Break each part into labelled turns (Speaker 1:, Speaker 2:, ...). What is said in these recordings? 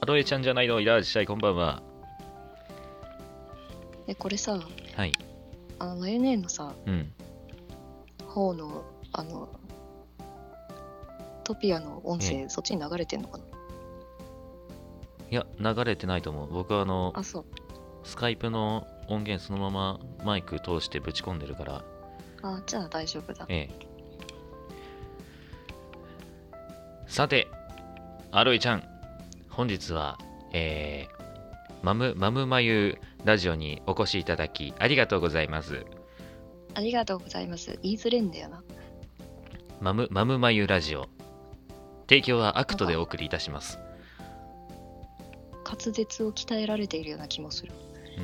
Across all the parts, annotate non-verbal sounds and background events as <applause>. Speaker 1: アドエちゃんじゃないの、いらっしゃい、こんばんは。
Speaker 2: え、これさ、
Speaker 1: はい。
Speaker 2: あの、マヨネーのさ、
Speaker 1: うん。
Speaker 2: 方の、あの、トピアの音
Speaker 1: え
Speaker 2: 声、そっちに流れてんのかない
Speaker 1: や、流れてないと思う。僕はあの、
Speaker 2: あ、そう。
Speaker 1: スカイプの音源そのままマイク通してぶち込んでるから、
Speaker 2: あ、じゃあ大丈夫だ。
Speaker 1: ええ。さて、アロイちゃん、本日は、えー、マム、マムマユラジオにお越しいただき、ありがとうございます。
Speaker 2: ありがとうございます。言いづれんだよな。
Speaker 1: マム、マムマユラジオ。提供はアクトでお送りいたします。
Speaker 2: 滑舌を鍛えられているような気もする。
Speaker 1: う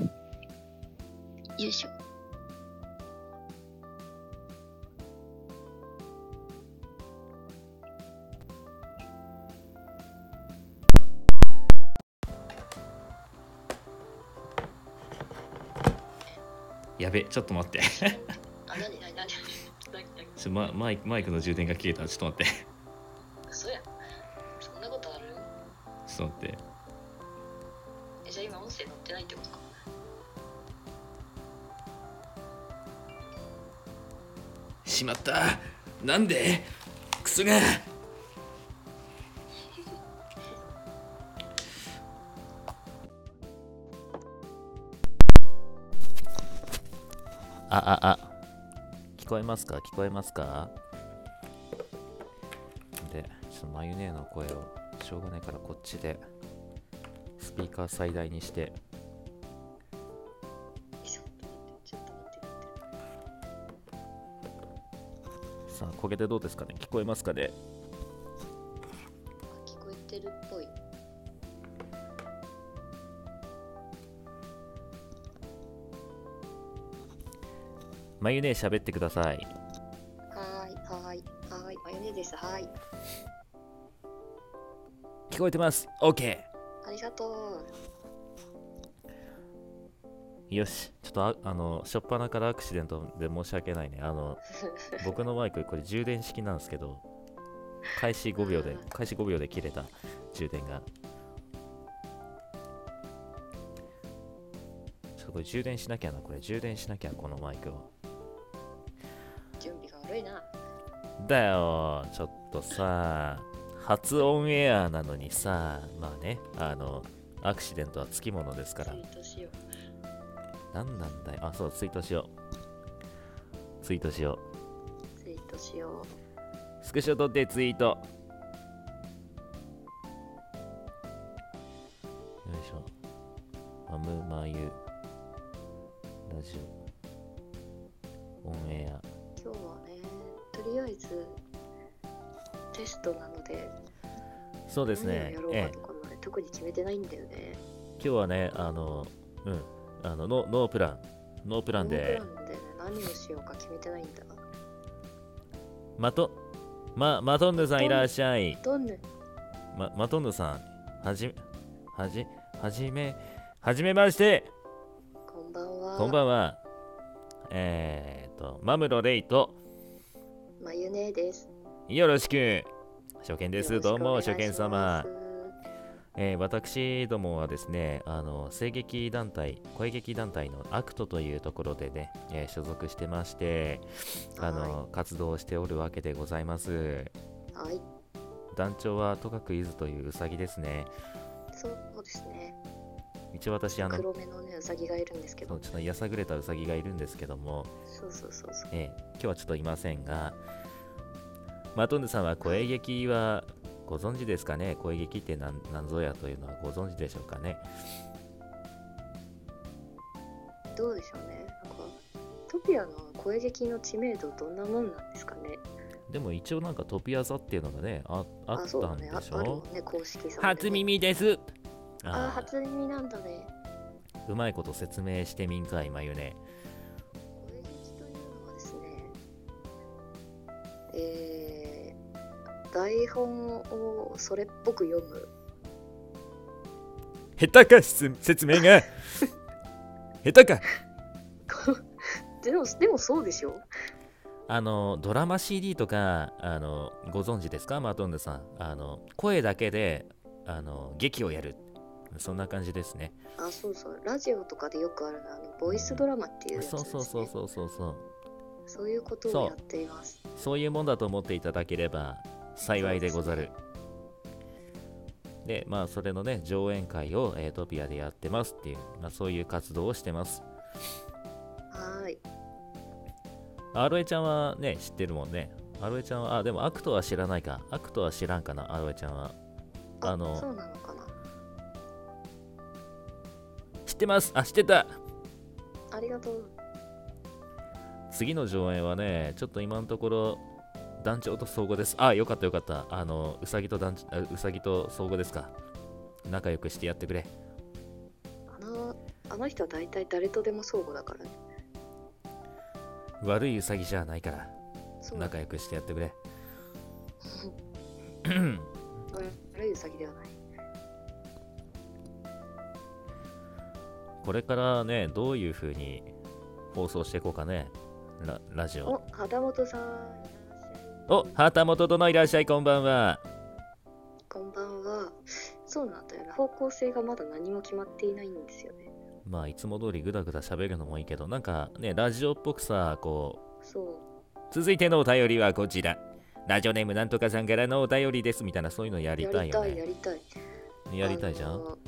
Speaker 1: ん
Speaker 2: よい <laughs> しょ。
Speaker 1: やべ、ちょっと待って。
Speaker 2: あ、なになになになに
Speaker 1: ちょママイクマイクの充電が切れた。ちょっと待って。
Speaker 2: 嘘や。そんなことある
Speaker 1: ちょっと待って。
Speaker 2: え、じゃあ今音声乗ってないってことか。
Speaker 1: しまったなんでクソがあああ聞こえますか聞こえますかでちょっとマユネーの声をしょうがないからこっちでスピーカー最大にして
Speaker 2: ちょっと待って、ちょっと待って。
Speaker 1: さあこれでどうですかね聞こえますかね
Speaker 2: 聞こえてるっぽい。
Speaker 1: マユネー喋ってください
Speaker 2: はーい、はーい、はーい、マヨネーです。はーい。
Speaker 1: 聞こえてます OK
Speaker 2: ありがと
Speaker 1: よし、ちょっとああの、しょっぱなからアクシデントで申し訳ないね。あの、僕のマイク、これ充電式なんですけど、開始5秒で
Speaker 2: あ、
Speaker 1: 開始5秒で切れた充電が。ちょっとこれ充電しなきゃな、これ充電しなきゃ、このマイクを。
Speaker 2: う。準備が悪いな。
Speaker 1: だよちょっとさ初オンエアなのにさまあねあのアクシデントはつきものですから
Speaker 2: ツイートしよう。
Speaker 1: 何なんだよあそうツイートしようツイートしよう
Speaker 2: ツイートしよう。
Speaker 1: スクショ撮ってツイートよいしょマムマユラジオオンエア
Speaker 2: 今日はね、とりあえずテストなので、
Speaker 1: そうですね
Speaker 2: 何を
Speaker 1: え
Speaker 2: や
Speaker 1: え
Speaker 2: ろうかとかまで特に決めてないんだよね。
Speaker 1: 今日はねあのうんあのノノープランノープランで
Speaker 2: ノープランでね、何をしようか決めてないんだ。
Speaker 1: マトまマトンヌさんいらっしゃい
Speaker 2: どんな
Speaker 1: まマトンヌさんはじはじはじめはじめまして
Speaker 2: こんばんは。
Speaker 1: こんばんはえー、っとマムロレイと
Speaker 2: マヨネーです。
Speaker 1: よろしく初見です。
Speaker 2: よろしく
Speaker 1: どうも、
Speaker 2: お願いし
Speaker 1: 初見様
Speaker 2: ます。
Speaker 1: えー私どもはですね、あの、声劇団体、声劇団体のアクトというところでね、えー所属してまして、あの、活動をしておるわけでございます。
Speaker 2: はい、
Speaker 1: 団長はとかくゆずといううさぎですね。
Speaker 2: そうですね。
Speaker 1: 一応私、あの、
Speaker 2: 黒目のね、うさぎがいるんですけ
Speaker 1: そ
Speaker 2: ど
Speaker 1: う。ちょっとやさぐれたうさぎがいるんですけども、
Speaker 2: そうそうそうそう。
Speaker 1: えー今日はちょっといませんが、マトンヌさんは声劇はご存知ですかね声劇ってなんなんぞやというのはご存知でしょうかね
Speaker 2: どうでしょうねなんかトピアの声劇の知名度どんなもんなんですかね
Speaker 1: でも一応なんかトピア座っていうのがねああっ
Speaker 2: そう
Speaker 1: た
Speaker 2: だ
Speaker 1: んで
Speaker 2: ねあ
Speaker 1: し
Speaker 2: あるも
Speaker 1: ょ
Speaker 2: んね公式さん
Speaker 1: 初耳です
Speaker 2: あ
Speaker 1: あ
Speaker 2: ー
Speaker 1: ー
Speaker 2: 初耳なんだね
Speaker 1: うまいこと説明してみんかいまゆね
Speaker 2: 声劇というのはですねえー、台本をそれっぽく読む
Speaker 1: 下手か説明
Speaker 2: <laughs>
Speaker 1: が下手か
Speaker 2: こうでもでもそうでしょ
Speaker 1: あのドラマ CD とかあのご存知ですかマートンヌさんあの声だけであの劇をやるそんな感じですね
Speaker 2: あそうそうラジオとかでよくあるのはあのボイスドラマっていうやつです、
Speaker 1: そ
Speaker 2: ね
Speaker 1: うそうそうそうそうそう
Speaker 2: そういうこと
Speaker 1: そう
Speaker 2: をやっています
Speaker 1: そういうもんだと思っていただければ幸いでござる。で、まあ、それのね、上演会を、えートピアでやってますっていう、まあ、そういう活動をしてます。
Speaker 2: はーい
Speaker 1: RA ちゃんはね、知ってるもんね。RA ちゃんは、あ、でも、アクトは知らないか。アクトは知らんかな、RA ちゃんは。
Speaker 2: あ
Speaker 1: あの
Speaker 2: そうなのかな
Speaker 1: 知ってますあ、知ってた
Speaker 2: ありがとう
Speaker 1: 次の上演はね、ちょっと今のところ、団長と総合です。あ、よかったよかった。あの、うさぎと団長、あうさぎと総合ですか。仲良くしてやってくれ。
Speaker 2: あのあの人は大体誰とでも相互だからね
Speaker 1: 悪いうさぎじゃないから。
Speaker 2: そう
Speaker 1: 仲良くしてやってくれ。 <clears throat>
Speaker 2: 悪いウサギではない
Speaker 1: これからね、どういう風に放送していこうかね、ララジ
Speaker 2: お
Speaker 1: オ。
Speaker 2: 旗本さん
Speaker 1: お旗本殿いらっしゃい、こんばんは。
Speaker 2: こんばんはそうなんだよな方向性がまだ何も決まっていないんですよね
Speaker 1: まあ、いつも通りぐだぐだ喋るのもいいけど、なんかね、ラジオっぽくさ、こ
Speaker 2: そう
Speaker 1: う、続いてのお便りはこちら。ラジオネームなんとかさんからのお便りですみたいな、そういうのやり
Speaker 2: や
Speaker 1: たい
Speaker 2: り
Speaker 1: よ
Speaker 2: たいや
Speaker 1: ね。
Speaker 2: りたい
Speaker 1: やりたいじゃ
Speaker 2: あ
Speaker 1: ん。
Speaker 2: の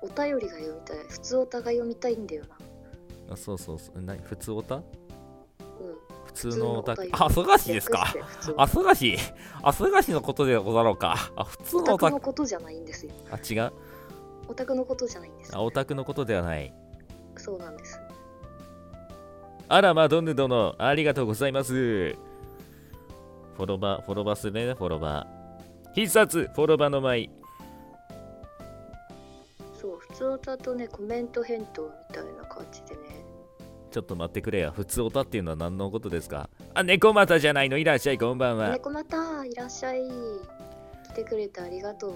Speaker 2: お便りが読みたい普通お互い読みたいんだよな
Speaker 1: あそうそうそう。な普通おた
Speaker 2: うん
Speaker 1: 普通のおた
Speaker 2: 普通のお便り
Speaker 1: あ、そがしですか
Speaker 2: 略。して普通
Speaker 1: あ、そがし。あ、そがしのことでござろうか。あ、普通
Speaker 2: オ
Speaker 1: のおた
Speaker 2: タクのことじゃないんですよ
Speaker 1: あ、違う。
Speaker 2: オタクのことじゃないんです
Speaker 1: あ、オタクのことではない。
Speaker 2: そうなんです
Speaker 1: あら、マドンヌ殿、ありがとうございます。フォロバ、フォロバするね、フォロバ。必殺、フォロバの舞。
Speaker 2: そう普通おたとねコメント返答みたいな感じでね
Speaker 1: ちょっと待ってくれよ。普通オタっていうのは何のことですかあ、猫股じゃないの、いらっしゃい、こんばんは。
Speaker 2: 猫またいらっしゃい来てくれてありがとう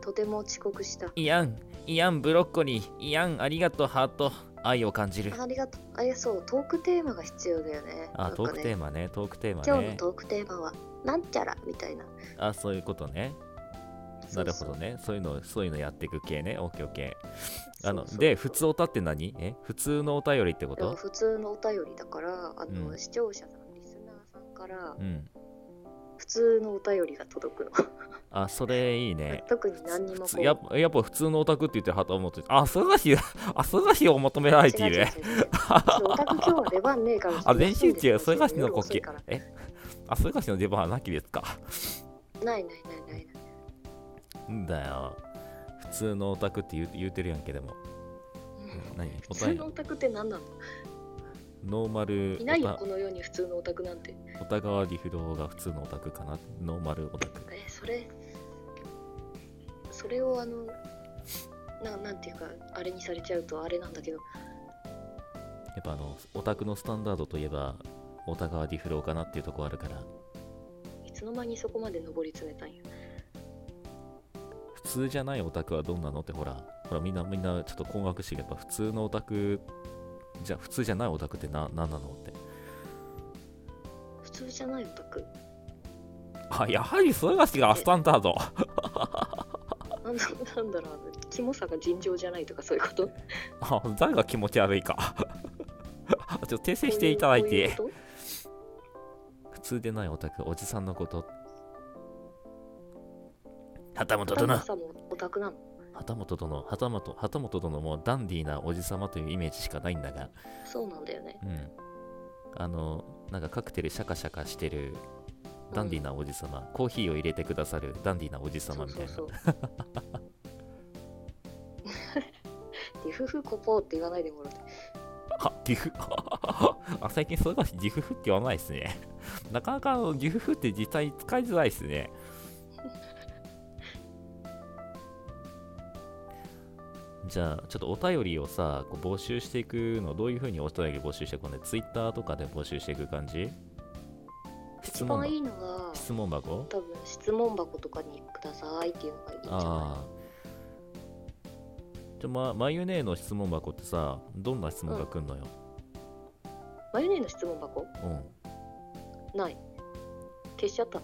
Speaker 2: とても遅刻した
Speaker 1: いやん、いやん、ブロッコリー。いやん、ありがとう、ハート。愛を感じる。
Speaker 2: ありがとうあれそうトークテーマが必要だよね
Speaker 1: あ、
Speaker 2: なん
Speaker 1: トー
Speaker 2: か
Speaker 1: ク
Speaker 2: ね
Speaker 1: テーマね、トークテー
Speaker 2: 今
Speaker 1: マ
Speaker 2: 日の
Speaker 1: ね。
Speaker 2: トークテーマはなんちゃらみたいな
Speaker 1: あ、そういうことね。なるほど
Speaker 2: ね
Speaker 1: ね。そういうの、そういうのやっていく系ね。オッケーオッケー。あの、で、普通オタって何え普通のお便りってこ
Speaker 2: だから
Speaker 1: と
Speaker 2: 普通のお便りだからあの、
Speaker 1: うん
Speaker 2: 視聴者さんリスナーさんから
Speaker 1: うん。
Speaker 2: 普通のお便りが届くの、
Speaker 1: あ、それいいね。
Speaker 2: <laughs> 特に何にも
Speaker 1: 普
Speaker 2: こ
Speaker 1: 通
Speaker 2: う
Speaker 1: やっぱやっぱ普通のオタクって言ってる旗を持ってるあ、そがし、 <laughs> あ、そがしを求められてい
Speaker 2: 違う違う違
Speaker 1: る。
Speaker 2: う違うオタク今日は出番ねえから
Speaker 1: <laughs> あ、練習中、そ
Speaker 2: れ
Speaker 1: がしの呼
Speaker 2: 遅い
Speaker 1: 吸
Speaker 2: から。
Speaker 1: え <laughs> あ、そがしの出番はなきですか。
Speaker 2: ないないないないない
Speaker 1: んだよ。普通のオタクって言う言うてるやんけ、でも。何
Speaker 2: 普
Speaker 1: お
Speaker 2: 通
Speaker 1: 便り
Speaker 2: のオタクって何なの
Speaker 1: ノーマル
Speaker 2: いない
Speaker 1: オ
Speaker 2: よ
Speaker 1: タ
Speaker 2: この世に普通のオタクなんて
Speaker 1: お互川理不動が普通のオタクかな。ノーマルオタク。
Speaker 2: えそれそれをあのななんていうかあれにされちゃうとあれなんだけど
Speaker 1: やっぱあの、オタクのスタンダードといえば、お互川理不動かなっていうとこあるから、
Speaker 2: いつの間にそこまで上り詰めたんや
Speaker 1: 普通じゃないオタクはどんなのってほら、ほらみんなみんなちょっと困惑してるやっぱ普通のオタク、じゃ普通じゃないオタクってな何なのって。 <laughs>
Speaker 2: 普通じゃないオタク
Speaker 1: あ、やはりそれがしがスタンダード。
Speaker 2: なんだなんだろうあのキモさが尋常じゃないとかそういうこと
Speaker 1: あ、誰が気持ち悪いか。 <laughs> あちょっと訂正していただい
Speaker 2: こういう
Speaker 1: て。
Speaker 2: こ
Speaker 1: 普通でないオタク、おじさんのこと。旗
Speaker 2: と
Speaker 1: 本
Speaker 2: 片
Speaker 1: 殿、
Speaker 2: さんもオタクなの
Speaker 1: 旗本殿、旗本、旗本殿もダンディーなおじさまというイメージしかないんだが、
Speaker 2: そうなんだよね
Speaker 1: うん。あの、なんかカクテルシャカシャカしてるダンディーなおじさま、コーヒーを入れてくださるダンディーなおじさまみたいな。
Speaker 2: そうそうそうリフフコポーって言わないでもらって
Speaker 1: あ、ギフ <laughs> あ、最近そういうしギフフって言わないですね。 <laughs> なかなかあのギフフって実際使いづらいですね。 <laughs> じゃあ、ちょっとお便りをさ、こう募集していくの、どういうふうにお便り募集していくのね、ツイッターとかで募集していく感じ質
Speaker 2: 一
Speaker 1: 問
Speaker 2: 番
Speaker 1: 箱
Speaker 2: いいのが
Speaker 1: 質問箱
Speaker 2: 多分質問箱とかにくださいっていうのがいいんじゃな
Speaker 1: あ
Speaker 2: い
Speaker 1: あ。じゃあ、ま、マユネーの質問箱ってさ、どんな質問が来るのよ、
Speaker 2: マヨネーの質問箱
Speaker 1: う
Speaker 2: ない消しちゃった
Speaker 1: ん、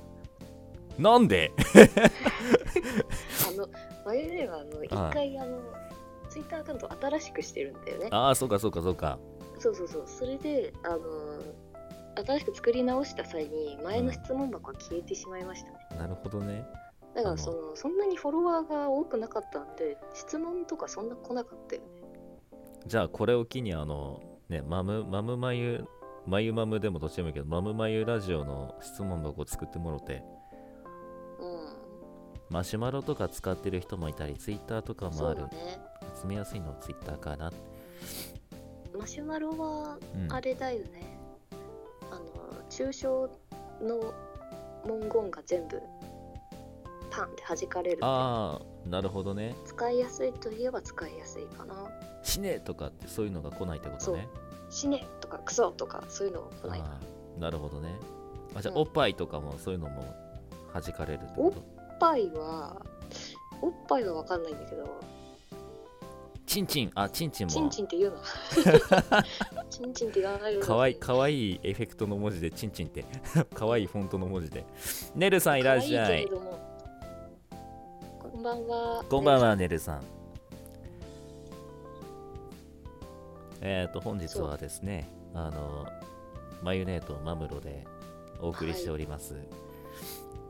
Speaker 1: なん <laughs> で
Speaker 2: あのマヨネーはあの一回あのツイッターアカウント新しくしてるんだよね
Speaker 1: ああそうかそうかそうか
Speaker 2: そうそうそうそれであの新しく作り直した際に前の質問箱は消えてしまいましたね、
Speaker 1: なるほどね
Speaker 2: だか
Speaker 1: あの
Speaker 2: らそのそんなにフォロワーが多くなかったんで質問とかそんな来なかったよね
Speaker 1: じゃあこれを機にあのねマムマムマユマユマムでもどっちでもいいけどマムマユラジオの質問箱を作ってもろて
Speaker 2: う
Speaker 1: マシュマロとか使ってる人もいたりツイッターとか
Speaker 2: ん
Speaker 1: も
Speaker 2: そ
Speaker 1: あ
Speaker 2: う
Speaker 1: る
Speaker 2: だね
Speaker 1: 集めやすいのはツイッターかな、
Speaker 2: マシュマロは
Speaker 1: うん、
Speaker 2: あれだよね、あの抽象の文言が全部パンって弾かれるんで
Speaker 1: あーなるほどね
Speaker 2: 使いやすいといえば使いやすいかな
Speaker 1: 死ねとかってそういうのが来ないってことね
Speaker 2: 死ねとかクソとかそういうの来ないか
Speaker 1: あーなるほどねあじゃあ、
Speaker 2: うん
Speaker 1: おっぱいとかもそういうのも弾かれるってこと
Speaker 2: おっぱいはおっぱいは分かんないんだけど
Speaker 1: チンチンあチンチンも
Speaker 2: チンチンって
Speaker 1: <laughs>
Speaker 2: 言うのチンチンって言わないよ
Speaker 1: かわいかわいいエフェクトの文字でチンチンって <laughs> かわいいフォントの文字でねるさんいらっしゃ
Speaker 2: 可愛
Speaker 1: い
Speaker 2: けれどもこんばんは
Speaker 1: こんばんはねるさんえっ、と本日はですねあのマユネーとマムロでお送りしております、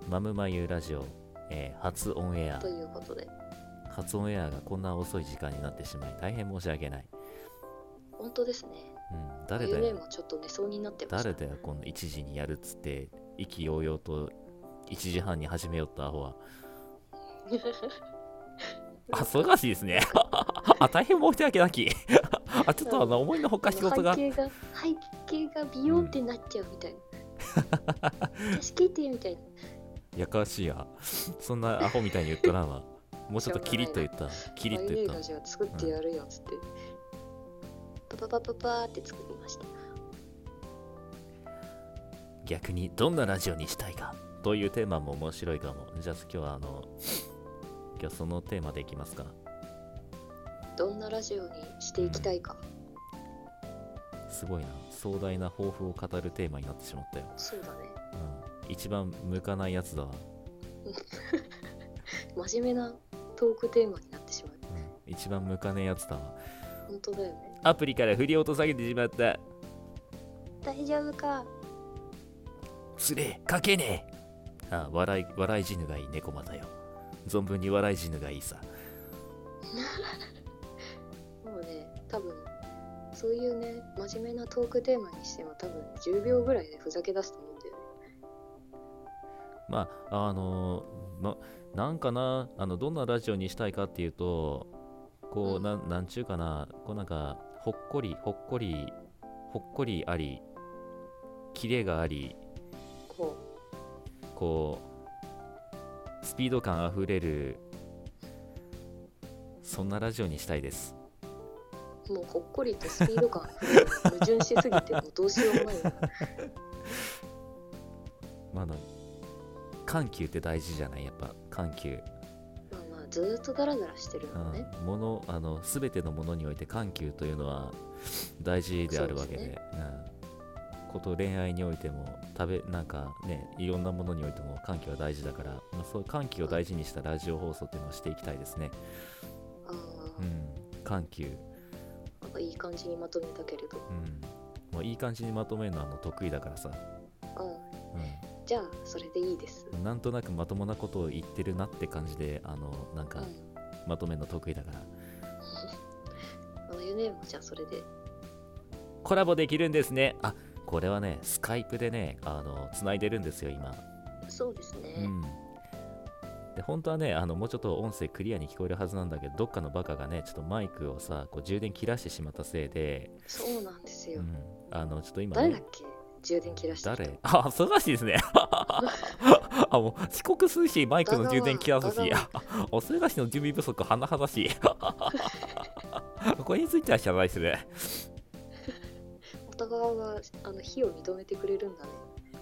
Speaker 1: マムマユラジオ、えー初オンエア
Speaker 2: ということで
Speaker 1: 初オンエアがこんな遅い時間になってしまい大変申し訳ない、
Speaker 2: 本当ですね
Speaker 1: うん、誰だ
Speaker 2: 夢
Speaker 1: よ
Speaker 2: もちょっと寝そうになってました
Speaker 1: 誰だよこんな1時にやるっつって意気揚々と1時半に始めよったアホはあ忙しいですね <laughs> あ大変申し訳なき <laughs> あちょっとあの思いのほか仕事が
Speaker 2: 背景が背景がビヨンってなっちゃうみたいな、助けてみたいな
Speaker 1: やかわしいやそんなアホみたいに言っとらんわもうちょっとキリッと言ったキリッと言っ
Speaker 2: マ
Speaker 1: た
Speaker 2: ヨネーズ味は作ってやるよっつって、パパパパパーって作りました
Speaker 1: 逆にどんなラジオにしたいかというテーマも面白いかもじゃあ今日はあの今日そのテーマでいきますか
Speaker 2: どんなラジオにしていきたいか、
Speaker 1: すごいな壮大な抱負を語るテーマになってしまったよ
Speaker 2: そうだね
Speaker 1: うん一番向かないやつだわ、
Speaker 2: 真面目なトークテーマになってしまう
Speaker 1: うん一番向かねえやつだわ
Speaker 2: 本当だよね
Speaker 1: アプリから振り落とされてしまった
Speaker 2: 大丈夫か
Speaker 1: つれえ書けねえあ笑い笑い死ぬがいい猫又よ存分に笑い死ぬがいいさ
Speaker 2: もうね多分そういうね真面目なトークテーマにしても多分10秒ぐらいでふざけ出すと思うんだよね
Speaker 1: まああのーまなんかなあのどんなラジオにしたいかっていうとこう
Speaker 2: うん
Speaker 1: なんなんちゅうかなこうなんかほっこりほっこりほっこりありキレがあり
Speaker 2: こ
Speaker 1: こうスピード感あふれるそんなラジオにしたいです
Speaker 2: うもうほっこりとスピード感矛盾しすぎてもうどうしようもないよ
Speaker 1: まああの緩急って大事じゃないやっぱ緩急
Speaker 2: まあまあずーっとダラダラしてるのね、
Speaker 1: うんものあの全てのものにおいて緩急というのは大事であるわけで
Speaker 2: そうです
Speaker 1: うん、こと恋愛においても食べなんかねいろんなものにおいても緩急は大事だから、まあ、そういう緩急を大事にしたラジオ放送っていうのをしていきたいですね、
Speaker 2: あ
Speaker 1: う
Speaker 2: あ
Speaker 1: ん、緩急、
Speaker 2: なんかいい感じにまとめたけれど、
Speaker 1: うん、もういい感じにまとめるのはあの得意だからさ、
Speaker 2: うん、
Speaker 1: う
Speaker 2: じゃあそれでいいです、
Speaker 1: ん、なんとなくまともなことを言ってるなって感じであのなん
Speaker 2: う
Speaker 1: か
Speaker 2: ん、
Speaker 1: まとめるの得意だから、
Speaker 2: あのユネもじゃあそれで
Speaker 1: コラボできるんですねあこれはねスカイプでねあの繋いでるんですよ今
Speaker 2: そうです
Speaker 1: う
Speaker 2: ね、
Speaker 1: ん、で本当はねあのもうちょっと音声クリアに聞こえるはずなんだけどどっかのバカがねちょっとマイクをさこう充電切らしてしまったせいで、
Speaker 2: そうなんです
Speaker 1: う
Speaker 2: よ、
Speaker 1: ん、あのちょっと今、
Speaker 2: 誰だ
Speaker 1: ね
Speaker 2: っ、け充電切らした人
Speaker 1: 誰あ忙しいです
Speaker 2: <laughs>
Speaker 1: ねあもう遅刻するしマイクの充電切らすし
Speaker 2: バカ
Speaker 1: <laughs> お忙しの準備不足甚だしい <laughs> これについては謝罪する
Speaker 2: お互いはあの非を認めてくれるんだね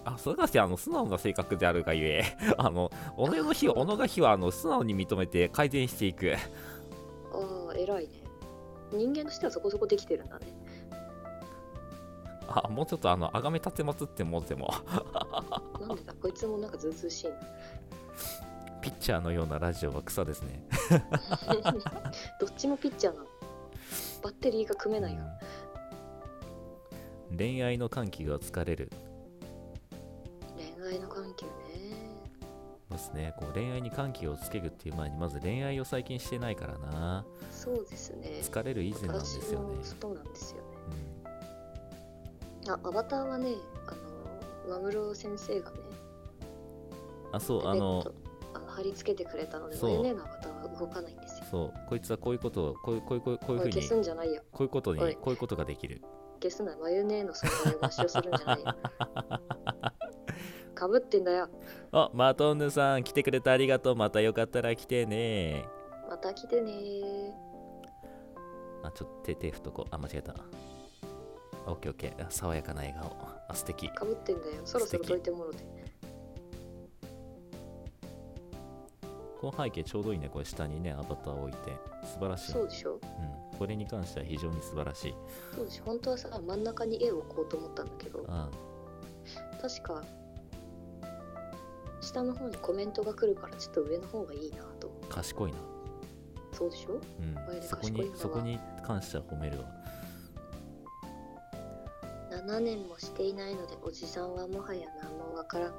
Speaker 1: あそれがしあの素直な性格であるがゆえ <laughs> あの己の非を己が非はあの素直に認めて改善していく
Speaker 2: ああ偉いね人間としてはそこそこできてるんだね
Speaker 1: あもうちょっとあのあがめ立てまつってもうでも
Speaker 2: なんでだこいつもなんかずうずうしいな
Speaker 1: ピッチャーのようなラジオは草ですね
Speaker 2: どっちもピッチャーなのバッテリーが組めないよ
Speaker 1: うん恋愛の歓喜が疲れる
Speaker 2: 恋愛の関係ね
Speaker 1: ですねこう恋愛に歓喜をつけるっていう前にまず恋愛を最近してないからな
Speaker 2: そうですね
Speaker 1: 疲れる以前なんですよね
Speaker 2: 私も、そうなんですよねあアバターはねあの和室先生がね
Speaker 1: うん、あそう
Speaker 2: ペペ
Speaker 1: あ
Speaker 2: ッ
Speaker 1: の
Speaker 2: とあの貼り付けてくれたので
Speaker 1: そう
Speaker 2: マヨネーのアバターは動かないんですよ
Speaker 1: そうこいつはこういうことをこういうこういうこういうこう
Speaker 2: お
Speaker 1: いうふう
Speaker 2: い消
Speaker 1: に
Speaker 2: すんじゃないよ
Speaker 1: こういうことに
Speaker 2: おい
Speaker 1: こういうことができる
Speaker 2: 消すなマヨネーの存在を抹消するんじゃないよかぶってんだよ
Speaker 1: あマトンヌさん来てくれてありがとうまたよかったら来てね
Speaker 2: また来てね
Speaker 1: あちょっと手手振っとこうあ間違えたオッケーオッケーあ爽やかな笑顔あ素敵
Speaker 2: かぶってんだよそろそろどいてもろて
Speaker 1: この背景ちょうどいいねこれ下にねアバターを置いて素晴らしい、う
Speaker 2: そ
Speaker 1: ん
Speaker 2: うでしょ、
Speaker 1: これに関しては非常に素晴らしい
Speaker 2: そうでしょ本当はさ真ん中に絵を置こうと思ったんだけど
Speaker 1: あ
Speaker 2: 確か下の方にコメントが来るからちょっと上の方がいいなと
Speaker 1: 賢いな、
Speaker 2: そうでしょこ
Speaker 1: う
Speaker 2: れ
Speaker 1: ん、
Speaker 2: で
Speaker 1: そこ
Speaker 2: 賢い
Speaker 1: に
Speaker 2: んだわ
Speaker 1: そこに関しては褒めるわ <laughs>
Speaker 2: 7年もしていないのでおじさんはもはや何もわからん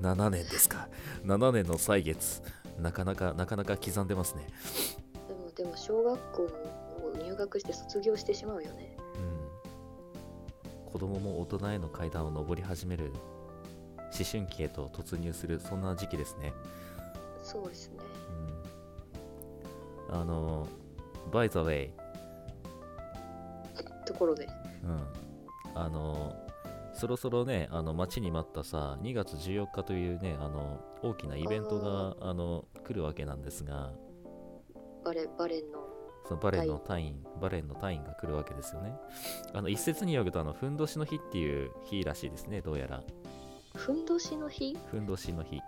Speaker 1: 7年ですか7年の歳月なかなかなかなか刻んでますね
Speaker 2: でもでも小学校を入学して卒業してしまうよね
Speaker 1: うん、子供も大人への階段を上り始める思春期へと突入するそんな時期ですね、
Speaker 2: そうですね
Speaker 1: うん、あの by the way、
Speaker 2: ところで
Speaker 1: うん、あのそろそろねあの待ちに待ったさ2月14日というねあの大きなイベントがあの来るわけなんですが
Speaker 2: バレバレンの
Speaker 1: そのバレエの隊員、バレエの隊員が来るわけですよねあの一説によるとあのふんどしの日っていう日らしいですねどうやら
Speaker 2: ふんどしの日
Speaker 1: ふんどしの日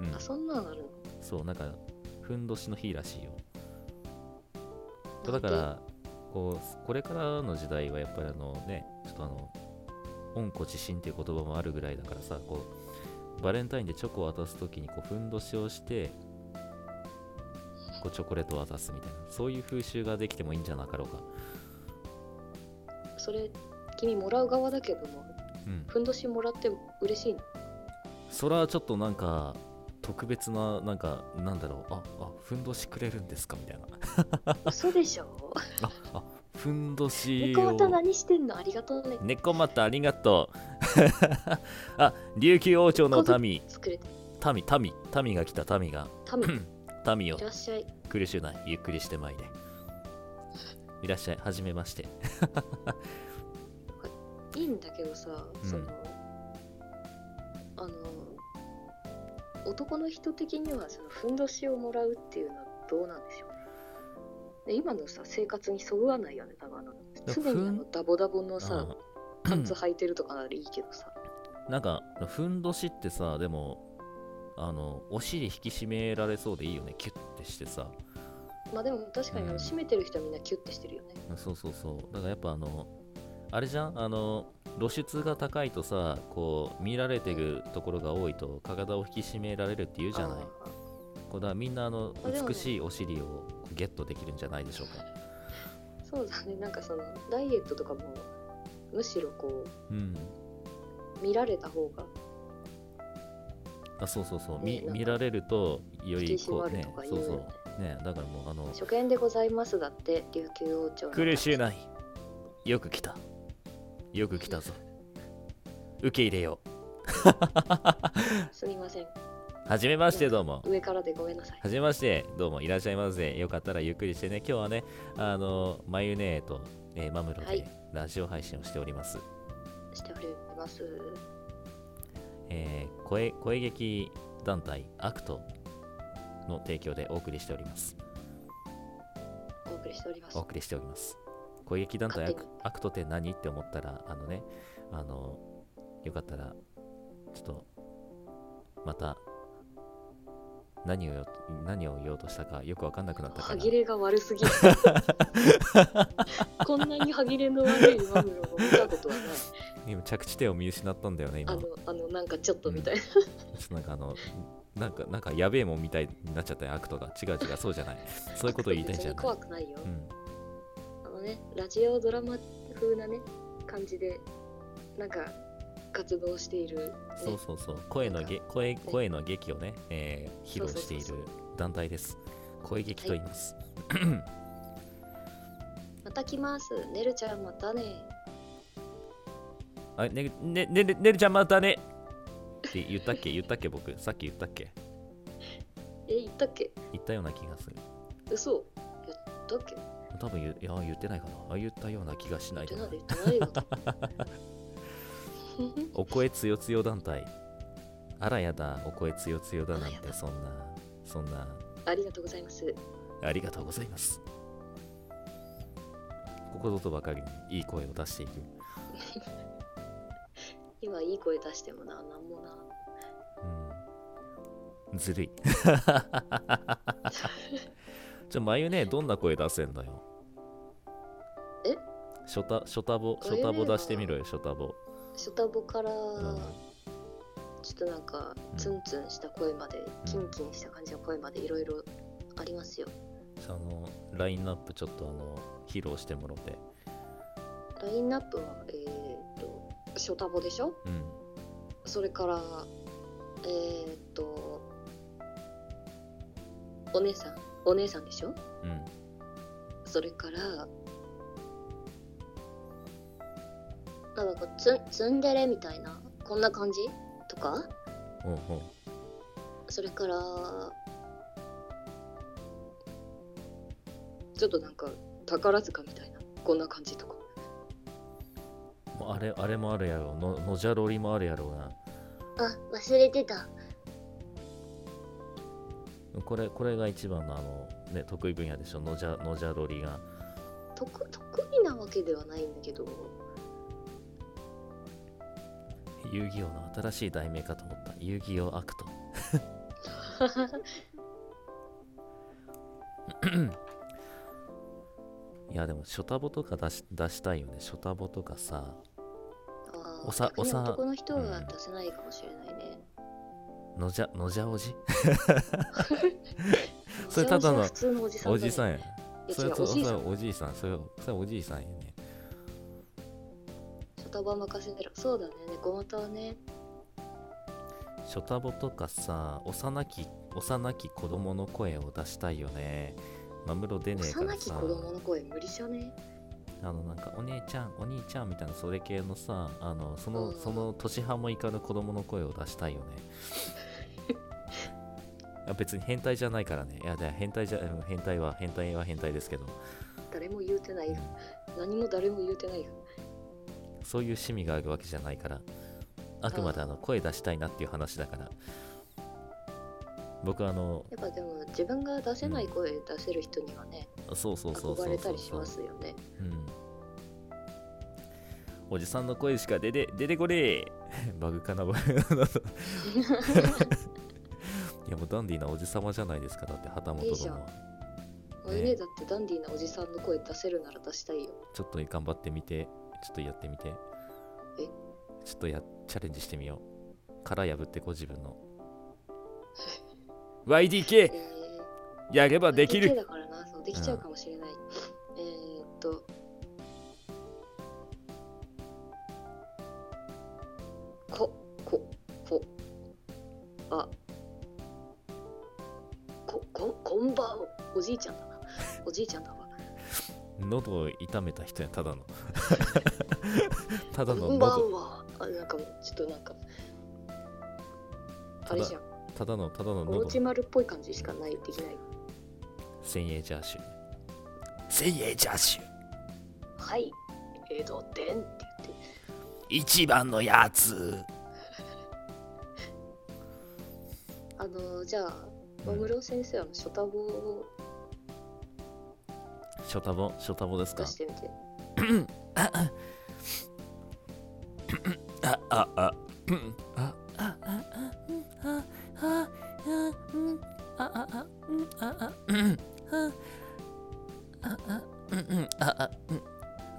Speaker 1: うん
Speaker 2: あそんなのある
Speaker 1: そうなんかふんどしの日らしいよ
Speaker 2: の
Speaker 1: だからこうこれからの時代はやっぱりあのねちょっとあの恩子自身っていう言葉もあるぐらいだからさこうバレンタインでチョコを渡す時にこうふんどしをしてこうチョコレートを渡すみたいなそういう風習ができてもいいんじゃなかろうか
Speaker 2: なんでそれ君もらう側だけども
Speaker 1: うん
Speaker 2: ふんどしもらって
Speaker 1: <laughs>
Speaker 2: 嬉しいの
Speaker 1: それはちょっとなんか特別ななんかなんだろうああふんどしくれるんですかみたいな
Speaker 2: 嘘でしょ
Speaker 1: ああふんどし
Speaker 2: 猫
Speaker 1: を
Speaker 2: 股何してんのありがとうね
Speaker 1: 猫またありがとう <laughs> あ琉球王朝の民
Speaker 2: 作れて
Speaker 1: 民民民が来た民が <clears throat>
Speaker 2: ためい
Speaker 1: 民よ
Speaker 2: らっしゃい
Speaker 1: 苦しゅうないゆっくりしてまいれいらっしゃいはじめまして
Speaker 2: いいんだけどさ、
Speaker 1: うん
Speaker 2: そのあの男の人的にはそのふんどしをもらうっていうのはどうなんでしょうねで今のさ生活にそぐわないよね多分あの
Speaker 1: や
Speaker 2: 常にあ
Speaker 1: ふ
Speaker 2: のダボダボのさパンツ
Speaker 1: う
Speaker 2: 履いてるとかならいいけどさ
Speaker 1: ん <clears throat> なんかふんどしってさでもあのお尻引き締められそうでいいよねキュッてしてさ
Speaker 2: まあでも確かにあ
Speaker 1: うん
Speaker 2: の締めてる人はみんなキュッてしてるよね
Speaker 1: そうそうそうだからやっぱあのあれじゃんあの露出が高いとさこう見られてるところが多いと体を引き締められるっていうじゃない
Speaker 2: あ
Speaker 1: これはみんなあの
Speaker 2: あでもね
Speaker 1: 美しいお尻をゲットできるんじゃないでしょうか。
Speaker 2: ーそうだねなんかそのダイエットとかもむしろこ
Speaker 1: うん、
Speaker 2: う見られた方が
Speaker 1: あそうそうそう、
Speaker 2: ね
Speaker 1: み
Speaker 2: なんか
Speaker 1: 見られるとよ
Speaker 2: 引き
Speaker 1: り
Speaker 2: 締
Speaker 1: こ
Speaker 2: ま
Speaker 1: う
Speaker 2: る
Speaker 1: ね
Speaker 2: とか言う
Speaker 1: そう
Speaker 2: よね
Speaker 1: そうねだからもうあの
Speaker 2: 初見でございますだって琉球王朝の
Speaker 1: 苦しゅうないよく来たよく来たぞ受け入れよ
Speaker 2: すみません
Speaker 1: うはじめましてどうも
Speaker 2: 上からでごめんなさい
Speaker 1: はじめましてどうもいらっしゃいませよかったらゆっくりしてね今日はねあのマユネーと、えーマムロ
Speaker 2: は
Speaker 1: で
Speaker 2: い
Speaker 1: ラジオ配信をしております、
Speaker 2: しております
Speaker 1: えー声声劇団体アクトの提供でお送りしております
Speaker 2: お送りしております
Speaker 1: お送りしております声劇団体ア
Speaker 2: 勝手
Speaker 1: ク
Speaker 2: に
Speaker 1: アクトって何って思ったらあのねあのよかったらちょっとまた何をよ何を言おうとしたかよく分かんなくなったか
Speaker 2: 歯
Speaker 1: ら
Speaker 2: 切れが悪すぎ
Speaker 1: <laughs>
Speaker 2: るこんなに歯切れの悪いマグロを見たことはない
Speaker 1: 今着地点を見失ったんだよね今
Speaker 2: あ
Speaker 1: ち
Speaker 2: の
Speaker 1: ょ
Speaker 2: あのなんかちょっとみたいな、
Speaker 1: っとなんかあのなんかなんかやべえもんみたいになっちゃったよアクトが違う違うそうじゃないそういうことを言いたいんじゃ
Speaker 2: 別
Speaker 1: な
Speaker 2: に
Speaker 1: い
Speaker 2: 怖くないよ、
Speaker 1: うん
Speaker 2: あのねラジオドラマ風なね感じでなんか活動している、ね、
Speaker 1: そうそうそう声のげ声声の劇をね、えー披露してい
Speaker 2: そうそう
Speaker 1: る団体です声劇と言います、
Speaker 2: また来ますねるちゃんまたね
Speaker 1: あねねねねねるちゃんまたねって言ったっけ言ったっけ僕さっき言ったっけ
Speaker 2: え言ったっけ
Speaker 1: 言ったような気がする
Speaker 2: 嘘言ったっけ
Speaker 1: 多分言ういや言ってないかなあ言ったような気がしな
Speaker 2: 言
Speaker 1: い
Speaker 2: って
Speaker 1: で
Speaker 2: な
Speaker 1: も
Speaker 2: い
Speaker 1: ない
Speaker 2: 言ってない
Speaker 1: <laughs>
Speaker 2: よ
Speaker 1: お声つよつよ団体あらやだお声つよつよだなん
Speaker 2: あらや
Speaker 1: てそんなそんな
Speaker 2: ありがとうございます
Speaker 1: ありがとうございますここぞとばかりにいい声を出している
Speaker 2: 今いい声出してもななんもな
Speaker 1: うんずる <laughs> い。じゃあ、眉ね、どんな声出せんだよ。
Speaker 2: え
Speaker 1: ショタ、ショタボ、ショタボ出してみろよ、ショタボ。
Speaker 2: ショタボから、
Speaker 1: うん
Speaker 2: ちょっとなんかツンツンした声まで、キンキンした感じの声までいろいろありますよ
Speaker 1: あの、ラインナップちょっとあの、披露してもろて。
Speaker 2: ラインナップはえー、っとショタボでしょ
Speaker 1: うん。
Speaker 2: それからえー、っとお姉さんお姉さんでしょ
Speaker 1: うん。
Speaker 2: それからあなんかツンツンデレみたいなこんな感じとか
Speaker 1: おうおう
Speaker 2: それからちょっとなんか宝塚みたいなこんな感じとか
Speaker 1: もうあれ、あれもあるやろう。の、のじゃろりもあるやろうな。
Speaker 2: あ忘れてた
Speaker 1: これ、これが一番のあの、ね、得意分野でしょ。のじゃ、のじゃろりが。
Speaker 2: 得得意なわけではないんだけど
Speaker 1: 遊戯王の新しい題名かと思った。遊戯王アクト。 <laughs> いやでもショタボとか出し出したいよねショタボとかさ
Speaker 2: あー
Speaker 1: おさおさ
Speaker 2: 逆に男の人は出せないかもしれないね、
Speaker 1: のじゃのじゃおじ
Speaker 2: お
Speaker 1: それ
Speaker 2: じさん
Speaker 1: ただの
Speaker 2: 普通のおじさんだね、
Speaker 1: おじさんや
Speaker 2: いや
Speaker 1: それ
Speaker 2: 違う
Speaker 1: と
Speaker 2: おじいさ
Speaker 1: そ
Speaker 2: ん
Speaker 1: れおじいさんそれそれおじいさんやね
Speaker 2: ショタボ任せてろそうだね猫股はね
Speaker 1: ショタボとかさ幼き幼き子供の声を出したいよねまむろ出ねえから
Speaker 2: 幼き
Speaker 1: さ
Speaker 2: 子供の声無理じゃね
Speaker 1: あのなんかお姉ちゃんお兄ちゃんみたいなそれ系のさあのその、
Speaker 2: うん
Speaker 1: その年派もいかぬ子供の声を出したい
Speaker 2: <laughs>
Speaker 1: よねいや別に変態じゃないからねいやいや変態じゃうん変態は変態は変態ですけど、
Speaker 2: 誰も言うてないうよ
Speaker 1: ん
Speaker 2: 何も誰も言うてないよ
Speaker 1: そういう趣味があるわけじゃないからあくまであの声出したいなっていう話だから僕あの
Speaker 2: やっぱでも自分が出せない声出せる人にはね、
Speaker 1: そうそうそうそうそ
Speaker 2: 憧
Speaker 1: う
Speaker 2: れたりしますよね
Speaker 1: うん、おじさんの声しか出て出てこねえ <laughs> バグかなバグ <laughs> いやもうダンディーなおじさまじゃないですかだって旗本
Speaker 2: いいじゃ
Speaker 1: 殿
Speaker 2: ん
Speaker 1: は
Speaker 2: おいねだってダンディーなおじさんの声出せるなら出したいよ
Speaker 1: ちょっと頑張ってみてちょっとやってみて
Speaker 2: え
Speaker 1: ちょっとやチャレンジしてみよう殻破ってこ自分の YDK
Speaker 2: え
Speaker 1: やれば
Speaker 2: ー、
Speaker 1: でき
Speaker 2: 理系
Speaker 1: る
Speaker 2: だからなそうできちゃうかもしれない、えー、っとこここあこここんばんはおじいちゃんだなおじいちゃんだわ
Speaker 1: 喉を痛めた人やただの <laughs> ただの
Speaker 2: こんばん
Speaker 1: 喉
Speaker 2: はあなんかもうちょっとなんかあ
Speaker 1: た
Speaker 2: れ
Speaker 1: だ
Speaker 2: じゃん
Speaker 1: ただのただの
Speaker 2: おう
Speaker 1: 喉
Speaker 2: ち丸っぽい感じしかないできない
Speaker 1: 千円ジャーシュ千円ジャーシュ
Speaker 2: はい江戸伝って言って
Speaker 1: 一番のやつ
Speaker 2: あのーじゃあ小室先生はショタボを
Speaker 1: ショタボショタボですか
Speaker 2: 出してみて
Speaker 1: あああうんあああああああああああうんうんああうん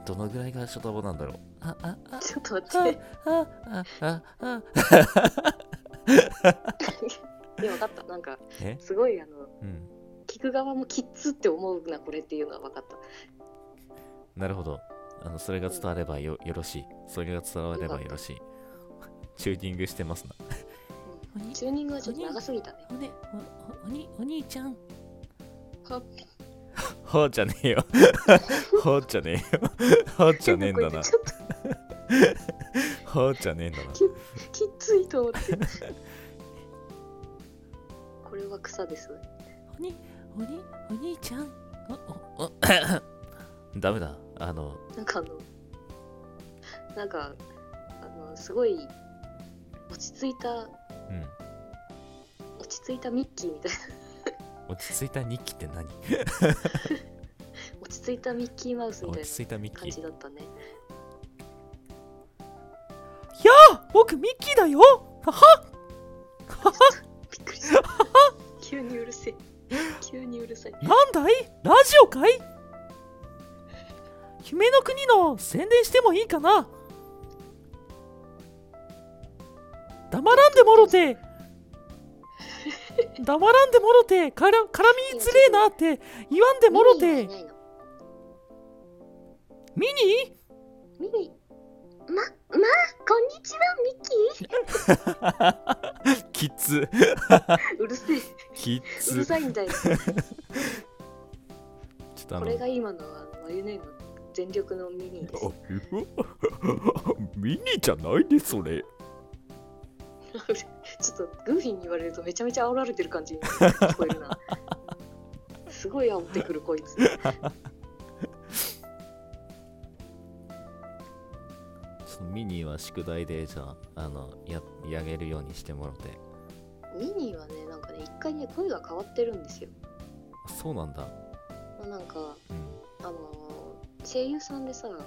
Speaker 1: どのぐらいが初タボなんだろうあああ
Speaker 2: ちょっと待って。
Speaker 1: ああああ
Speaker 2: いや、分かった。なんか、
Speaker 1: え
Speaker 2: すごい、あの、
Speaker 1: うん
Speaker 2: 聞く側もキッズって思うな、これっていうのは分かった。
Speaker 1: なるほどあのそれが伝わればよよろしいそれが伝わればよろしい <laughs> チューニングしてますな
Speaker 2: うん、チューニングはちょっと長すぎたね。
Speaker 1: おねおおおにお兄ちゃん
Speaker 2: は
Speaker 1: ほうじゃね <laughs> えよほうじゃねえよほうじゃねえんだ
Speaker 2: <laughs> これ
Speaker 1: な
Speaker 2: ちょっと
Speaker 1: ほうじゃねえんだな
Speaker 2: きついと思って。 <laughs> これは草です。
Speaker 1: おにおにお兄ちゃんお <coughs> おダメだあの
Speaker 2: なんかあの、なんか、あの、すごい、落ち着いた、
Speaker 1: うん
Speaker 2: 落ち着いたミッキーみたい
Speaker 1: 落ち着いた日記って何
Speaker 2: な、落ち着いたミッキーマウスみたい
Speaker 1: 落
Speaker 2: な
Speaker 1: ち着いたミッキ
Speaker 2: 感
Speaker 1: ー
Speaker 2: じだったね。
Speaker 1: 僕ミッキーだよ
Speaker 2: びっくり
Speaker 1: <laughs>
Speaker 2: した。急にうるせえ。急にうるさい。
Speaker 1: なんだいラジオかい夢の国の宣伝してもいいかな黙らんでもろて黙らんでもろてから絡みつれえなって言わんでもろ
Speaker 2: ミニ
Speaker 1: て
Speaker 2: ーじゃないの
Speaker 1: ミニ
Speaker 2: ミニー。ま、まあ、こんにちは、ミッキ
Speaker 1: キッズ
Speaker 2: ー。うるせえ。
Speaker 1: キ
Speaker 2: うるさい
Speaker 1: <laughs>
Speaker 2: んだよ。
Speaker 1: ちょっと
Speaker 2: これが今のあのマヨネーの全力のミニーです。
Speaker 1: <laughs>
Speaker 3: ミニじゃないでそれ。
Speaker 2: <laughs> ちょっとグーフィーに言われるとめちゃめちゃ煽られてる感じに聞こえ
Speaker 1: <laughs>
Speaker 2: るな。すごい煽ってくるこいつ。
Speaker 1: ミニは宿題でじゃああのややげるようにしてもろて
Speaker 2: ミニーはね、なんかね、一回ね、声が変わってるんですよ。
Speaker 1: そうなんだ
Speaker 2: まあなんか、
Speaker 1: う
Speaker 2: あのー声優さんでさ、
Speaker 1: んうん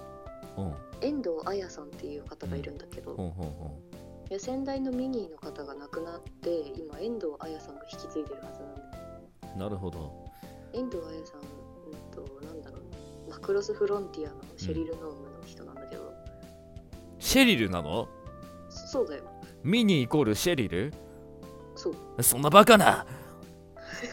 Speaker 2: 遠藤彩さんっていう方がいるんだけど、
Speaker 1: ほんほんほん
Speaker 2: いや先代のミニーの方が亡くなって、今、遠藤彩さんが引き継いでるはずなんだ
Speaker 1: なるほど。
Speaker 2: 遠藤彩さん、うんと、なんだろう、マクロスフロンティアのシェリル・ノームの人なんだけど、
Speaker 1: シェリルなの
Speaker 2: そそうだよ、
Speaker 1: ミニイコールシェリル
Speaker 2: そう。 <laughs>
Speaker 1: そんなバカな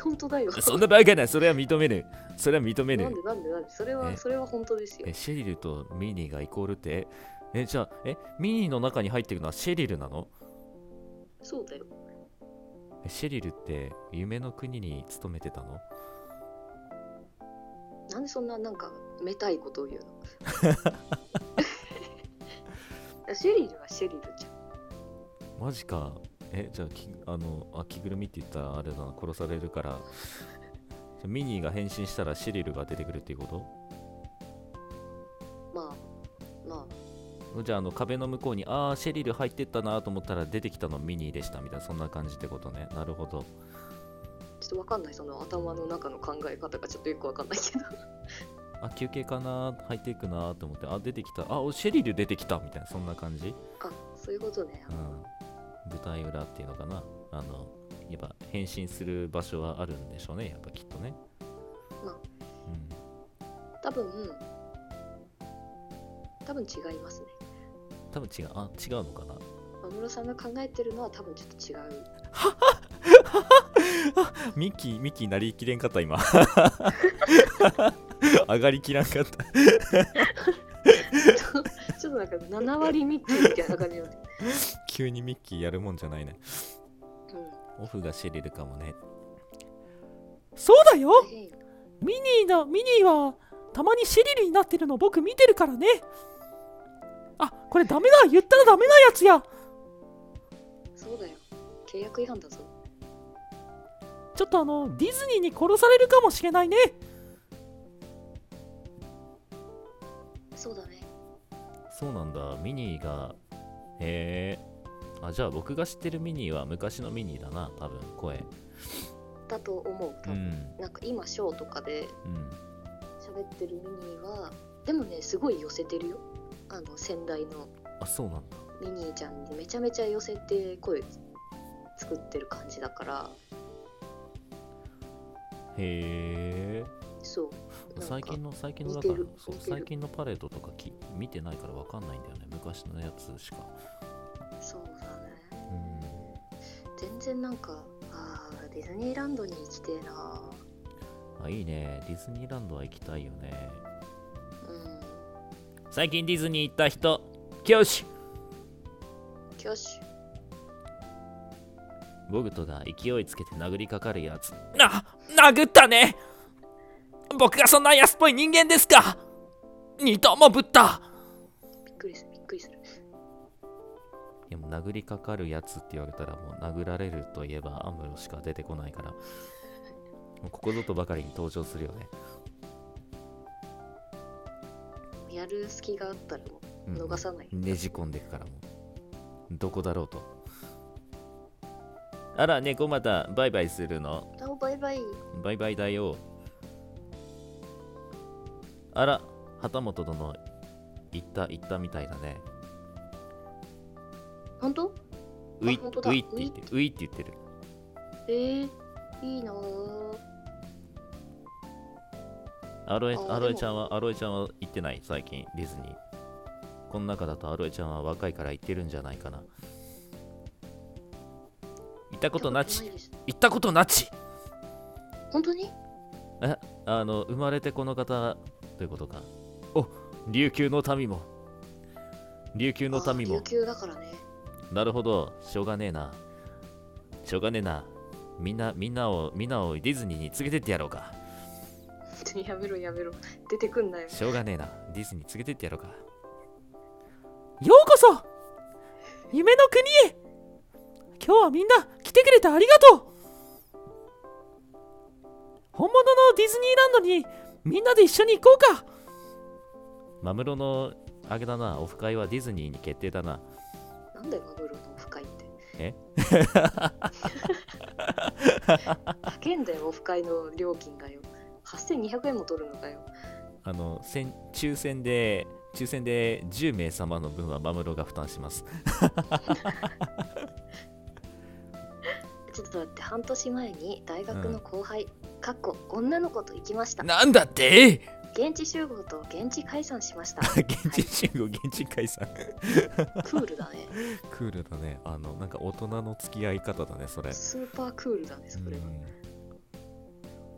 Speaker 2: 本当だよ。
Speaker 1: そんなバカなそれは認めるそれは認め
Speaker 2: なん
Speaker 1: る
Speaker 2: でなんでなんでそれ
Speaker 1: え
Speaker 2: はそれは本当ですよ
Speaker 1: え、。シェリルとミニがイコールってえ、えじゃあ、え、ミニの中に入ってるのはシェリルなの
Speaker 2: そうだよ。
Speaker 1: えシェリルって夢の国に勤めてたの
Speaker 2: なんでそんななんかめたいことを言う
Speaker 1: <laughs>
Speaker 2: の <laughs> シェリルはシェリルじゃん。
Speaker 1: マジか。え、じゃあ、きあの、あ、着ぐるみって言ったらあれだな、殺されるから。じゃあミニが変身したらシェリルが出てくるっていうこ
Speaker 2: まあま
Speaker 1: とじゃあ、あの壁の向こうに、あー、シェリル入ってったなと思ったら出てきたのミニでしたみたいな、そんな感じってことね。なるほど。
Speaker 2: あちょっとわかんないその頭の中の考え方がちょっとよくわかんないけど。 <laughs>
Speaker 1: あ休憩かな入っていくなと思ってあ出てきたあおシェリル出てきたみたいなそんな感じ、
Speaker 2: あそういうことね
Speaker 1: う。ん、舞台裏っていうのかなあのやっぱ変身する場所はあるんでしょうねやっぱきっとね
Speaker 2: まあ多分多分違いますね。
Speaker 1: うん多分違うあ違うのかな
Speaker 2: 安室さんが考えてるのは多分ちょっと違う。
Speaker 1: ミッキーミッキーなりきれんかった今上がりきらんかった
Speaker 2: <laughs> ちょっとなんか7割ミッキーみたいな感じなんで。
Speaker 1: 急にミッキーやるもんじゃないね
Speaker 2: うん。
Speaker 1: オフがシェリルかもねそうだよ
Speaker 2: 大変よ
Speaker 1: ミニーのミニーはたまにシェリルになってるの僕見てるからねあこれダメだ言ったらダメなやつや
Speaker 2: そうだよ。契約違反だぞ。
Speaker 1: ちょっとあのディズニーに殺されるかもしれないね
Speaker 2: そうだね。
Speaker 1: そうなんだミニーがへえあじゃあ僕が知ってるミニーは昔のミニーだな多分声
Speaker 2: だと思う。多
Speaker 1: う
Speaker 2: 分
Speaker 1: ん
Speaker 2: なんか今ショーとかで
Speaker 1: うん
Speaker 2: 喋ってるミニーはでもねすごい寄せてるよあの先代の
Speaker 1: あそうなんだ
Speaker 2: ミニーちゃんにめちゃめちゃ寄せて声つ作ってる感じだから
Speaker 1: へえ
Speaker 2: そうなんか
Speaker 1: 最近の最近のだ
Speaker 2: 似
Speaker 1: か
Speaker 2: て
Speaker 1: ら
Speaker 2: る
Speaker 1: そう
Speaker 2: 似てる
Speaker 1: 最近のパレードとかき見てないからわかんないんだよね昔のやつしか
Speaker 2: そうだね
Speaker 1: うん
Speaker 2: 全然なんかあーディズニーランドに行きてえな
Speaker 1: あいいねディズニーランドは行きたいよね
Speaker 2: うん
Speaker 1: 最近ディズニー行った人教師
Speaker 2: 挙手
Speaker 1: ボグトが勢いつけて殴りかかるやつな殴ったね僕がそんな安っぽい人間ですか二頭もぶった
Speaker 2: びっくりするびっくりする
Speaker 1: でも殴りかかるやつって言われたらもう殴られるといえばアムロしか出てこないからもうここぞとばかりに登場するよね、
Speaker 2: やる隙があったらも
Speaker 1: うん
Speaker 2: 逃さない
Speaker 1: ねじ込んでいくからもうどこだろうとあら猫またバイバイするの
Speaker 2: うあバイバイ
Speaker 1: バイバイだよ。あら、旗本殿、行った行ったみたいだね。
Speaker 2: 本当
Speaker 1: うい、
Speaker 2: 本当だ
Speaker 1: ういって言ってる。ういって言ってる。
Speaker 2: えー、いいなー
Speaker 1: アロエ
Speaker 2: あでも
Speaker 1: アロエちゃんは、アロエちゃんは行ってない、最近、ディズニー。この中だとアロエちゃんは若いから行ってるんじゃないかな。行ったことなち
Speaker 2: いです
Speaker 1: 行ったことなち
Speaker 2: 本当に
Speaker 1: え、あの、生まれてこの方ということか。お琉球の民も。琉球の民
Speaker 2: あー
Speaker 1: も
Speaker 2: 琉。球だからね
Speaker 1: なるほど、しょうがねえな。しょうがねえな。みんな、みんなを、みんなをディズニーに連れてってやろうか。
Speaker 2: 本当に <laughs> やめろやめろ出てくんなよ
Speaker 1: しょうがねえな。ディズニー連れてってやろうか。ようこそ夢の国へ今日はみんな来てくれてありがとう本物のディズニーランドにみんなで一緒に行こうかマムロのあげだな、オフ会はディズニーに決定だな。
Speaker 2: なんだよマグロのオフ会って
Speaker 1: え
Speaker 2: <laughs> 高えんだよオフ会の料金がよ8200円も取るのかよ
Speaker 1: あの先抽選で抽選で10名様の分はマムロが負担し <laughs> ます
Speaker 2: ちょっと待って半年前に大学の後輩、かっこ女の子と行きました
Speaker 1: なんだって
Speaker 2: 現地集合と現地解散しました
Speaker 1: <laughs> 現地集合現地解散
Speaker 2: クールだね
Speaker 1: クールだねあのなんか大人の付き合い方だねそれ
Speaker 2: スーパークールだねそれは
Speaker 1: うん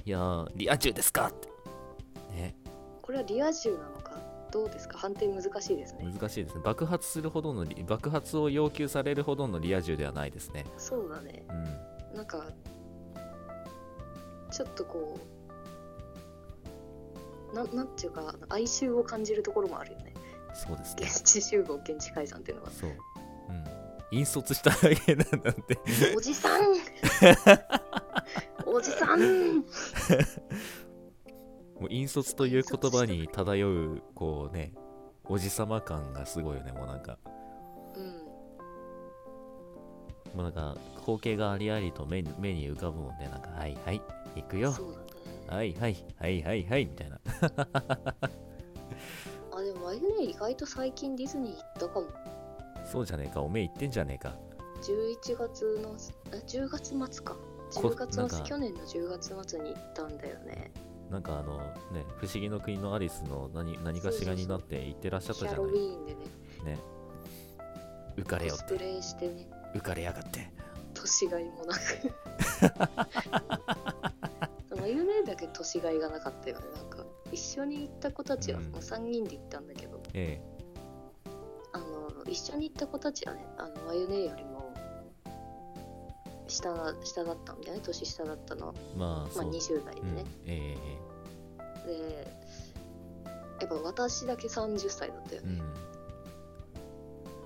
Speaker 1: いやーリア充ですかってね
Speaker 2: これはリア充なのかどうですか判定難しいですね
Speaker 1: 難しいですね爆発するほどのリ爆発を要求されるほどのリア充ではないですね
Speaker 2: そうだね
Speaker 1: うん
Speaker 2: なんかちょっとこうななんていうか哀愁を感じるところもある
Speaker 1: <laughs>
Speaker 2: よね
Speaker 1: そうですね
Speaker 2: 現地集合現地解散っていうのは
Speaker 1: そううん引率しただけなんだって
Speaker 2: おじさんおじさん
Speaker 1: もう引率という言葉に漂うこうねおじさま感がすごいよねもうなんか
Speaker 2: うん
Speaker 1: もうなんか光景がありありと目に目に浮かぶもんねなんかはいはい行くよ
Speaker 2: そうだね
Speaker 1: はいはいはいはいはいみたいな
Speaker 2: あでもあれね意外と最近ディズニー行ったかも
Speaker 1: そうじゃねえかおめえ言ってんじゃねえか
Speaker 2: 11月のあ10月末か
Speaker 1: こ
Speaker 2: 10月
Speaker 1: な
Speaker 2: 末
Speaker 1: んか
Speaker 2: 去年の10月末に行ったんだよね
Speaker 1: なんかあのね不思議の国のアリスの何何かしらになって行ってらっしゃった
Speaker 2: ヒ
Speaker 1: じゃ
Speaker 2: ャ
Speaker 1: な
Speaker 2: ロウ
Speaker 1: い
Speaker 2: ィーンでね
Speaker 1: ね浮かれ
Speaker 2: コ
Speaker 1: よっ
Speaker 2: スプ
Speaker 1: て
Speaker 2: レしてね
Speaker 1: 浮かれやがって
Speaker 2: 年がいもな
Speaker 1: <laughs>
Speaker 2: くまあ有名だけど年がいがなかったよねなんか一緒に行った子たちは、
Speaker 1: うん
Speaker 2: もう3人で行ったんだけど
Speaker 1: え
Speaker 2: あの一緒に行った子たちはねあのマヨネーよりも下だ下だったんだよね年下だったの
Speaker 1: えまあ
Speaker 2: まあ
Speaker 1: そう、
Speaker 2: 20代で
Speaker 1: うん
Speaker 2: ね、
Speaker 1: えええ
Speaker 2: でやっぱ私だけ30歳だったよ
Speaker 1: えう
Speaker 2: ね、
Speaker 1: ん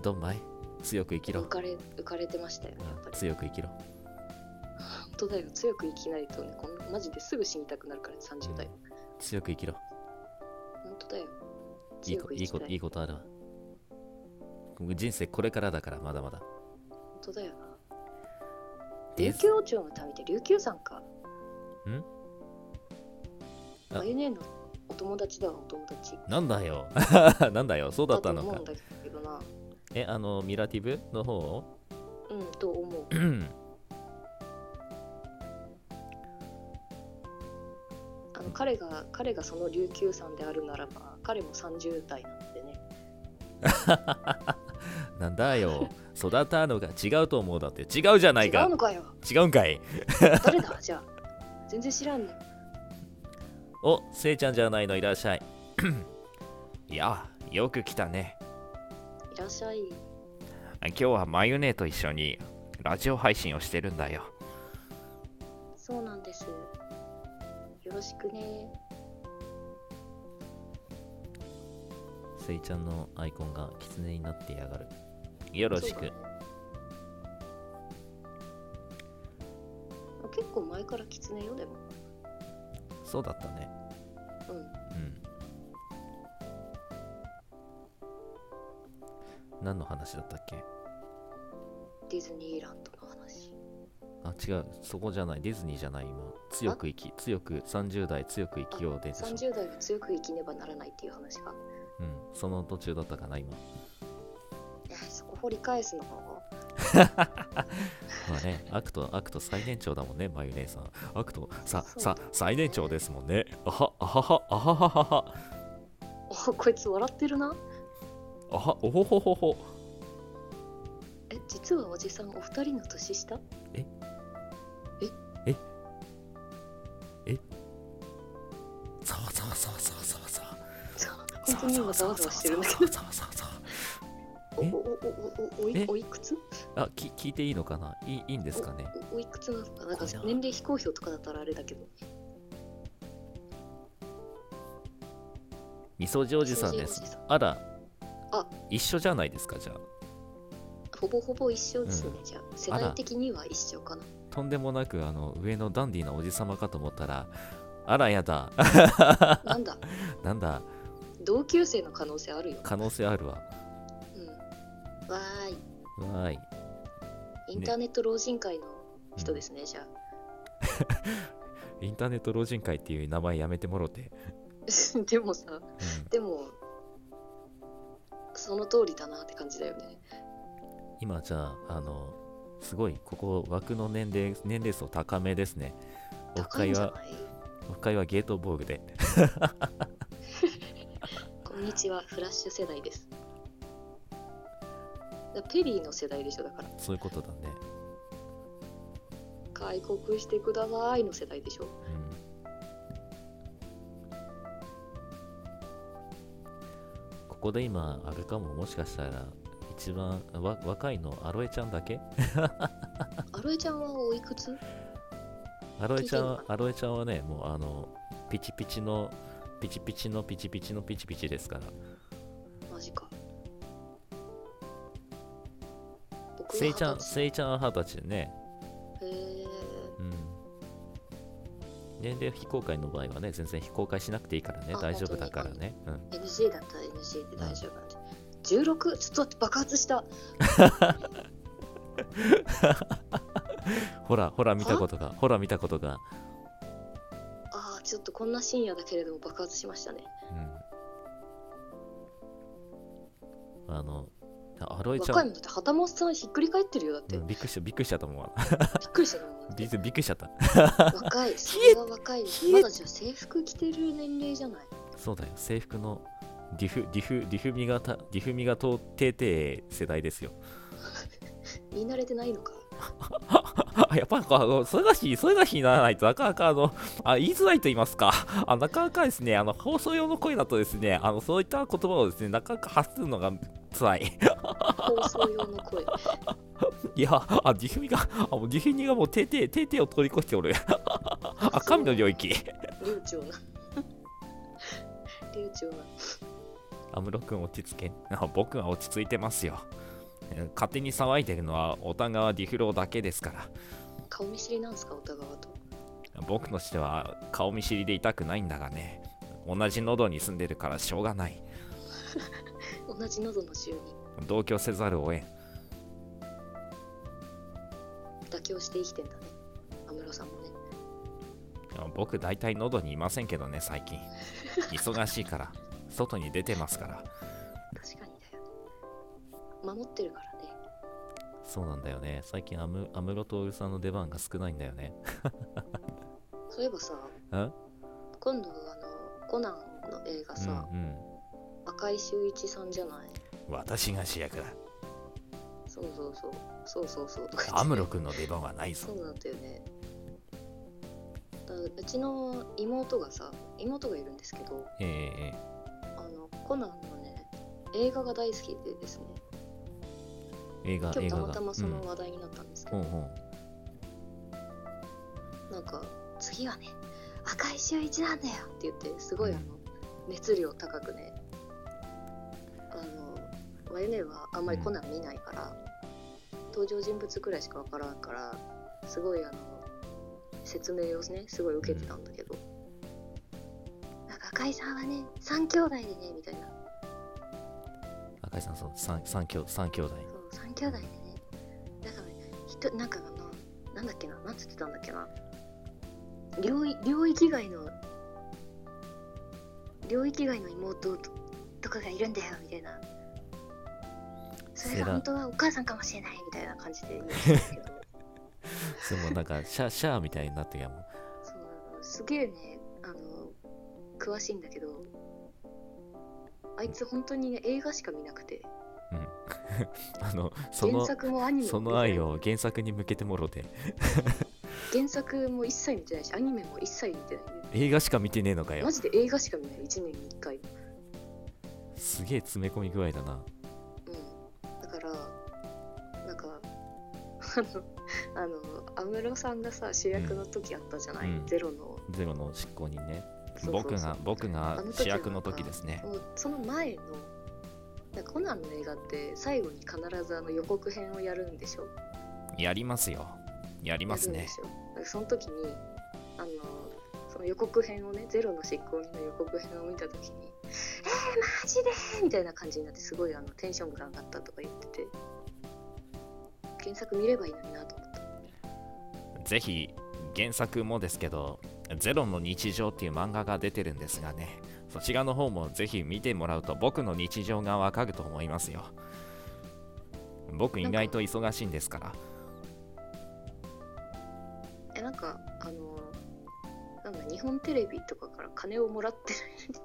Speaker 1: どんまい強く生きろ
Speaker 2: 浮かれ浮かれてましたよねやっ
Speaker 1: う
Speaker 2: ぱ
Speaker 1: ん
Speaker 2: り
Speaker 1: 強く生きろ
Speaker 2: 本当だよ強く生きないとねこんマジですぐ死にたくなるから30代、
Speaker 1: 強く生きろ
Speaker 2: 本当だよ
Speaker 1: いい
Speaker 2: 強
Speaker 1: こ
Speaker 2: く
Speaker 1: い
Speaker 2: 生
Speaker 1: い
Speaker 2: き
Speaker 1: こ
Speaker 2: たい
Speaker 1: いいことあるわ人生これからだからまだまだ
Speaker 2: 本当だよな
Speaker 1: で
Speaker 2: 琉
Speaker 1: す
Speaker 2: 球王朝の旅で琉球さんか
Speaker 1: あ
Speaker 2: マユネーのお友達だわお友達
Speaker 1: なんだよ <laughs> なんだよそうだったの
Speaker 2: と思
Speaker 1: か
Speaker 2: うんだけどな
Speaker 1: えあのミラティブの方を
Speaker 2: うんと思う
Speaker 1: うん
Speaker 2: の彼が彼がその琉球さんであるならば彼も30代なのでね
Speaker 1: なんだ
Speaker 2: <laughs>
Speaker 1: よ、育たのが違うと思うだって、違うじゃない
Speaker 2: 違う
Speaker 1: か。
Speaker 2: のかよ
Speaker 1: 違うんかい。
Speaker 2: 誰だ <laughs> じゃあ全然知らんね
Speaker 1: お、せいちゃんじゃないの、いらっしゃい。 <clears throat> いや、よく来たね。
Speaker 2: いらっしゃい
Speaker 1: 今日はマユネと一緒にラジオ配信をしてるんだよ。
Speaker 2: そうなんですよろしくね
Speaker 1: せいちゃんのアイコンが狐になってやがる。よろし
Speaker 2: そう
Speaker 1: く。
Speaker 2: だ結構前からキツネよでも
Speaker 1: そうだったね。
Speaker 2: うん
Speaker 1: うん。何の話だったっけ
Speaker 2: ディズニーランドの話
Speaker 1: あ、違う、そこじゃない、ディズニーじゃない、今。強く生き、強く、30代強く生きようででしょ。
Speaker 2: 30代は強く生きねばならないっていう話が
Speaker 1: うん、その途中だったかな、今。
Speaker 2: えーそこ掘り返すの
Speaker 1: まあね、アクト、アクト最年長だもんね、まゆねさん。アクト、さ、
Speaker 2: そう
Speaker 1: さ、最年長ですもんね。あは、あはは、あはははは。
Speaker 2: おこいつ笑ってるな
Speaker 1: あは、おほほほほ。
Speaker 2: え実はおじさんお二人の年下
Speaker 1: え
Speaker 2: え
Speaker 1: ええそうそうそうそうそうそう。
Speaker 2: 本当に今ざわざわしてるんだけ
Speaker 1: そうそうそうそう
Speaker 2: ど
Speaker 1: そう
Speaker 2: おおおおおおい
Speaker 1: え
Speaker 2: おいくつ
Speaker 1: あ、き、聞いていいのかな、いい、いいんですかね。
Speaker 2: おおいくつなのかなん
Speaker 1: こ
Speaker 2: か
Speaker 1: れだ
Speaker 2: 年齢非公表とかだったらあれだけど
Speaker 1: みそじおじさんです
Speaker 2: みそじおじさ。
Speaker 1: あら。
Speaker 2: あ
Speaker 1: 一緒じゃないですか、じゃあ。
Speaker 2: ほぼほぼ一緒ですね、
Speaker 1: う
Speaker 2: じゃあ世代的には一緒かな
Speaker 1: とんでもなく、あの、上のダンディーなおじさまかと思ったら。あら、やだ。 <laughs> あ
Speaker 2: なんだ
Speaker 1: なんだ、
Speaker 2: 同級生の可能性あるよ、
Speaker 1: 可能性あるわ。
Speaker 2: うん、わー
Speaker 1: わーい。
Speaker 2: いインターネット老人会の人ですねじゃあ
Speaker 1: インターネット老人会っていう名前やめてもろて。
Speaker 2: <laughs> でもさ
Speaker 1: うん
Speaker 2: でもその通りだなって感じだよね
Speaker 1: 今じゃあ、あの、すごい、ここ、枠の年齢、年齢層高めですね。オフ
Speaker 2: 高い
Speaker 1: 会
Speaker 2: んじゃ
Speaker 1: は、
Speaker 2: ない
Speaker 1: オフ会はゲートボールで。
Speaker 2: こんにちはフラッシュ世代ですだペリーの世代でしょだから
Speaker 1: そういうことだね。
Speaker 2: 開国してくださいの世代で
Speaker 1: <laughs>
Speaker 2: しょ
Speaker 1: うん。ここで今、あれかも、もしかしたら、一番わ若いのアロエちゃんだけ
Speaker 2: アロエちゃんはおいくつ
Speaker 1: アロエちゃんは
Speaker 2: 聞いてんの、か
Speaker 1: アロエちゃんはね、もうあの、ピチピチの、ピチピチのピチピチのピチピチですから。
Speaker 2: マジか僕
Speaker 1: せ
Speaker 2: はい
Speaker 1: ちゃ
Speaker 2: 二
Speaker 1: ん、
Speaker 2: 十
Speaker 1: せいちゃんは二十歳でね。
Speaker 2: 歳へー
Speaker 1: うん。年齢非公開の場合はね、全然非公開しなくていいからね、
Speaker 2: あ
Speaker 1: 大丈夫だからね。うん。
Speaker 2: NG だったら NG で大丈夫なんで、16ちょっと待って爆発した
Speaker 1: ほら、ほら見たことが、ほら見たことが。
Speaker 2: ああちょっとこんな深夜だけれども爆発しましたね
Speaker 1: うん。あの、あアロエちゃ
Speaker 2: 若い
Speaker 1: ん、
Speaker 2: もんだって旗本さんひっくり返ってるよだって、
Speaker 1: うんびっくりした、びっくりしちゃったもんわ。 <laughs>
Speaker 2: びっくりしたと思う
Speaker 1: びっくりびっくりしちゃった。
Speaker 2: 若いそれは若いですまだじゃあ制服着てる年齢じゃない
Speaker 1: そうだよ、制服のディフ、ディフ、ディフミがた、ディフミがとてて世代ですよ。 <laughs>
Speaker 2: 言い慣れてないのか
Speaker 1: あやっぱりこうあのそれがし、それがしにならないとなかなかあのあ言いづらいと言いますか、 <laughs> あなかなかですね、あの放送用の声だとですね、あのそういった言葉をですね、なかなか発するのが辛い。 <laughs>
Speaker 2: 放送用の声
Speaker 1: いや、あ、ディフミが、あもうディフミがもうてて、ててを通り越しておる。 <laughs> あ、神の領域。
Speaker 2: 流暢な流暢な
Speaker 1: アムロ君落ち着け。 <laughs> あ僕は落ち着いてますよ。えー勝手に騒いでるのは、お互いはディフローだけですから。
Speaker 2: 顔見知りなんすかお互いはと
Speaker 1: 僕としては顔見知りで痛くないんだがね同じ喉に住んでるからしょうがない
Speaker 2: 同じ喉の住人
Speaker 1: 同居せざるを得ん
Speaker 2: 妥協して生きてんだね安室さんもね
Speaker 1: 僕大体喉にいませんけどね最近忙しいから外に出てますから
Speaker 2: 確かにだよね守ってるからね
Speaker 1: そうなんだよね最近アムアムロトールさんの出番が少ないんだよね
Speaker 2: そういえばさ
Speaker 1: ん
Speaker 2: 今度あのコナンの映画さ、
Speaker 1: うんうん、
Speaker 2: 赤井秀一さんじゃない
Speaker 3: 私が主役だ
Speaker 2: そうそうそうそうそうそうとか言って
Speaker 3: アムロ君の出番はないぞ
Speaker 2: そうなんだよねだうちの妹がさ妹がいるんですけど
Speaker 1: ええええ
Speaker 2: あのコナンのね映画が大好きでですね
Speaker 1: 映画
Speaker 2: 今日
Speaker 1: 映
Speaker 2: た
Speaker 1: 画
Speaker 2: ま
Speaker 1: が
Speaker 2: たまそ
Speaker 1: うん
Speaker 2: の話題になったんですけ
Speaker 1: ほ
Speaker 2: ど、
Speaker 1: うほう
Speaker 2: なんか次はね赤井秀一なんだよって言ってすごいあの熱量高くねあのワイネはあんまりコナン見ないから、登場人物くらいしかわからんからすごいあの説明をねすごい受けてたんだけど、なんか赤井さんはね3兄弟でねみたいな
Speaker 1: 赤井さんそう三三兄三兄弟
Speaker 2: そう3兄弟でねだからねひとなんかあのなんだっけななんつってたんだっけな領域領域外の領域外の妹ととかがいるんだよみたいなそれ
Speaker 1: セ
Speaker 2: が
Speaker 1: ラ
Speaker 2: 本当はお母さんかもしれないみたいな感じで言うんで
Speaker 1: <laughs>
Speaker 2: すけど
Speaker 1: それも
Speaker 2: <laughs>
Speaker 1: なんかシャシャーみたいになってるやもん
Speaker 2: そうあのすげえねあの詳しいんだけどあいつ本当にね映画しか見なくて
Speaker 1: あのそ
Speaker 2: 原
Speaker 1: の
Speaker 2: 作もアニメも
Speaker 1: そ
Speaker 2: 見て
Speaker 1: の
Speaker 2: ない
Speaker 1: 愛を原作に向けてもろて
Speaker 2: 原作も一切見てないしアニメも一切見てないね
Speaker 1: 映画しか見てねえのかよ
Speaker 2: マジで映画しか見ない1年に1回
Speaker 1: すげえ詰め込み具合だな
Speaker 2: うんだからなんか <laughs> あのあの安室さんがさ主役の時あったじゃない、
Speaker 1: うん
Speaker 2: ゼロの
Speaker 1: ゼロの執行人ね
Speaker 2: そうそうそう
Speaker 1: 僕が僕
Speaker 2: あ
Speaker 1: が
Speaker 2: の時
Speaker 1: 主役の時ですね
Speaker 2: もうその前のなんかコナンの映画って最後に必ずあの予告編をやるんでしょ
Speaker 1: やりますよやります
Speaker 2: やるん
Speaker 1: ね
Speaker 2: ですよだからその時にあのその予告編をね「ゼロの執行人」の予告編を見た時に「えー、マジで!」みたいな感じになってすごいあのテンションが上がったとか言ってて原作見ればいいのになと思った
Speaker 1: ぜひ原作もですけど「ゼロの日常」っていう漫画が出てるんですがねそちらの方もぜひ見てもらうと僕の日常がわかると思いますよ僕意外と忙しいんですから
Speaker 2: えなんかあのなんだ日本テレビとかから金をもらって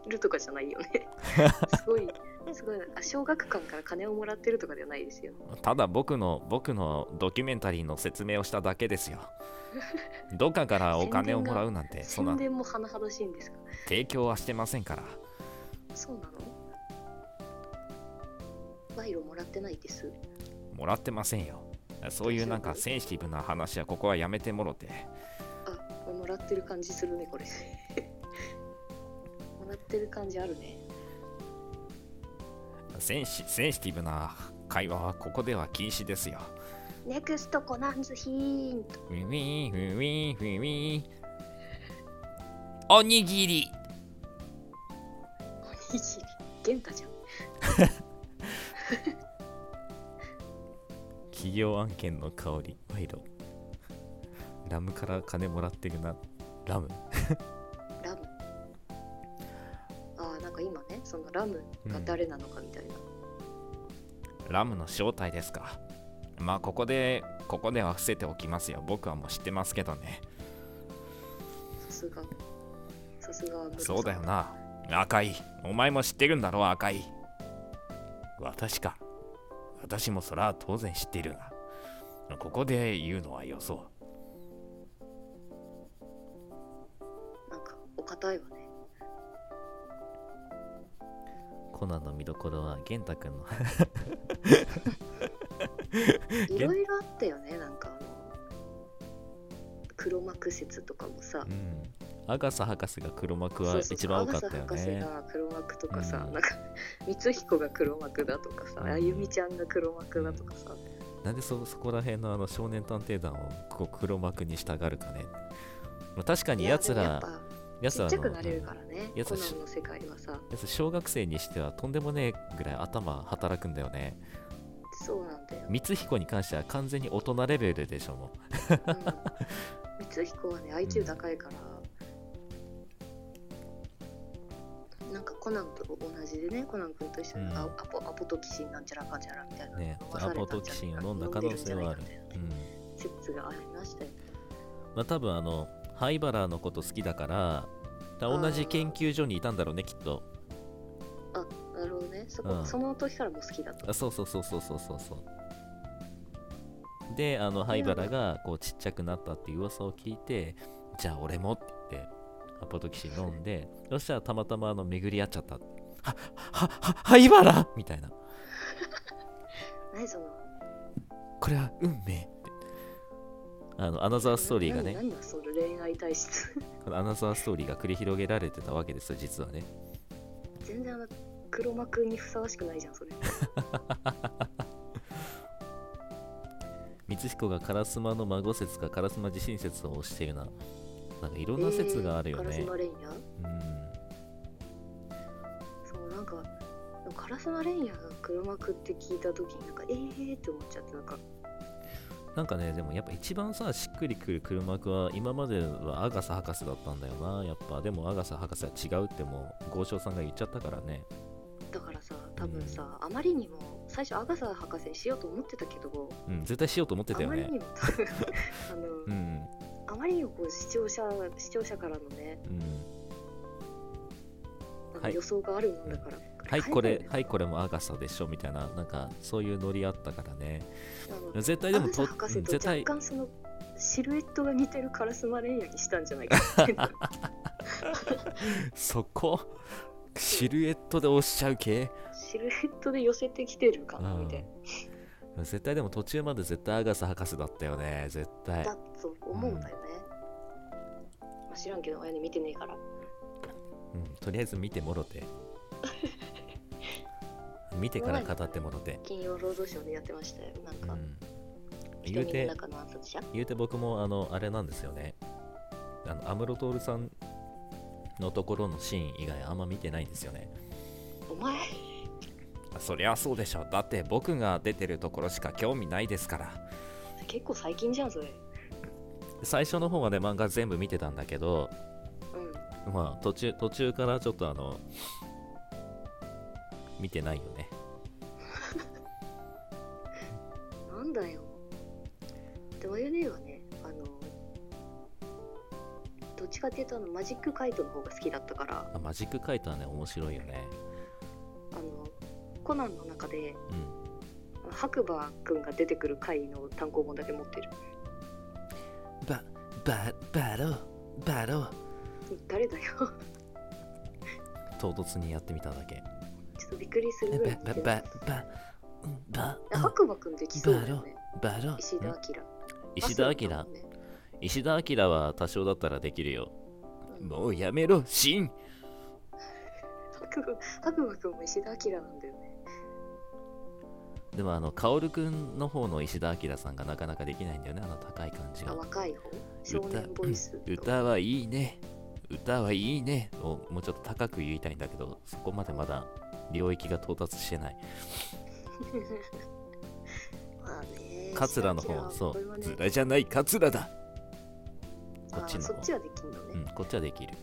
Speaker 2: るとかじゃないよ
Speaker 1: <laughs>
Speaker 2: ねすごいすごいあ小学館から金をもらってるとかではないですよね
Speaker 1: ただ僕の僕のドキュメンタリーの説明をしただけですよどっかからお金をもらうなんてそん
Speaker 2: 宣
Speaker 1: な
Speaker 2: 伝も甚だしいんですが
Speaker 1: 提供はしてませんから
Speaker 2: そうなの賄賂もらってないです。
Speaker 1: もらってませんよそういうなんかセンシティブな話はここはやめてもろて
Speaker 2: あ、もらってる感じするね、これ。 <laughs> もらってる感じあるね。
Speaker 1: センシセンシティブな会話はここでは禁止ですよ
Speaker 2: ネクストコナンズヒー <laughs> ン
Speaker 1: ウィンウィンウィンウィンウィンウィンおにぎり
Speaker 2: おにぎり。ンタじゃん。
Speaker 1: 企業案件の香り賄賂ラムから金もらってるなラム
Speaker 2: ラム。あー、なんか今ね、そのラムが誰なのかみたいな。
Speaker 1: ラムの正体ですかまあここでここでは伏せておきますよ僕はもう知ってますけどね
Speaker 2: さすが。さすが。
Speaker 1: そうだよ。な赤いお前も知ってるんだろ赤い私か私もそら当然知っているがここで言うのはよそう
Speaker 2: なんか、お堅いわね。
Speaker 1: コナンの見どころは玄太くんの
Speaker 2: いろいろあったよね、なんかあの。黒幕説とかもさ。
Speaker 1: うんアガサ博士が黒幕
Speaker 2: そ
Speaker 1: は
Speaker 2: うそうそう
Speaker 1: 一番多かったよ
Speaker 2: アガサ博士
Speaker 1: ね
Speaker 2: が黒幕とかさ、
Speaker 1: うん
Speaker 2: なんか <laughs> 光彦が黒幕だとかさ、
Speaker 1: うん
Speaker 2: あゆみちゃんが黒幕だとかさ、
Speaker 1: なんでそそこら辺のあの少年探偵団をこう黒幕にしたがるかねまあ確かに
Speaker 2: いや
Speaker 1: やつ
Speaker 2: でもや
Speaker 1: ら
Speaker 2: っぱ
Speaker 1: やつ
Speaker 2: ちっ
Speaker 1: ら
Speaker 2: ちゃ
Speaker 1: の
Speaker 2: くなれる
Speaker 1: うん
Speaker 2: からね、
Speaker 1: やつ
Speaker 2: コ
Speaker 1: は
Speaker 2: ナンの世界はさ
Speaker 1: やつ小学生にしてはとんでもねえぐらい頭働くんだよね
Speaker 2: そうなんだよ、
Speaker 1: 光彦に関しては完全に大人レベルでしょも
Speaker 2: うん、光彦はね IQ 高いから、なんかコナンと同じでねコナン君と一緒に、
Speaker 1: うん
Speaker 2: あアポアポトキシンなんちゃらかんちゃらみたいな
Speaker 1: うね
Speaker 2: 飲まさ
Speaker 1: ア
Speaker 2: れた
Speaker 1: ポ
Speaker 2: ん
Speaker 1: ト
Speaker 2: じゃ
Speaker 1: キシンを飲んだ可能性はある
Speaker 2: 飲ん
Speaker 1: う
Speaker 2: でんじゃないかみたいなん説がありましたよね
Speaker 1: まあ多分あの灰原のこと好きだからだから同じ研究所にいたんだろうねきっと
Speaker 2: なるほどねそこ、
Speaker 1: うん
Speaker 2: その時からもう好きだと
Speaker 1: あそうそうそうそうそうそうそうであの灰原がこうちっちゃくなったっていう噂を聞いてじゃあ俺もって言ってアポトキシン飲んでそしたらたまたまあの巡り合っちゃったははは灰原みたいな
Speaker 2: 何その
Speaker 1: これは運命ってあのアナザーストーリーがね
Speaker 2: 何何何その恋愛体質 <laughs>
Speaker 1: このアナザーストーリーが繰り広げられてたわけですよ実はね
Speaker 2: 全然あの黒幕にふさわしくないじゃんそれ
Speaker 1: 光彦が烏丸の孫説か烏丸自身説を推してるななんかいろんな説があるよ
Speaker 2: えーカラ
Speaker 1: ね
Speaker 2: ス、マレンヤ
Speaker 1: うん
Speaker 2: そうなんかカラスマレンヤが黒幕って聞いた時になんかええー、って思っちゃってなんか
Speaker 1: なんかねでもやっぱ一番さしっくりくる黒幕は今まではアガサ博士だったんだよなやっぱでもアガサ博士は違うってもう豪商さんが言っちゃったからね
Speaker 2: だからさ多分さ、あまりにも最初アガサ博士にしようと思ってたけど
Speaker 1: うん絶対しようと思ってた
Speaker 2: あ
Speaker 1: よ
Speaker 2: まり
Speaker 1: ね
Speaker 2: にも多分あの、
Speaker 1: うん
Speaker 2: あまりにもこう視聴者視聴者からのね
Speaker 1: うん
Speaker 2: なん
Speaker 1: は
Speaker 2: か
Speaker 1: い
Speaker 2: 予想があるもんだから、
Speaker 1: はい
Speaker 2: 変え
Speaker 1: こ
Speaker 2: た
Speaker 1: れ
Speaker 2: よね
Speaker 1: はいこれもアガサでしょみたいななんかそういうノリあったからね
Speaker 2: あの
Speaker 1: 絶対で
Speaker 2: でも
Speaker 1: も
Speaker 2: と
Speaker 1: と
Speaker 2: 博
Speaker 1: う
Speaker 2: 士
Speaker 1: ん
Speaker 2: と
Speaker 1: 絶
Speaker 2: 若
Speaker 1: 対
Speaker 2: 干そのシルエットが似てるカラスマレンヤにしたんじゃないか
Speaker 1: <laughs>
Speaker 2: っていう
Speaker 1: そこシルエットで押しちゃう系
Speaker 2: シルエットで寄せてきてるかなみたい
Speaker 1: 絶対でも途中まで絶対アガサ博士だったよね絶
Speaker 2: な
Speaker 1: 対
Speaker 2: だと思うんだよね、まあ、知らんけど親に見てねえから
Speaker 1: うん、とりあえず見てもろ
Speaker 2: <laughs>
Speaker 1: て見てから語ってもろて、
Speaker 2: 金曜ロードショーでやってましたよなん
Speaker 1: う
Speaker 2: か、
Speaker 1: ん、言う
Speaker 2: 瞳の
Speaker 1: て
Speaker 2: 中の暗殺者
Speaker 1: 言うて僕もあのあれなんですよねあの安室徹さんのところのシーン以外あんま見てないんですよね
Speaker 2: お前
Speaker 1: そりゃそうでしょだって僕が出てるところしか興味ないですから
Speaker 2: 結構最近じゃんそれ
Speaker 1: 最初の方はね漫画全部見てたんだけど
Speaker 2: うん
Speaker 1: まあ途中途中からちょっとあの見てないよね
Speaker 2: なんだよ。で、マヨネーはね、あの、どっちかっていうとあのマジックカイトの方が好きだったから、
Speaker 1: あマジックカイトはね面白いよね
Speaker 2: あの、コナンの中で
Speaker 1: うん
Speaker 2: 白馬くんが出てくる回の単行本だけ持ってる。
Speaker 1: ば、ば、ばろう、ばろう。
Speaker 2: 誰だよ。
Speaker 1: 唐突にやってみただけ。
Speaker 2: ちょっとびっくりするぐらい
Speaker 1: ば、
Speaker 2: 好
Speaker 1: ば、
Speaker 2: き
Speaker 1: ば
Speaker 2: だ。、
Speaker 1: ば、
Speaker 2: え白馬くんできそうだよね。
Speaker 1: ばろう。
Speaker 2: 石田明
Speaker 1: ん。石田明。石田明は多少だったらできるよ。も
Speaker 2: う
Speaker 1: うやめろ、シン
Speaker 2: 白馬白馬くんも石田明なんだよね。
Speaker 1: でもあの、カオルくんの方の石田明さんがなかなかできないんだよね、あの高い感じ
Speaker 2: あ
Speaker 1: が。
Speaker 2: 若い方少年ボイス
Speaker 1: うん歌はいいね。歌はいいねをもうちょっと高く言いたいんだけど、そこまでまだ領域が到達してない。
Speaker 2: まあね
Speaker 1: 桂の
Speaker 2: 石田
Speaker 1: 方、
Speaker 2: 明
Speaker 1: そ
Speaker 2: これは
Speaker 1: う。
Speaker 2: ね
Speaker 1: ズラじゃない、桂だこっち
Speaker 2: あ
Speaker 1: の方
Speaker 2: ーそっちはできんの
Speaker 1: うん
Speaker 2: ね、、
Speaker 1: こっちはできる。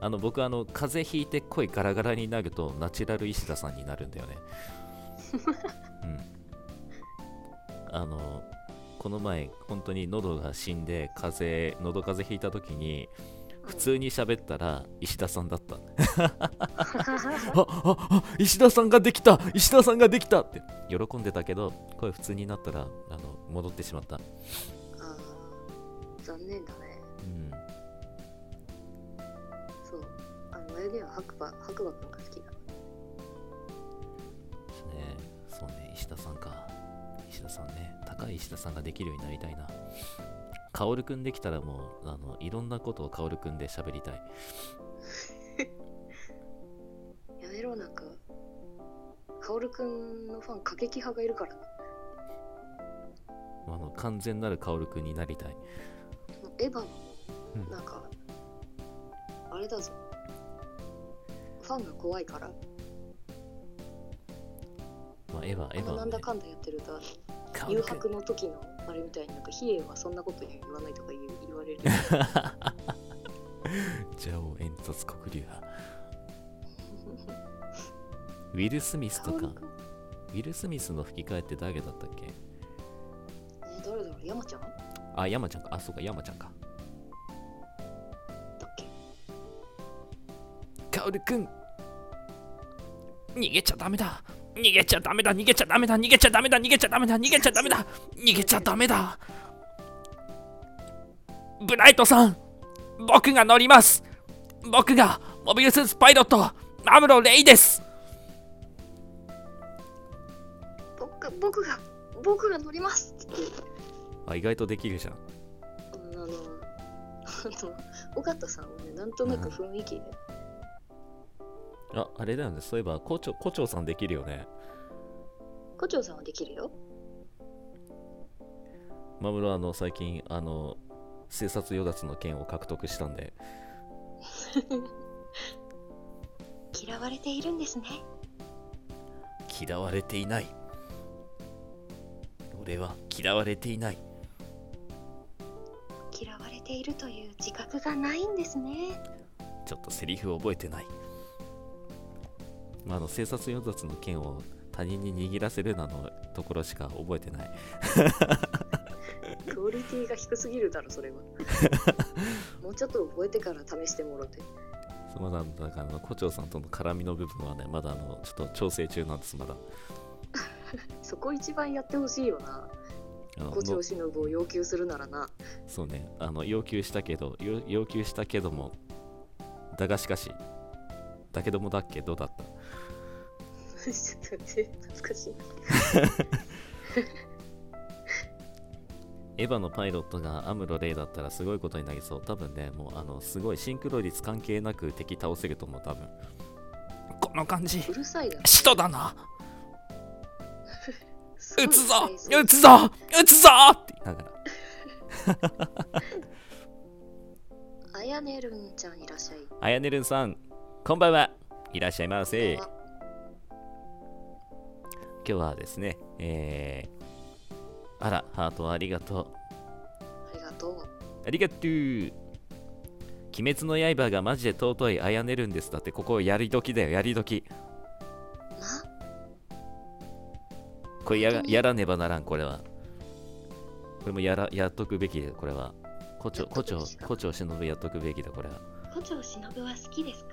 Speaker 1: あの僕あの風邪ひいて声ガラガラになるとナチュラル石田さんになるんだよね。うん、あのこの前本当に喉が死んで風邪喉風邪ひいた時に
Speaker 2: うん
Speaker 1: 普通に <laughs> 喋ったら石田さんだった。
Speaker 2: <laughs> あ
Speaker 1: あああ石田さんができた石田さんができたって喜んでたけど声普通になったらあの戻ってしまった。
Speaker 2: ー残念だね
Speaker 1: うん
Speaker 2: そうあの眉毛は白馬白馬くんが好き
Speaker 1: です
Speaker 2: だ
Speaker 1: ね。そうね、石田さんか。石田さんね、高い石田さんができるようになりたいな。カオルくんできたらもう、あの、いろんなことをカオルくんで喋りたい。
Speaker 2: やめろなんか薫くんのファン過激派がいるからな
Speaker 1: あの、完全なるカオルくんになりたい。
Speaker 2: エヴァも
Speaker 1: うん
Speaker 2: なんか、あれだぞファンが怖いから
Speaker 1: まあ、エヴァ、エヴ
Speaker 2: あ
Speaker 1: ァは
Speaker 2: のなん
Speaker 1: ね、
Speaker 2: だかんだやってるとあの
Speaker 1: カオ
Speaker 2: 誘
Speaker 1: ルくん。
Speaker 2: 白の時のあれみたいになんか比叡はそんなこと言わないとか言う言わ
Speaker 1: <laughs>
Speaker 2: れる
Speaker 1: ジャオ演説黒竜
Speaker 2: <laughs>
Speaker 1: 派。ウィル・スミスとか
Speaker 2: 薫、君
Speaker 1: ウィル・スミスの吹き替えって誰だったっけ
Speaker 2: えー誰だろう山ちゃんだ
Speaker 1: あ、山ちゃんか。あ、そうか、山ちゃんか。
Speaker 2: っけ
Speaker 4: オル君逃げちゃダメだ逃げちゃダメだ逃げちゃダメだ逃げちゃダメだ逃げちゃダメだ逃げちゃダメだ逃げちゃダメだブライトさん僕が乗ります僕がモビルスーツパイロットアムロレイです
Speaker 2: 僕僕が僕が乗りますって
Speaker 1: あ意外とできるじゃん
Speaker 2: あのあの尾形さんをねなんとなく雰囲気で、
Speaker 1: ああれだよねそういえば胡蝶胡蝶さんできるよね
Speaker 2: 胡蝶さんはできるよ
Speaker 1: マムロあの最近あの生殺与奪の剣を獲得したんで
Speaker 2: 嫌われているんですね
Speaker 4: 嫌われていない俺は嫌われていない
Speaker 2: 嫌われているという自覚がないんですね
Speaker 4: ちょっとセリフ覚えてない
Speaker 1: まあ、あの生殺与奪の剣を他人に握らせるなのところしか覚えてない。
Speaker 2: クオリティが低すぎるだろそ
Speaker 4: <laughs>
Speaker 2: れはもうちょっと覚えてから試してもろて
Speaker 1: そうまだだからあの、胡蝶さんとの絡みの部分はね、まだあのちょっと調整中なんです、まだ。
Speaker 2: そこ一番やってほしいよな
Speaker 1: あの
Speaker 2: 胡
Speaker 1: の
Speaker 2: 蝶忍を要求するならな
Speaker 1: そうねあの、要求したけど、要要求したけども、だがしかし、だけどもだっけどだった。
Speaker 2: ちょっと待って懐かしい
Speaker 1: エヴァのパイロットがアムロ・レイだったらすごいことになりそう。多分ね、もうあのすごいシンクロ率関係なく敵倒せると思う、多分。
Speaker 4: この感じ
Speaker 2: うるさいだろ
Speaker 4: 使徒だな
Speaker 2: すごい
Speaker 4: 撃つぞ
Speaker 2: うるさい
Speaker 4: 撃つぞ撃つぞって
Speaker 1: だから、
Speaker 2: あやねるんちゃんいらっしゃい
Speaker 1: あやねるんさん、こんばんは。いらっしゃいませ。
Speaker 2: こんばんは
Speaker 1: 今日はですね、えー、あら、ハートありがと
Speaker 2: ありがとう
Speaker 1: う。ありがとう。鬼滅の刃がマジで尊いあやねるんです。だってここやり時だよ、やり時。
Speaker 2: な
Speaker 1: これや
Speaker 2: 本
Speaker 1: が
Speaker 2: 当に
Speaker 1: やらねばならん、これは。これもやらやっとくべきだよ、これは。胡蝶、
Speaker 2: やっ
Speaker 1: 胡
Speaker 2: とく
Speaker 1: 蝶
Speaker 2: べき、か
Speaker 1: 胡蝶忍やっとくべきだ、これは。
Speaker 2: 胡蝶忍は好きですか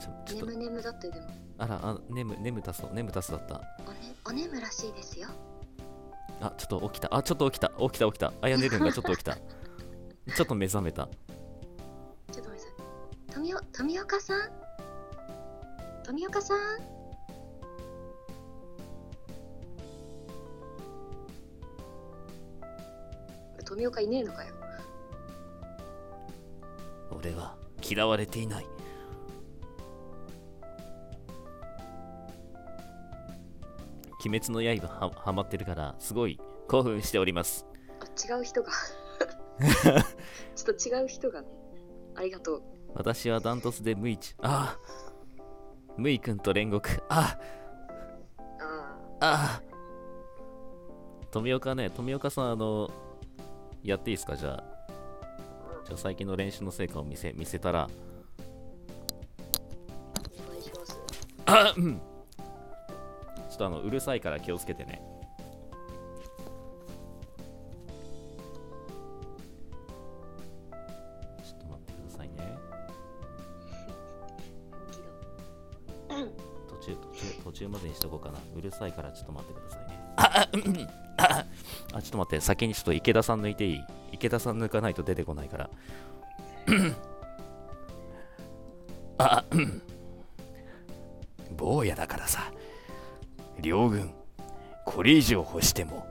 Speaker 1: ちょちょ
Speaker 2: ね
Speaker 1: っと
Speaker 2: む、ねむだってでも
Speaker 1: あら、あ、眠、眠たそう、眠たそうだった。
Speaker 2: おねおねむらしいですよ
Speaker 1: あ、ちょっと起きた。あ、ちょっと起きた。起きた、起きた。あやねるんがちょっと起きた。ちょっと目覚めた。
Speaker 2: ちょっとごめんなさい富お富岡さん富岡さん富岡いねえのかよ
Speaker 4: 俺は嫌われていない
Speaker 1: 鬼滅の刃ははまってるから、すごい興奮しております。
Speaker 2: あ違う人がちょっと違う人がねありがとう
Speaker 1: 私はダントツでムイチ。ああ。ムイ君と煉獄。あ
Speaker 2: あ
Speaker 1: あ。ああ。富岡ね、富岡さん、あの、やっていいですかじゃあ。じゃあ最近の練習の成果を見せ見せたら。
Speaker 2: あお願いします
Speaker 4: あうん
Speaker 1: ちょっとあの、うるさいから気をつけてね。ちょっと待ってくださいね。途中、途中、途中までにしとこうかな。うるさいからちょっと待ってくださいね。あ、ちょっと待って、先にちょっと池田さん抜いていい池田さん抜かないと出てこないから。
Speaker 4: あうん坊やだからさ両軍これ以上欲しても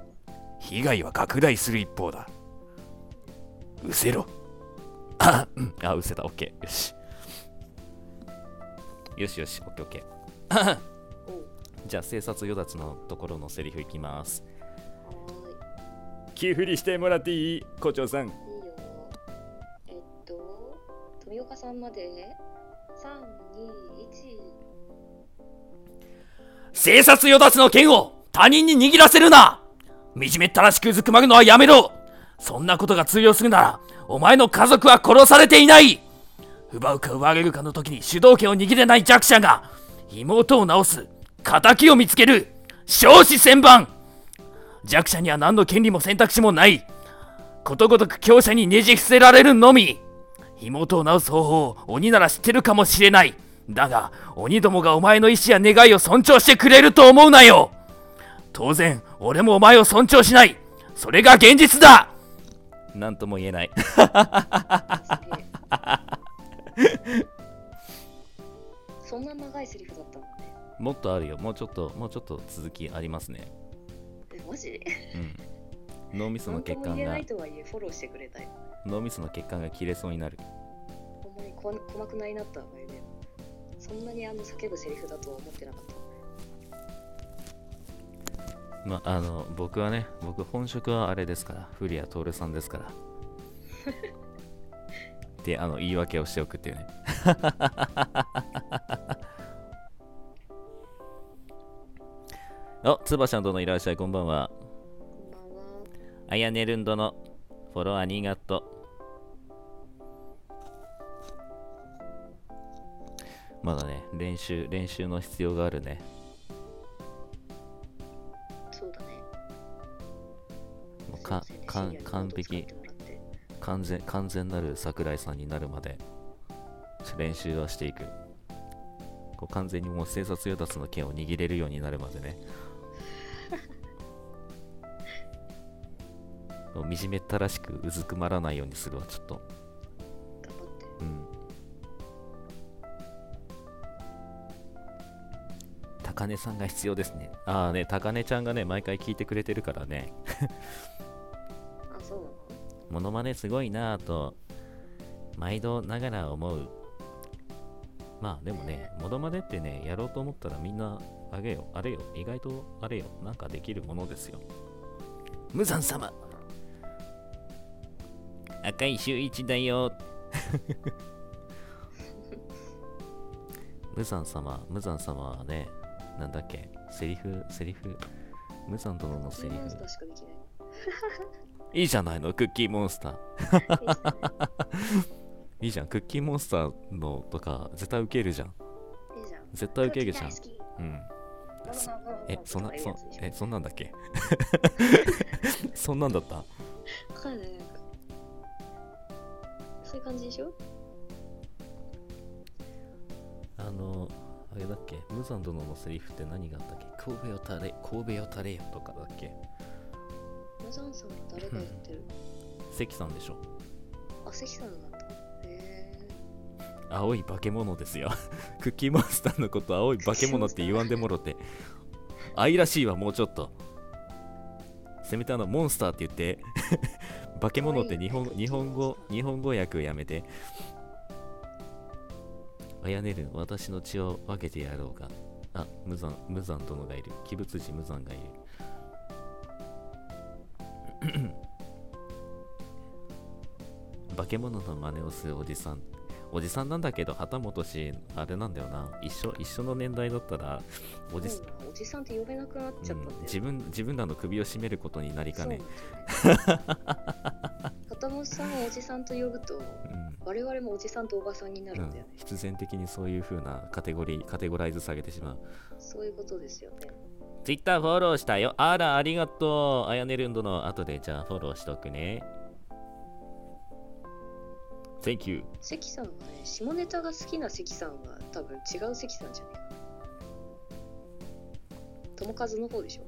Speaker 4: 被害は拡大する一方だうせろあうん
Speaker 1: あ、うせた、オッケー。よし。よしよし、オッケーオッケー。
Speaker 2: おう
Speaker 1: じゃあ、生殺与奪のところのセリフいきます。
Speaker 2: は
Speaker 3: 気振りしてもらっていい校長さん
Speaker 2: ーいいいよえっと富岡さんまで321
Speaker 4: 生殺与奪の剣を他人に握らせるな惨めったらしくうずくまぐのはやめろそんなことが通用するなら、お前の家族は殺されていない奪うか奪われるかの時に主導権を握れない弱者が、妹を治す、仇を見つける、少子千番弱者には何の権利も選択肢もないことごとく強者にねじ伏せられるのみ妹を治す方法を鬼なら知ってるかもしれないだが鬼どもがお前の意志や願いを尊重してくれると思うなよ当然俺もお前を尊重しないそれが現実だなんとも言えない
Speaker 2: ね <laughs> そんな長いセリフだったのね
Speaker 1: <laughs> もっとあるよもうちょっともうちょっと続きありますね
Speaker 2: えマジ
Speaker 1: うん脳み <laughs> そ
Speaker 2: な
Speaker 1: の
Speaker 2: んと
Speaker 1: 血
Speaker 2: も
Speaker 1: 管
Speaker 2: 言えな
Speaker 1: が
Speaker 2: いとはいえフォローしてくれたよ
Speaker 1: 脳みその血管が切れそうになる
Speaker 2: ほんまにこわ鼓膜ないなったわよねそんなにあの叫ぶセリフだとは思ってなかった
Speaker 1: まああの僕はね僕本職はあれですから古谷徹さんですからであの言い訳をしておくっていうね <laughs> おつばちゃん殿いらっしゃいこんばんは
Speaker 2: こんばんは
Speaker 1: あやねるん殿フォローありがとうまだね練習練習の必要があるね
Speaker 2: そうだね
Speaker 1: もうか
Speaker 2: すいませ
Speaker 1: か
Speaker 2: ん
Speaker 1: ん完
Speaker 2: ね深夜に
Speaker 1: 璧
Speaker 2: どんどん使ってもらって
Speaker 1: 完全完全なる桜井さんになるまで練習はしていくこう完全にもう生殺与奪の剣を握れるようになるまでね <laughs> もう惨めったらしくうずくまらないようにするわちょっと
Speaker 2: 頑張って
Speaker 1: うん高根さんが必要ですねああね高根ちゃんがね毎回聞いてくれてるからね
Speaker 2: あそうなの
Speaker 1: モノマネすごいなぁと、毎度ながら思う。まあでもね、モノマネってね、やろうと思ったらみんな、あげよ、あれよ、意外とあれよ、なんかできるものですよ。
Speaker 4: 無惨様
Speaker 1: 赤い周一だよ。
Speaker 4: <laughs>
Speaker 1: 無惨様、無惨様はね、なんだっけ、セリフ、セリフ、無惨殿のセ
Speaker 2: クッキ
Speaker 1: リ
Speaker 2: ーモ
Speaker 1: フ
Speaker 2: ンス。ターしかできない
Speaker 1: いいじゃないの、クッキーモンスター。いいじゃん、クッキーモンスターのとか、絶対ウケるじゃん。 <laughs>
Speaker 2: いいじゃん
Speaker 1: 絶対ウケるじゃん
Speaker 2: クッ。キー
Speaker 1: うん。
Speaker 2: 大好き
Speaker 1: え、そんな、そんえ、そんなんだっけ <laughs> そんなんだった
Speaker 2: わかんないなんかそういう感じでしょ
Speaker 1: あの、あれだっけムザン殿のセリフって何があったっけ神戸よたれ、神戸よたれよとかだっけ
Speaker 2: マザンさんは誰がやってる
Speaker 1: 関さんでしょ
Speaker 2: あ、関さんなんだへえ
Speaker 1: 青い化け物ですよ。 <laughs> クッキーモンスターのこと青い化け物って言わんでもろて。愛らしいわ、もうちょっと。せめてあの、モンスターって言って。 <laughs> 化け物って日本日本語、日本語訳やめて。あやねるん、私の血を分けてやろうか。あ、無惨、無惨殿がいる。鬼物児無惨がいる。化け物の真似をするおじさんおじさんなんだけど旗本氏あれなんだよな一緒一緒の年代だったらおじ、
Speaker 2: そうなのおじさんって呼べなくなっちゃ
Speaker 1: う
Speaker 2: ったんだ
Speaker 1: ん
Speaker 2: よ、
Speaker 1: 自分自分らの首を絞めることになりかね
Speaker 2: 片本さんをおじさんと呼ぶと
Speaker 1: うん
Speaker 2: 我々もおじさんとおばさんにな
Speaker 1: う
Speaker 2: るんだよ
Speaker 1: ん
Speaker 2: ね、、
Speaker 1: 必然的にそういう風なカテゴリーカテゴライズ下げてしまう
Speaker 2: そういうことですよね
Speaker 1: Twitter フォローしたよあらありがとうあやねるんどの後でじゃあフォローしとくね Thank you <laughs>
Speaker 2: 関さんはね下ネタが好きな関さんは多分違う関さんじゃねえか友和の方
Speaker 1: <laughs>
Speaker 2: でしょ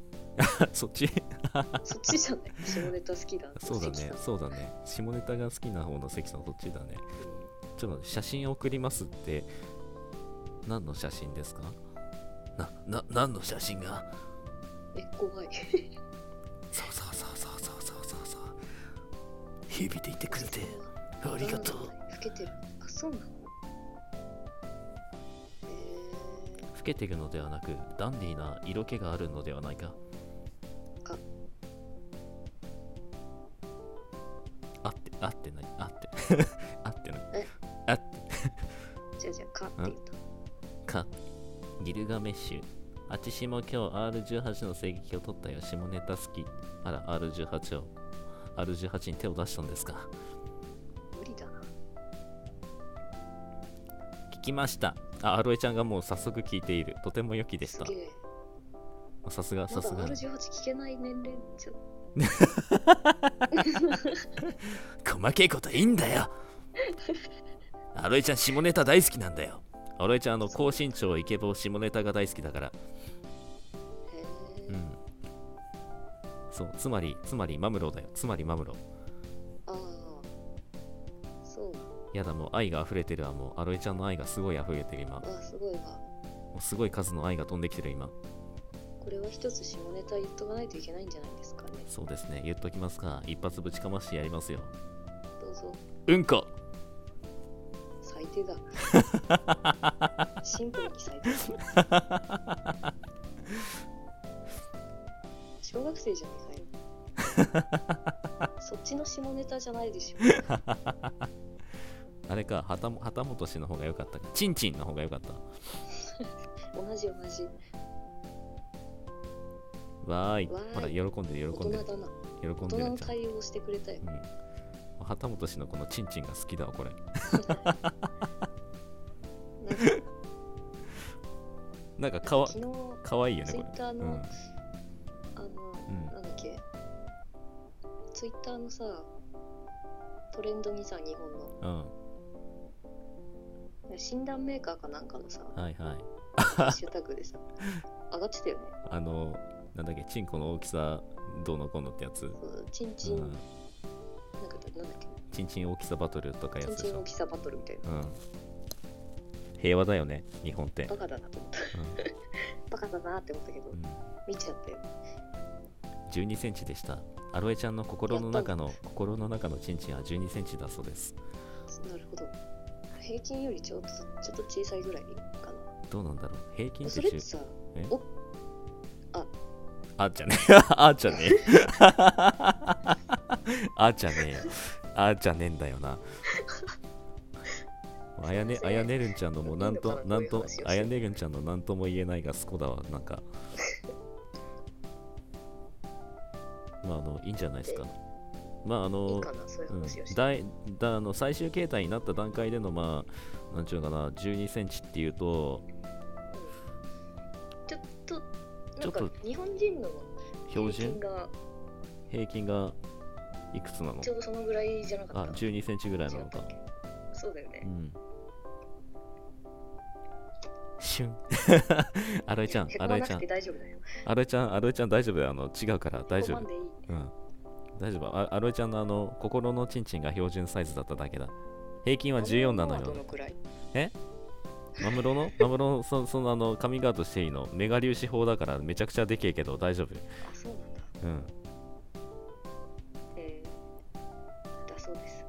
Speaker 1: そっち <laughs>
Speaker 2: そっちじゃない下ネタ好きだ
Speaker 1: そうだね
Speaker 2: <laughs> 関さん
Speaker 1: そうだね下ネタが好きな方の関さんそっちだねちょっと写真送りますって何の写真ですか
Speaker 4: な、な、何の写真が
Speaker 2: え怖い
Speaker 4: そうそうそうそうそうそうそうそう響いていてくれてありがとう
Speaker 2: 老けてるあそうなのえ
Speaker 1: 老けていくのではなくダンディーな色気があるのではないか
Speaker 2: か
Speaker 1: あってあってないあって <laughs> あってない
Speaker 2: ー、じゃあじゃあかって言った
Speaker 1: かギルガメッシュあちしも今日 R18 の声撃を取ったよ下ネタ好きあら R18 を R18 に手を出したんですか
Speaker 2: 無理だな
Speaker 1: 聞きましたあアロエちゃんがもう早速聞いているとても良きですした
Speaker 2: げえ
Speaker 1: さすが
Speaker 2: ま
Speaker 1: さ
Speaker 2: だ
Speaker 1: すが
Speaker 2: R18 聞けない年齢じゃ
Speaker 4: 細けいこといいんだよ。アロエちゃん、下ネタ大好きなんだよ。
Speaker 1: アロエちゃん、あの、高身長、イケボ、下ネタが大好きだから。
Speaker 2: へ
Speaker 1: う
Speaker 2: え。
Speaker 1: ん。そう、つまり、つまり、マムロだよ。つまり、マムロ。
Speaker 2: ああ。そうなの。
Speaker 1: やだ、もう愛が溢れてるわ。もう、アロエちゃんの愛がすごい溢れてる今。も
Speaker 2: ああ、すごいわ。
Speaker 1: うすごい数の愛が飛んできてる今。
Speaker 2: これは一つ下ネタ言っとかないといけないんじゃないですかね。
Speaker 1: そうですね、言っときますか。一発ぶちかましてやりますよ。
Speaker 2: どうぞ、
Speaker 4: うんこ。
Speaker 2: 最低だ。シンプルに最低だ。小学生じゃねえかよ。そっちの下ネタじゃないでしょ。
Speaker 1: あれか、旗も旗本氏の方が良かったか。チンチンの方が良かった。
Speaker 2: 同じ同じ。
Speaker 1: わーい。
Speaker 2: わーい
Speaker 1: ほら、喜んでる、
Speaker 2: 大
Speaker 1: 喜んで
Speaker 2: 人
Speaker 1: る。
Speaker 2: だな。
Speaker 1: 喜ん
Speaker 2: 大
Speaker 1: でる
Speaker 2: 人の
Speaker 1: じゃん。
Speaker 2: 対応してくれたよ。
Speaker 1: うん。旗本氏のこのチンチンが好きだわ、これ。
Speaker 2: なんか
Speaker 1: なんかかわ
Speaker 2: 昨日。
Speaker 1: かわいいよね、
Speaker 2: ツイ
Speaker 1: こ
Speaker 2: ッター
Speaker 1: れ。
Speaker 2: の、
Speaker 1: うん。
Speaker 2: あ
Speaker 1: うん
Speaker 2: の、なんだっけ、ツイッターのさ、トレンドにさ、日本の、
Speaker 1: うん。
Speaker 2: 診断メーカーかなんかのさ、
Speaker 1: はいはい。
Speaker 2: ハッシュタグでさ、上がってたよね。
Speaker 1: あの、なんだっけ、チンコの大きさ、どうのこうのってやつ。
Speaker 2: そうチン
Speaker 1: う
Speaker 2: チン、なんん。か、なんだっけ、
Speaker 1: チンチン大きさバトルとかや
Speaker 2: チン
Speaker 1: つ
Speaker 2: チ
Speaker 1: でし
Speaker 2: ン大
Speaker 1: ょ。
Speaker 2: きさバトルみたいな。
Speaker 1: うん。平和だよね、日本って。
Speaker 2: バカだなと思った。バカだなって思ったけど
Speaker 1: う、んうん
Speaker 2: 見ちゃったよ。
Speaker 1: 12センチでした。アロエちゃんの心の中の心の中のチンチンは12センチだそうです。
Speaker 2: なるほど。平均よりちょっと、ちょっと小さいぐらいか
Speaker 1: どうなんだろう平均
Speaker 2: な。
Speaker 1: って
Speaker 2: それって
Speaker 1: 10
Speaker 2: さ、
Speaker 1: あーちゃんね。 <laughs> あーちゃんね。あーちゃんねえよ。あーちゃんねえんだよな。あやね、あやねるんちゃんのもうなんと、なんと、あやねるんちゃんのなんとも言えないがスコだわ、なんか。まあ、あの、いいんじゃないですか。まあ、あ
Speaker 2: い
Speaker 1: の
Speaker 2: い、かな、そういう
Speaker 1: うん
Speaker 2: 話をして。
Speaker 1: だいだあの最終形態になった段階での、まあ、なんちゅうのかな、12センチっていうと、
Speaker 2: ちょっと、なん
Speaker 1: ちょっ
Speaker 2: か、日本人の
Speaker 1: 標
Speaker 2: 平均
Speaker 1: 準、
Speaker 2: が
Speaker 1: 平均がいくつなの
Speaker 2: ちょうどそのぐらいじゃなか
Speaker 1: あ
Speaker 2: った。
Speaker 1: 12センチぐらいなの
Speaker 2: 違
Speaker 1: か
Speaker 2: ったっ。けそうだよ
Speaker 1: う
Speaker 2: ね。
Speaker 1: ん。シュン。 <laughs> アロエちゃん
Speaker 2: へ、こ
Speaker 1: アロ
Speaker 2: ま
Speaker 1: エ
Speaker 2: な
Speaker 1: ちゃ
Speaker 2: く
Speaker 1: ん
Speaker 2: て、大丈夫だよ。
Speaker 1: アロエちゃん、アロエちゃん大丈夫だよ。あの違うから大丈
Speaker 2: へこ
Speaker 1: 夫。
Speaker 2: まんでいい。
Speaker 1: うん。大丈夫。あアロエちゃんのあの心のチンチンが標準サイズだっただけだ。平均は14なの
Speaker 2: ど
Speaker 1: よ
Speaker 2: の。くらい
Speaker 1: マムロの <laughs> マムロのそそのあのカミングアウトしていいのメガ粒子法だからめちゃくちゃでけえけど大丈夫。
Speaker 2: あ、そうなんだ。
Speaker 1: うん。
Speaker 2: えー、だそうです。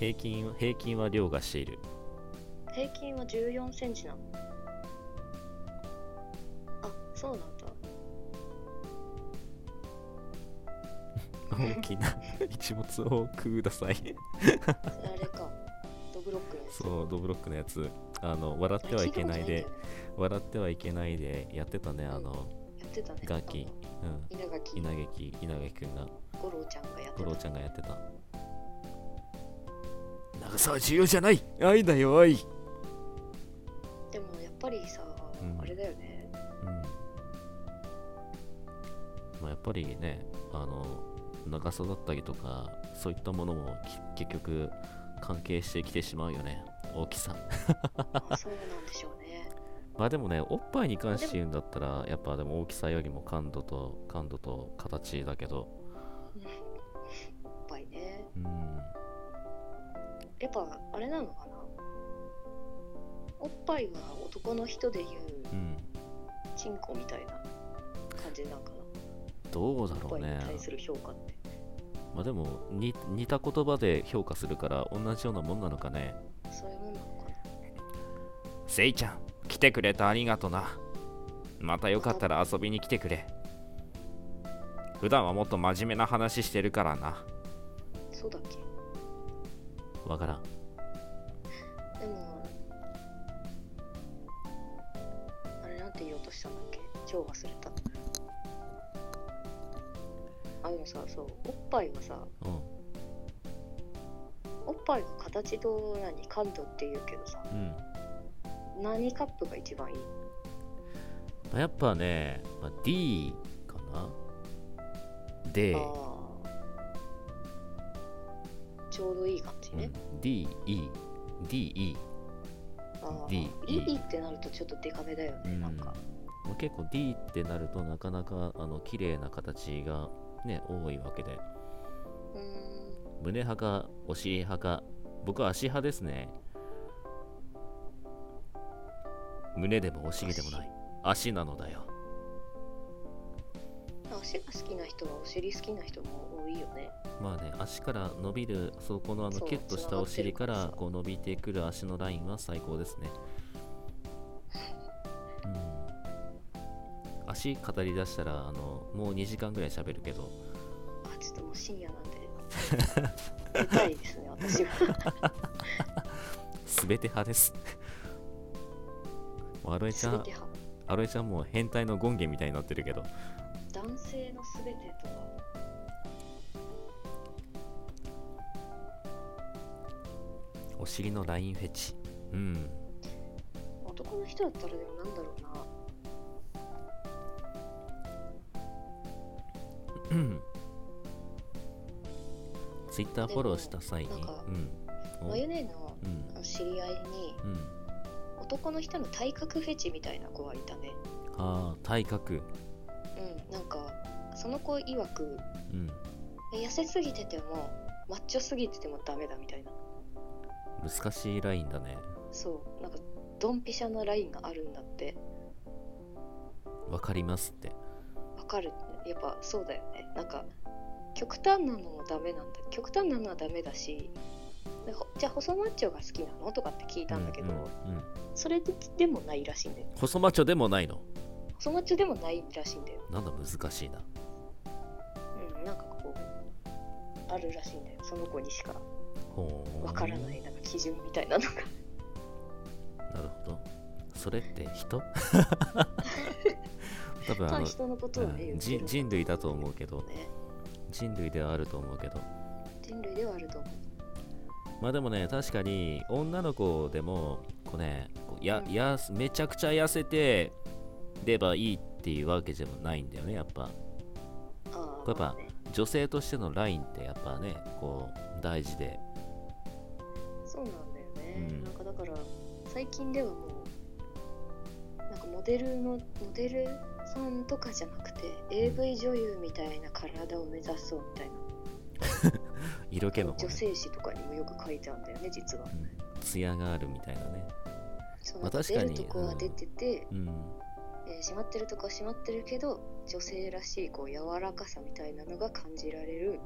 Speaker 1: 平均平均は凌駕して
Speaker 2: <laughs>
Speaker 1: いる。
Speaker 2: 平均は14センチなの。あ、そうなんだ。
Speaker 1: 大きな一物をください。
Speaker 2: それあれ
Speaker 1: <laughs>
Speaker 2: か。ドブロックのやつ。
Speaker 1: そう、ドブロックのやつ。あの、笑ってはいけないで、笑ってはいけないでやってたね、あの、
Speaker 2: やってたね。
Speaker 1: ガキ、うん、
Speaker 2: あの。稲垣
Speaker 1: 稲垣、稲垣くんが、
Speaker 2: 五郎ちゃんがやって
Speaker 1: 五
Speaker 2: た。
Speaker 1: 郎ちゃんがやってた。
Speaker 4: 長さは重要じゃない。愛だよ、愛。
Speaker 2: でもやっぱりさ、
Speaker 1: うん
Speaker 2: あれだよ
Speaker 1: <laughs>
Speaker 2: ね。
Speaker 1: うん。まあ、やっぱりね、あの、長さだったりとか、そういったものもき結局関係してきてしまうよね、大きさ。
Speaker 2: あそうなんでしょうね。
Speaker 1: まあでもね、おっぱいに関して言うんだったら、やっぱでも大きさよりも感度と、感度と形だけど、
Speaker 2: おっぱいね。
Speaker 1: うん。
Speaker 2: やっぱあれなのかなおっぱいは男の人で言
Speaker 1: う。
Speaker 2: うんチンコみたいな感じなんかな
Speaker 1: どうだろ
Speaker 2: お
Speaker 1: う
Speaker 2: っぱいに
Speaker 1: ね。
Speaker 2: 対する評価って。
Speaker 1: まあでもに似た言葉で評価するから同じようなもんなのかね
Speaker 2: そういうもんなのかな
Speaker 4: せいちゃん、来てくれてありがとな。またよかったら遊びに来てくれ。普段はもっと真面目な話してるからな。
Speaker 2: そうだっけ
Speaker 1: わからん
Speaker 2: でも、あれなんて言おうとしたんだっけ超忘れた。あ、でもさ、そう、おっぱいはさ、
Speaker 1: うん
Speaker 2: おっぱいの形と何感度って言うけどさ、
Speaker 1: うん
Speaker 2: 何カップが一番いい
Speaker 1: まあやっぱね、まあ、D かなで
Speaker 2: あ、あちょうどいい感じね。
Speaker 1: D、E、D、E。
Speaker 2: ああ
Speaker 1: D
Speaker 2: いいってなるとちょっとデカめだよね、
Speaker 1: うん
Speaker 2: なんか。
Speaker 1: まあ結構 D ってなるとなかなかあの綺麗な形がね、多いわけで。
Speaker 2: うーん
Speaker 1: 胸派か、お尻派か、僕は足派ですね。胸でもお尻でもない。足なのだよ。
Speaker 2: 足が好きな人はお尻好きな人も多いよね。
Speaker 1: まあね、足から伸びる、そこのあの
Speaker 2: そう
Speaker 1: キュッとしたお尻か
Speaker 2: つなが
Speaker 1: ら
Speaker 2: ってるからさ
Speaker 1: こう伸びてくる足のラインは最高ですね。うん、足語り出したらあのもう2時間ぐらい喋るけど、
Speaker 2: あ、ちょっともう深夜なんで。寝たいですね、
Speaker 1: <laughs>
Speaker 2: 私は。
Speaker 1: すべて派
Speaker 2: <laughs>
Speaker 1: です。もうアロエちゃ
Speaker 2: 全
Speaker 1: ん
Speaker 2: て、派。
Speaker 1: アロエちゃんもう変態の権限みたいになってるけど、
Speaker 2: 男性のすべてとは。
Speaker 1: お尻のラインフェチ。うん。
Speaker 2: 男の人だったらでもなんだろうな。
Speaker 1: ツイッターフォローした際に、
Speaker 2: でもなんか
Speaker 1: うん。お
Speaker 2: マヨネーの
Speaker 1: うん
Speaker 2: あの知り合いに
Speaker 1: うん。
Speaker 2: 男の人の体格フェチみたいな子はいたね。
Speaker 1: ああ、体格。
Speaker 2: うん、なんかその子曰く
Speaker 1: うん。
Speaker 2: 痩せすぎててもマッチョすぎててもダメだみたいな。
Speaker 1: 難しいラインだね。
Speaker 2: そう、なんかドンピシャなラインがあるんだって。
Speaker 1: わかりますって。
Speaker 2: わかるってやっぱそうだよね。なんか極端なのもダメなんだ。極端なのはダメだし。でほじゃあ細マッチョが好きなのとかって聞いたんだけど、
Speaker 1: うんうんうん
Speaker 2: それでもないらしいんだよ
Speaker 1: 細マッチョでもないの。
Speaker 2: 細マッチョでもないらしいんだよ
Speaker 1: なんだ難しいな。
Speaker 2: うん、なんかこうあるらしいんだよその子にしか
Speaker 1: ほー
Speaker 2: わからない。なんか基準みたいなのが
Speaker 1: なるほど。それって
Speaker 2: <laughs>
Speaker 1: 人 <laughs> 多分あ
Speaker 2: まあ
Speaker 1: の、
Speaker 2: <laughs> 人のことをね
Speaker 1: う
Speaker 2: 言
Speaker 1: ん人
Speaker 2: ってる
Speaker 1: 人類だと思うけど、
Speaker 2: ね
Speaker 1: 人類ではあると思うけど。
Speaker 2: 人類ではあると思う
Speaker 1: まあでもね、確かに女の子でも、こうね、こうや
Speaker 2: うん
Speaker 1: やすめちゃくちゃ痩せてればいいっていうわけじゃないんだよね、やっぱ。
Speaker 2: ああ
Speaker 1: これやっぱ
Speaker 2: まあね
Speaker 1: 女性としてのラインってやっぱね、こう大事で。
Speaker 2: そうなんだよね、
Speaker 1: うん
Speaker 2: なんかだから最近ではもうなんかモデルのモデルさんとかじゃなくて AV 女優みたいな体を目指そうみたいな、
Speaker 1: 色気の方ね
Speaker 2: 女性誌とかにもよく書いてあるんだよね実は
Speaker 1: うん艶があるみたいなね。
Speaker 2: そう
Speaker 1: まあ
Speaker 2: なんか
Speaker 1: 確か
Speaker 2: 出
Speaker 1: に
Speaker 2: るとこは出てて、
Speaker 1: うん。
Speaker 2: えー閉まってるとこは閉まってるけど女性らしいこう柔らかさみたいなのが感じられる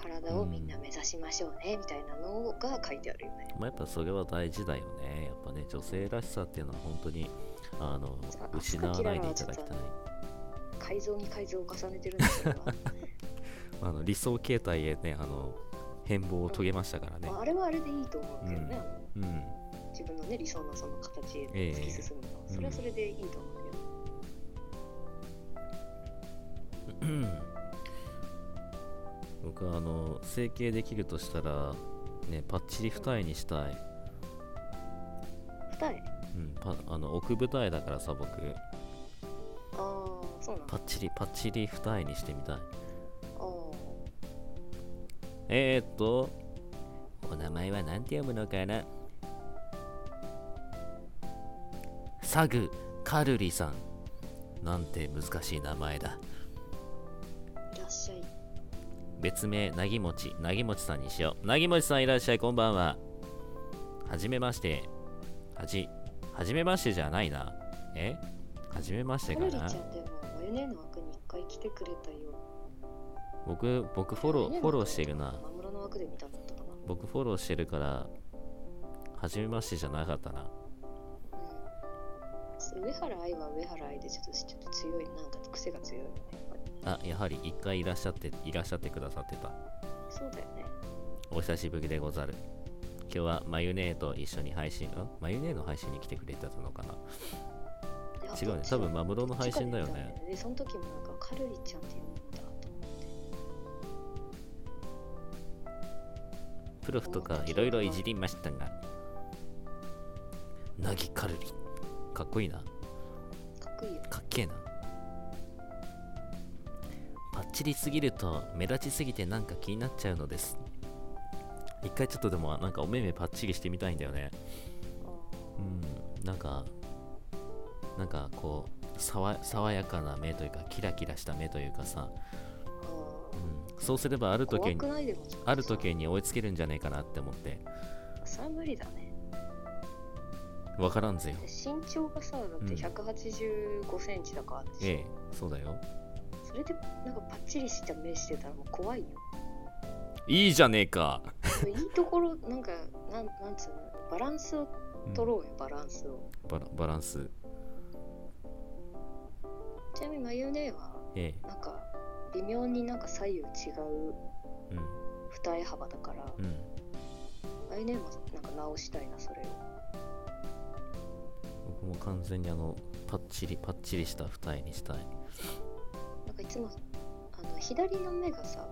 Speaker 2: 体をみんな目指しましょうね、みたいなのが書いてあるよね
Speaker 1: まあ、やっぱそれは大事だよね。やっぱね、女性らしさっていうのは本当にあの
Speaker 2: じゃあ
Speaker 1: 失わないでいただきたい。
Speaker 2: 改造に改造を重ねてるんですよ、
Speaker 1: まああの理想形態へね、あの変貌を遂げましたからね
Speaker 2: まあ、。あれはあれでいいと思うけどね、
Speaker 1: うん
Speaker 2: あ
Speaker 1: う
Speaker 2: の
Speaker 1: ん。
Speaker 2: 自分のね理想のその形へ
Speaker 1: ええ
Speaker 2: 突き進むのは、
Speaker 1: うん
Speaker 2: それはそれでいいと思うけど、
Speaker 1: 僕はあの整形できるとしたら、ね、パッチリ二重にしたい。
Speaker 2: 二重
Speaker 1: うん、パあの奥舞台だからさ、僕。
Speaker 2: ああそうなんだ
Speaker 1: パッチリパッチリ二重にしてみたい。
Speaker 2: あー
Speaker 1: えー、っと、お名前は何て読むのかなサグ・カルリさん。なんて難しい名前だ。
Speaker 2: いらっしゃい
Speaker 1: 別名、なぎもち、なぎもちさんにしよう。なぎもちさんいらっしゃい、こんばんは。はじめまして。はじ、はじめましてじゃないな。えはじめまして
Speaker 2: カ
Speaker 1: か
Speaker 2: ルリちゃ
Speaker 1: なん
Speaker 2: でもマヨネーの枠に一回来てくれたよ
Speaker 1: 僕、僕フォロ
Speaker 2: マヨネ
Speaker 1: ー、
Speaker 2: の
Speaker 1: フォローしてるな。
Speaker 2: マムロの枠で見たんだったかな
Speaker 1: 僕フォローしてるから、はじめましてじゃなかったな。
Speaker 2: うん上原愛は上原愛でちょっとちょっと強いなんか癖が強いよねやっぱり
Speaker 1: あ、やはり一回いらっしゃって、いらっしゃってくださってた。
Speaker 2: そうだよね
Speaker 1: お久しぶりでござる。今日はマユネーと一緒に配信、んマユネーの配信に来てくれてたのかな。
Speaker 2: いや
Speaker 1: 違うね
Speaker 2: どっち
Speaker 1: 多
Speaker 2: か
Speaker 1: 分マムロの配信だよね
Speaker 2: どっちかで見たんでその時もなんかカルリちゃんって読むんだと思って
Speaker 1: プロフとかいろいろいじりましたが。なぎカルリ。かっこいいな。
Speaker 2: かっこいいよね
Speaker 1: かっけえな。パッ散りすぎると目立ちすぎてなんか気になっちゃうのです一回ちょっとでもなんかお目目パッチリしてみたいんだよねうんなんかなんかこうさわ爽やかな目というかキラキラした目というかさ、
Speaker 2: あー
Speaker 1: うん、そうすればある時
Speaker 2: 怖
Speaker 1: に
Speaker 2: くないでもちょっと
Speaker 1: ある時に追いつけるんじゃないかなって思って
Speaker 2: それは無理だね
Speaker 1: わからんぜよ
Speaker 2: 身長がさだって1 8 5センチだから私、
Speaker 1: ええそうだよ
Speaker 2: それでなんかパッチリした目してたらもう怖いよ
Speaker 1: いいじゃねえか
Speaker 2: いいところなんかなんなんつうのバランスを取ろうよバランスを
Speaker 1: バラバランス
Speaker 2: ちなみにマユネーは
Speaker 1: え
Speaker 2: なんか微妙になんか左右違う
Speaker 1: え
Speaker 2: 二重幅だから、
Speaker 1: うんうん
Speaker 2: マユネーもなんか直したいなそれを
Speaker 1: 僕も完全にあのパッチリパッチリした二重にしたい
Speaker 2: なんかいつもあの左の目がさ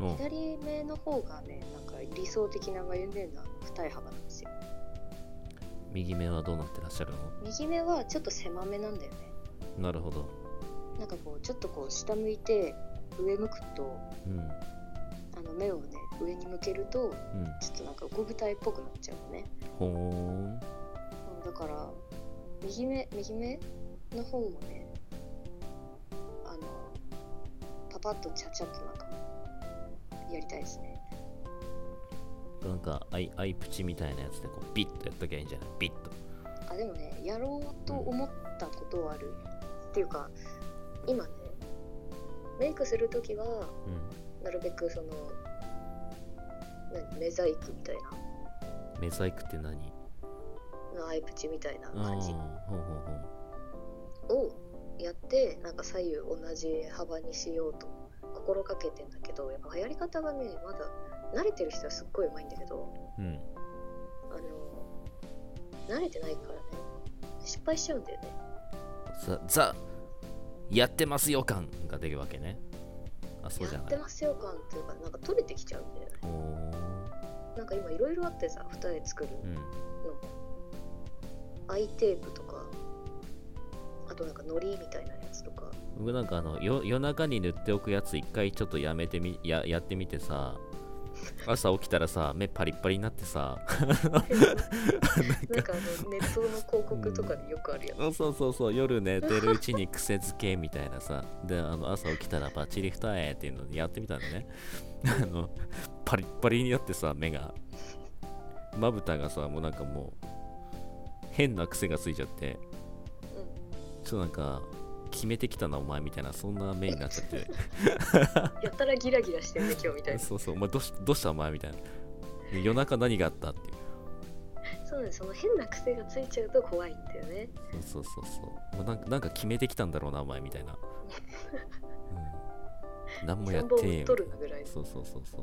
Speaker 1: おう
Speaker 2: 左目の方がねなんか理想的なマユネーの二重幅なんですよ
Speaker 1: 右目はどうなってらっしゃる
Speaker 2: 右目はちょっと狭めなんだよね
Speaker 1: のなるほど
Speaker 2: なんかこうちょっとこう下向いて上向くと
Speaker 1: うんうん
Speaker 2: あの目をね上に向けるとちょっとなんか五分体っぽくなっちゃうのね
Speaker 1: ほーん
Speaker 2: うんだから右目右目の方もねあのパパッとちゃちゃっとなんかやりたいですね
Speaker 1: なんかアイアイプチみたいなやつでこうビッとやっときゃいいんじゃないビッと
Speaker 2: あでもねやろうと思ったことはあるっていうか今ねメイクする時は
Speaker 1: うん
Speaker 2: なるべくその何メザイクみたい
Speaker 1: 目細工って何
Speaker 2: なアイプチみたいな
Speaker 1: ああ
Speaker 2: 感じ
Speaker 1: ほうほうほう
Speaker 2: をやってなんか左右同じ幅にしようと心がけてんだけどやっぱやり方がねまだ慣れてる人はすっごいうまいんだけど
Speaker 1: うん
Speaker 2: あの慣れてないからね失敗しちゃうんだよね
Speaker 1: ザザやってますよ感が出るわけねあそうじゃ
Speaker 2: やっ
Speaker 1: な
Speaker 2: て
Speaker 1: い
Speaker 2: ますよ感っていうかなんか取れてきちゃうんだよね
Speaker 1: ほー
Speaker 2: なんか今いろいろあってさ二重作る
Speaker 1: うん
Speaker 2: のもアイテープとかあとなんか糊みたいなやつとか
Speaker 1: 僕なんかあのよ夜中に塗っておくやつ一回ちょっとやめてみややってみてさ朝起きたらさ目パリッパリになってさ
Speaker 2: なんかあのネットの広告とかでよくあるやつ、
Speaker 1: そうそうそう夜寝てるうちに癖づけみたいなさであの朝起きたらバッチリ二重っていうのやってみたんだね <laughs> あのパリッパリになってさ目がまぶたがさもうなんかもう変な癖がついちゃって
Speaker 2: う
Speaker 1: ちょ
Speaker 2: ん
Speaker 1: っとなんか決めてきたなお前みたいなそんな目になっちゃって
Speaker 2: やたらギラギラしてるね今日みたいな
Speaker 1: そうそう、お前どうしどうしたお前みたいな。で夜中何があったっていう。
Speaker 2: そうねその変な癖がついちゃうと怖いんだよね
Speaker 1: そうそうそうそう。もうなんかなんか決めてきたんだろうな、お前みたいな。うん、何もやっ
Speaker 2: 3
Speaker 1: て
Speaker 2: 本
Speaker 1: ねえ
Speaker 2: 打っ
Speaker 1: よ
Speaker 2: とるなぐらいの
Speaker 1: そうそうそうそう。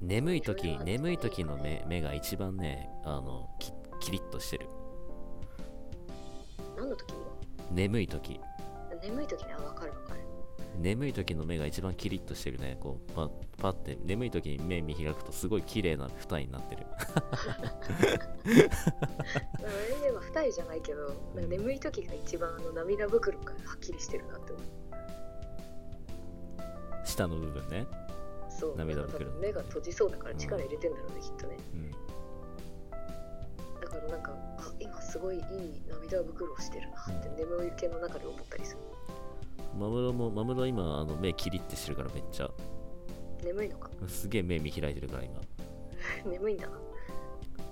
Speaker 1: 眠い時眠い時の目目が一番ね、あの、きキリッとしてる。
Speaker 2: 何の時
Speaker 1: 眠い時
Speaker 2: 眠い時にあ分かる分かる
Speaker 1: 眠い時の目が一番キリッとしてるね。こう、パッパって、眠い時に目見開くとすごい綺麗な二重になってる。 <laughs>
Speaker 2: まあ俺は二重じゃないけどなんか眠い時が一番あの涙袋がはっきりしてるなって思う
Speaker 1: 下の部分ね。
Speaker 2: そう
Speaker 1: 涙袋
Speaker 2: なんか多分目が閉じそうだから力入れてんだろうね、きっとね
Speaker 1: うん
Speaker 2: だからなんかあ今すごいいい涙袋をしてるなって眠い系の中で思ったりする
Speaker 1: マムロも、マムロ今、あの目キリってしてるからめっちゃ。
Speaker 2: 眠いのか
Speaker 1: すげえ目見開いてるから今。
Speaker 2: 眠いんだな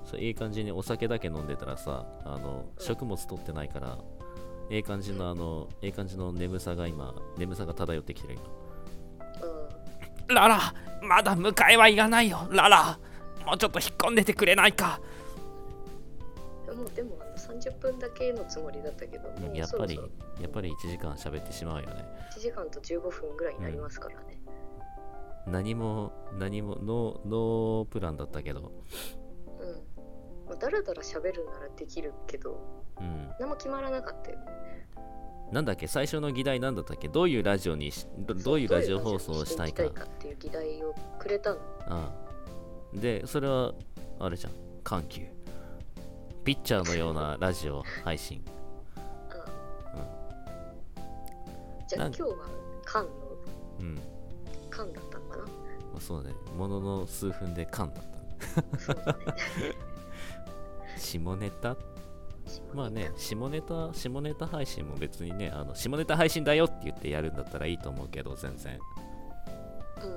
Speaker 1: そういい感じにお酒だけ飲んでたらさ、あの、食物取ってないから、ええ感じのあの、ええ感じの眠さが今、眠さが漂ってきてる今。
Speaker 2: う
Speaker 4: ララ、まだ迎えはいらないよ、ララ。もうちょっと引っ込んでてくれないか。
Speaker 2: んもうでもあの30分だけのつもりだったけど
Speaker 1: うん
Speaker 2: も
Speaker 1: や
Speaker 2: う
Speaker 1: っ
Speaker 2: そ
Speaker 1: ぱ
Speaker 2: ろ
Speaker 1: り
Speaker 2: そろ、
Speaker 1: やっぱり1時間喋ってしまうよね。
Speaker 2: 1時間と15分ぐらいになりますからね、
Speaker 1: 何も、何も、ノー、ノープランだったけど、
Speaker 2: うんまあ、だらだら喋るならできるけど
Speaker 1: うん。
Speaker 2: 何も決まらなかったよね
Speaker 1: なんだっけ、最初の議題なんだったっけどういうラジオにし、どどういうラジオ放送をしたいか
Speaker 2: どうう。ラジオにしていきたいかっていう議題をくれたの
Speaker 1: うん。で、それは、あれじゃん、緩急。ピッチャーのようなラジオ配信。
Speaker 2: じゃあ
Speaker 1: なん
Speaker 2: 今日は缶の
Speaker 1: うん。
Speaker 2: 缶だったのかな
Speaker 1: まあそうね、ものの数分で缶だったね。
Speaker 2: そうだね
Speaker 1: 下ネタ <laughs> まあね、下ネタ、下ネタ配信も別にね、あの下ネタ配信だよって言ってやるんだったらいいと思うけど、全然。う
Speaker 2: う
Speaker 1: ん
Speaker 2: ん。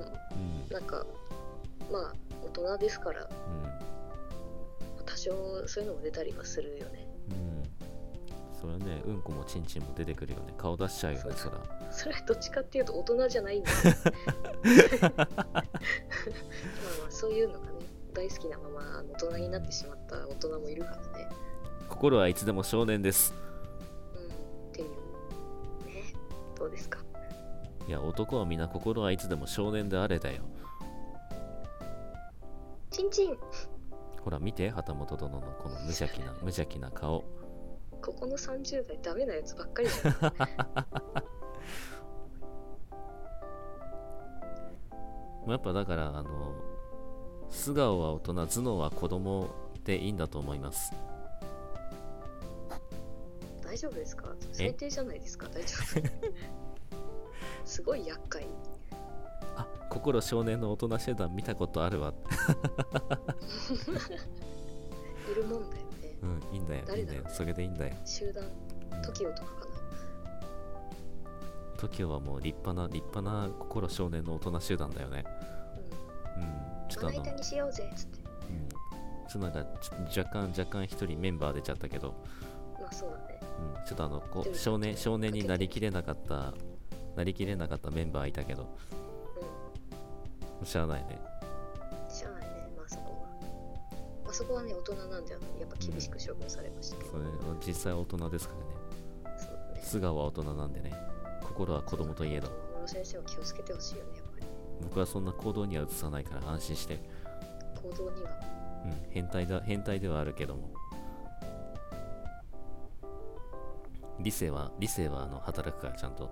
Speaker 2: なんかまあ大人ですから多少そういうのも出たりはするよね
Speaker 1: うん。うん。それはね、うんこもちんちんも出てくるよね。顔出しちゃうよね、そら。
Speaker 2: それはどっちかっていうと大人じゃないんだま
Speaker 1: <laughs>
Speaker 2: あまあそういうのがね大好きなままあの大人になってしまった大人もいるからね
Speaker 1: 心はいつでも少年です。
Speaker 2: うんっていうねどうですか
Speaker 1: いや、男は皆心はいつでも少年であれだよ。
Speaker 2: チンチン
Speaker 1: ほら見て、旗本殿のこの無邪気な、無邪気な顔。
Speaker 2: ここの30代ダメなやつばっかりじゃん
Speaker 1: <laughs> もうやっぱだから、あの、素顔は大人、頭脳は子供でいいんだと思います。
Speaker 2: 大丈夫ですか最低じゃないですか大丈
Speaker 1: <laughs>
Speaker 2: 夫すごい厄介
Speaker 1: あ、心少年の大人集団見たことあるわ。
Speaker 2: いるもんだよね
Speaker 1: うん、いいんだよ、いい
Speaker 2: 誰
Speaker 1: ん
Speaker 2: だ
Speaker 1: だ
Speaker 2: ろう
Speaker 1: よ。それでいいんだよ。
Speaker 2: 集団 TOKIO とかかな
Speaker 1: TOKIO はもう立派な、立派な心少年の大人集団だよね。うん、ちょっと
Speaker 2: ま
Speaker 1: あ
Speaker 2: な
Speaker 1: の、
Speaker 2: 板にしようぜっつって
Speaker 1: うん。つながちょっと若干、若干一人メンバー出ちゃったけど、
Speaker 2: まあそうだね
Speaker 1: うん、ちょっとあのこ
Speaker 2: というう
Speaker 1: 少年
Speaker 2: ことで
Speaker 1: 少年になりきれなかったなりきれなかったメンバーいたけど知らないね
Speaker 2: しゃあないねまあそこはまあそこはね大人なんであのやっぱ厳しく処分されましたけど、
Speaker 1: それ実際大人ですからね
Speaker 2: そうだね
Speaker 1: 素顔は大人なんでね心は子供といえど
Speaker 2: 小室先生は気をつけてほしいよねやっぱり
Speaker 1: 僕はそんな行動には移さないから安心して、
Speaker 2: 行動には
Speaker 1: うん、変態だ変態ではあるけども理性は理性はあの働くからちゃんと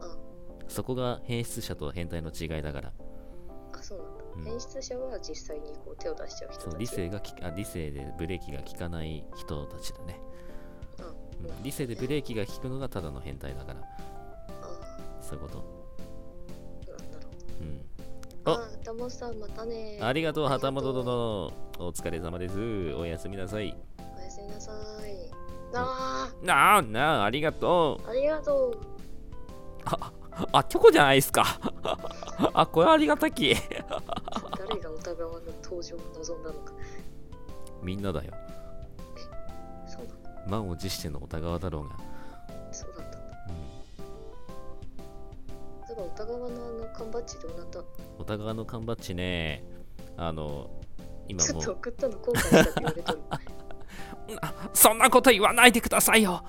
Speaker 2: あ
Speaker 1: そこが変質者と変態の違いだから
Speaker 2: あそうなんだ、
Speaker 1: うん
Speaker 2: 演出者は実際にこう手を出しちゃう人たち
Speaker 1: そう理性がきあ理性でブレーキが効かない人たちだね
Speaker 2: あ
Speaker 1: うん理性でブレーキが効くのがただの変態だから
Speaker 2: ああ
Speaker 1: そういうこと、
Speaker 2: なんだろ
Speaker 1: う
Speaker 2: う
Speaker 1: ん、あ
Speaker 2: ああタモさんまたね
Speaker 1: ありがとう旗本殿お疲れ様ですおやすみなさい
Speaker 2: おやすみなさいなあ
Speaker 1: なあなあありがとう
Speaker 2: ありが
Speaker 1: <laughs>
Speaker 2: とう
Speaker 1: あチョコじゃないですか <laughs> あこれありがたき
Speaker 2: 誰がお互いの登場を望んだのか
Speaker 1: みんなだよ
Speaker 2: そうなんだ
Speaker 1: 満を持してのお互いだろうが、
Speaker 2: そうだったんだ
Speaker 1: う
Speaker 2: だからお互いのあの缶バッジどうなったの
Speaker 1: ん、お互いの缶バッジねあの今
Speaker 2: ちょ
Speaker 1: も
Speaker 2: っと
Speaker 1: う
Speaker 2: 送ったの後悔したって言われとる
Speaker 4: そんなこと言わないでくださいよ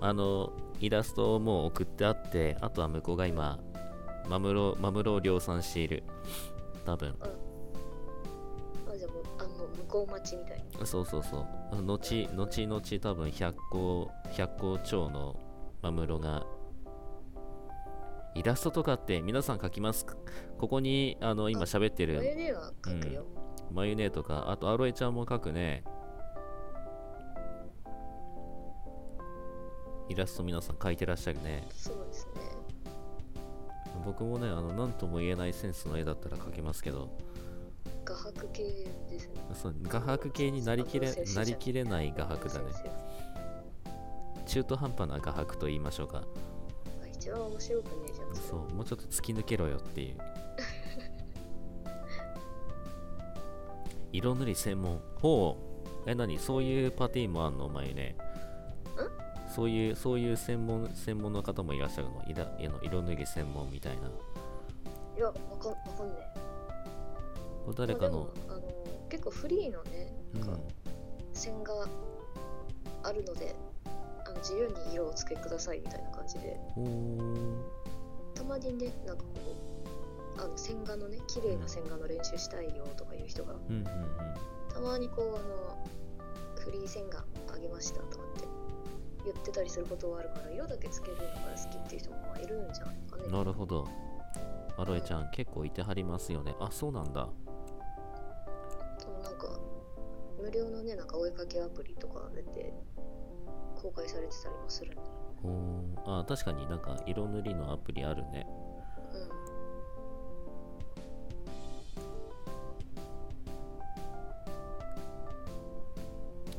Speaker 1: あのイラストをもう送ってあってあとは向こうが今マムロマムロを量産している多分
Speaker 2: あじゃあもうあもう向こう待ちみたいな
Speaker 1: そうそうそう。後、後々多分百個、百個超のマムロが、イラストとかって皆さん描きますかここに、あの、今喋って
Speaker 2: マヨ
Speaker 1: る
Speaker 2: ネーは書くよ、
Speaker 1: マユネとか、あとアロエちゃんも描くね。イラスト皆さん描いてらっしゃるね。
Speaker 2: そうですね
Speaker 1: 僕もね、あの、なんとも言えないセンスの絵だったら描けますけど、
Speaker 2: 画伯系ですね
Speaker 1: そう画伯系になりきれ、なりきれない画伯だね。
Speaker 2: 先生
Speaker 1: 中途半端な画伯と言いましょうか。
Speaker 2: あ一番面白くねえじゃんそれ
Speaker 1: そうもうちょっと突き抜けろよっていう色塗り専門ほうえ何そういうパティもあんのお前ねそういうそういう専門専門の方もいらっしゃるのいらあの色塗り専門みたいない
Speaker 2: やわかんわかんねえ
Speaker 1: これ誰か
Speaker 2: ま
Speaker 1: の
Speaker 2: あでもあの結構フリーのね
Speaker 1: う
Speaker 2: なんか
Speaker 1: ん
Speaker 2: 線があるのであの自由に色をつけくださいみたいな感じで
Speaker 1: ほう
Speaker 2: たまにねなんかこうあの線画のね綺麗な線画の練習したいよとかいう人が
Speaker 1: うんうん
Speaker 2: たまにこうあのフリー線があげましたとかって言ってたりすることはあるから色だけつけるのが好きっていう人もまあいるんじゃないかね
Speaker 1: うんなるほどアロエちゃん結構いてはりますよねあそうなんだ
Speaker 2: でもなんか無料のねなんかお絵かきアプリとか出て公開されてたりもするんで、
Speaker 1: おーあ確かになんか色塗りのアプリあるね
Speaker 2: うん、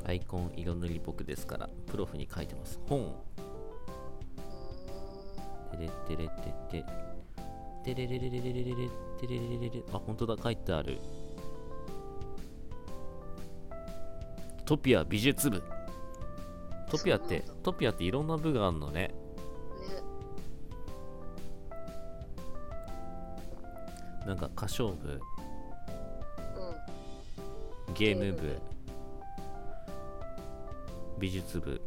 Speaker 1: アイコン色塗り僕ですからプロフに書いてます本てれてれてててれれれれれれれれてれれれれれあ本当だ書いてあるトピア美術部トピアって
Speaker 2: そうなん
Speaker 1: トピアっていろんな部があるのね
Speaker 2: うんね
Speaker 1: なんか歌唱部
Speaker 2: うん
Speaker 1: ゲーム
Speaker 2: ゲーム
Speaker 1: 部美術部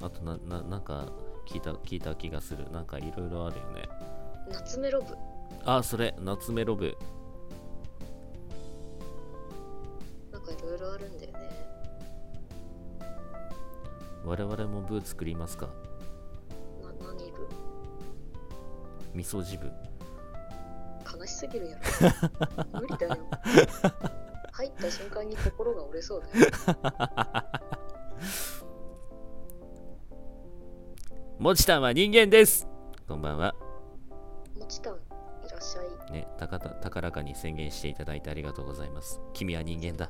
Speaker 1: あとなななんか聞いた聞いた気がするなんかいろいろあるよね
Speaker 2: 夏メロ部
Speaker 1: あそれ夏メロ部
Speaker 2: なんかいろいろあるんだよね
Speaker 1: 我々も部作りますか
Speaker 2: な何部
Speaker 1: 味噌汁部
Speaker 2: 悲しすぎるや
Speaker 1: <laughs>
Speaker 2: ろ無理だよ入った瞬間に心が折れそうだよ
Speaker 1: もちたんは人間ですこんばんは
Speaker 2: もちたんいらっしゃい
Speaker 1: ね高た高らかに宣言していただいてありがとうございます君は人間だ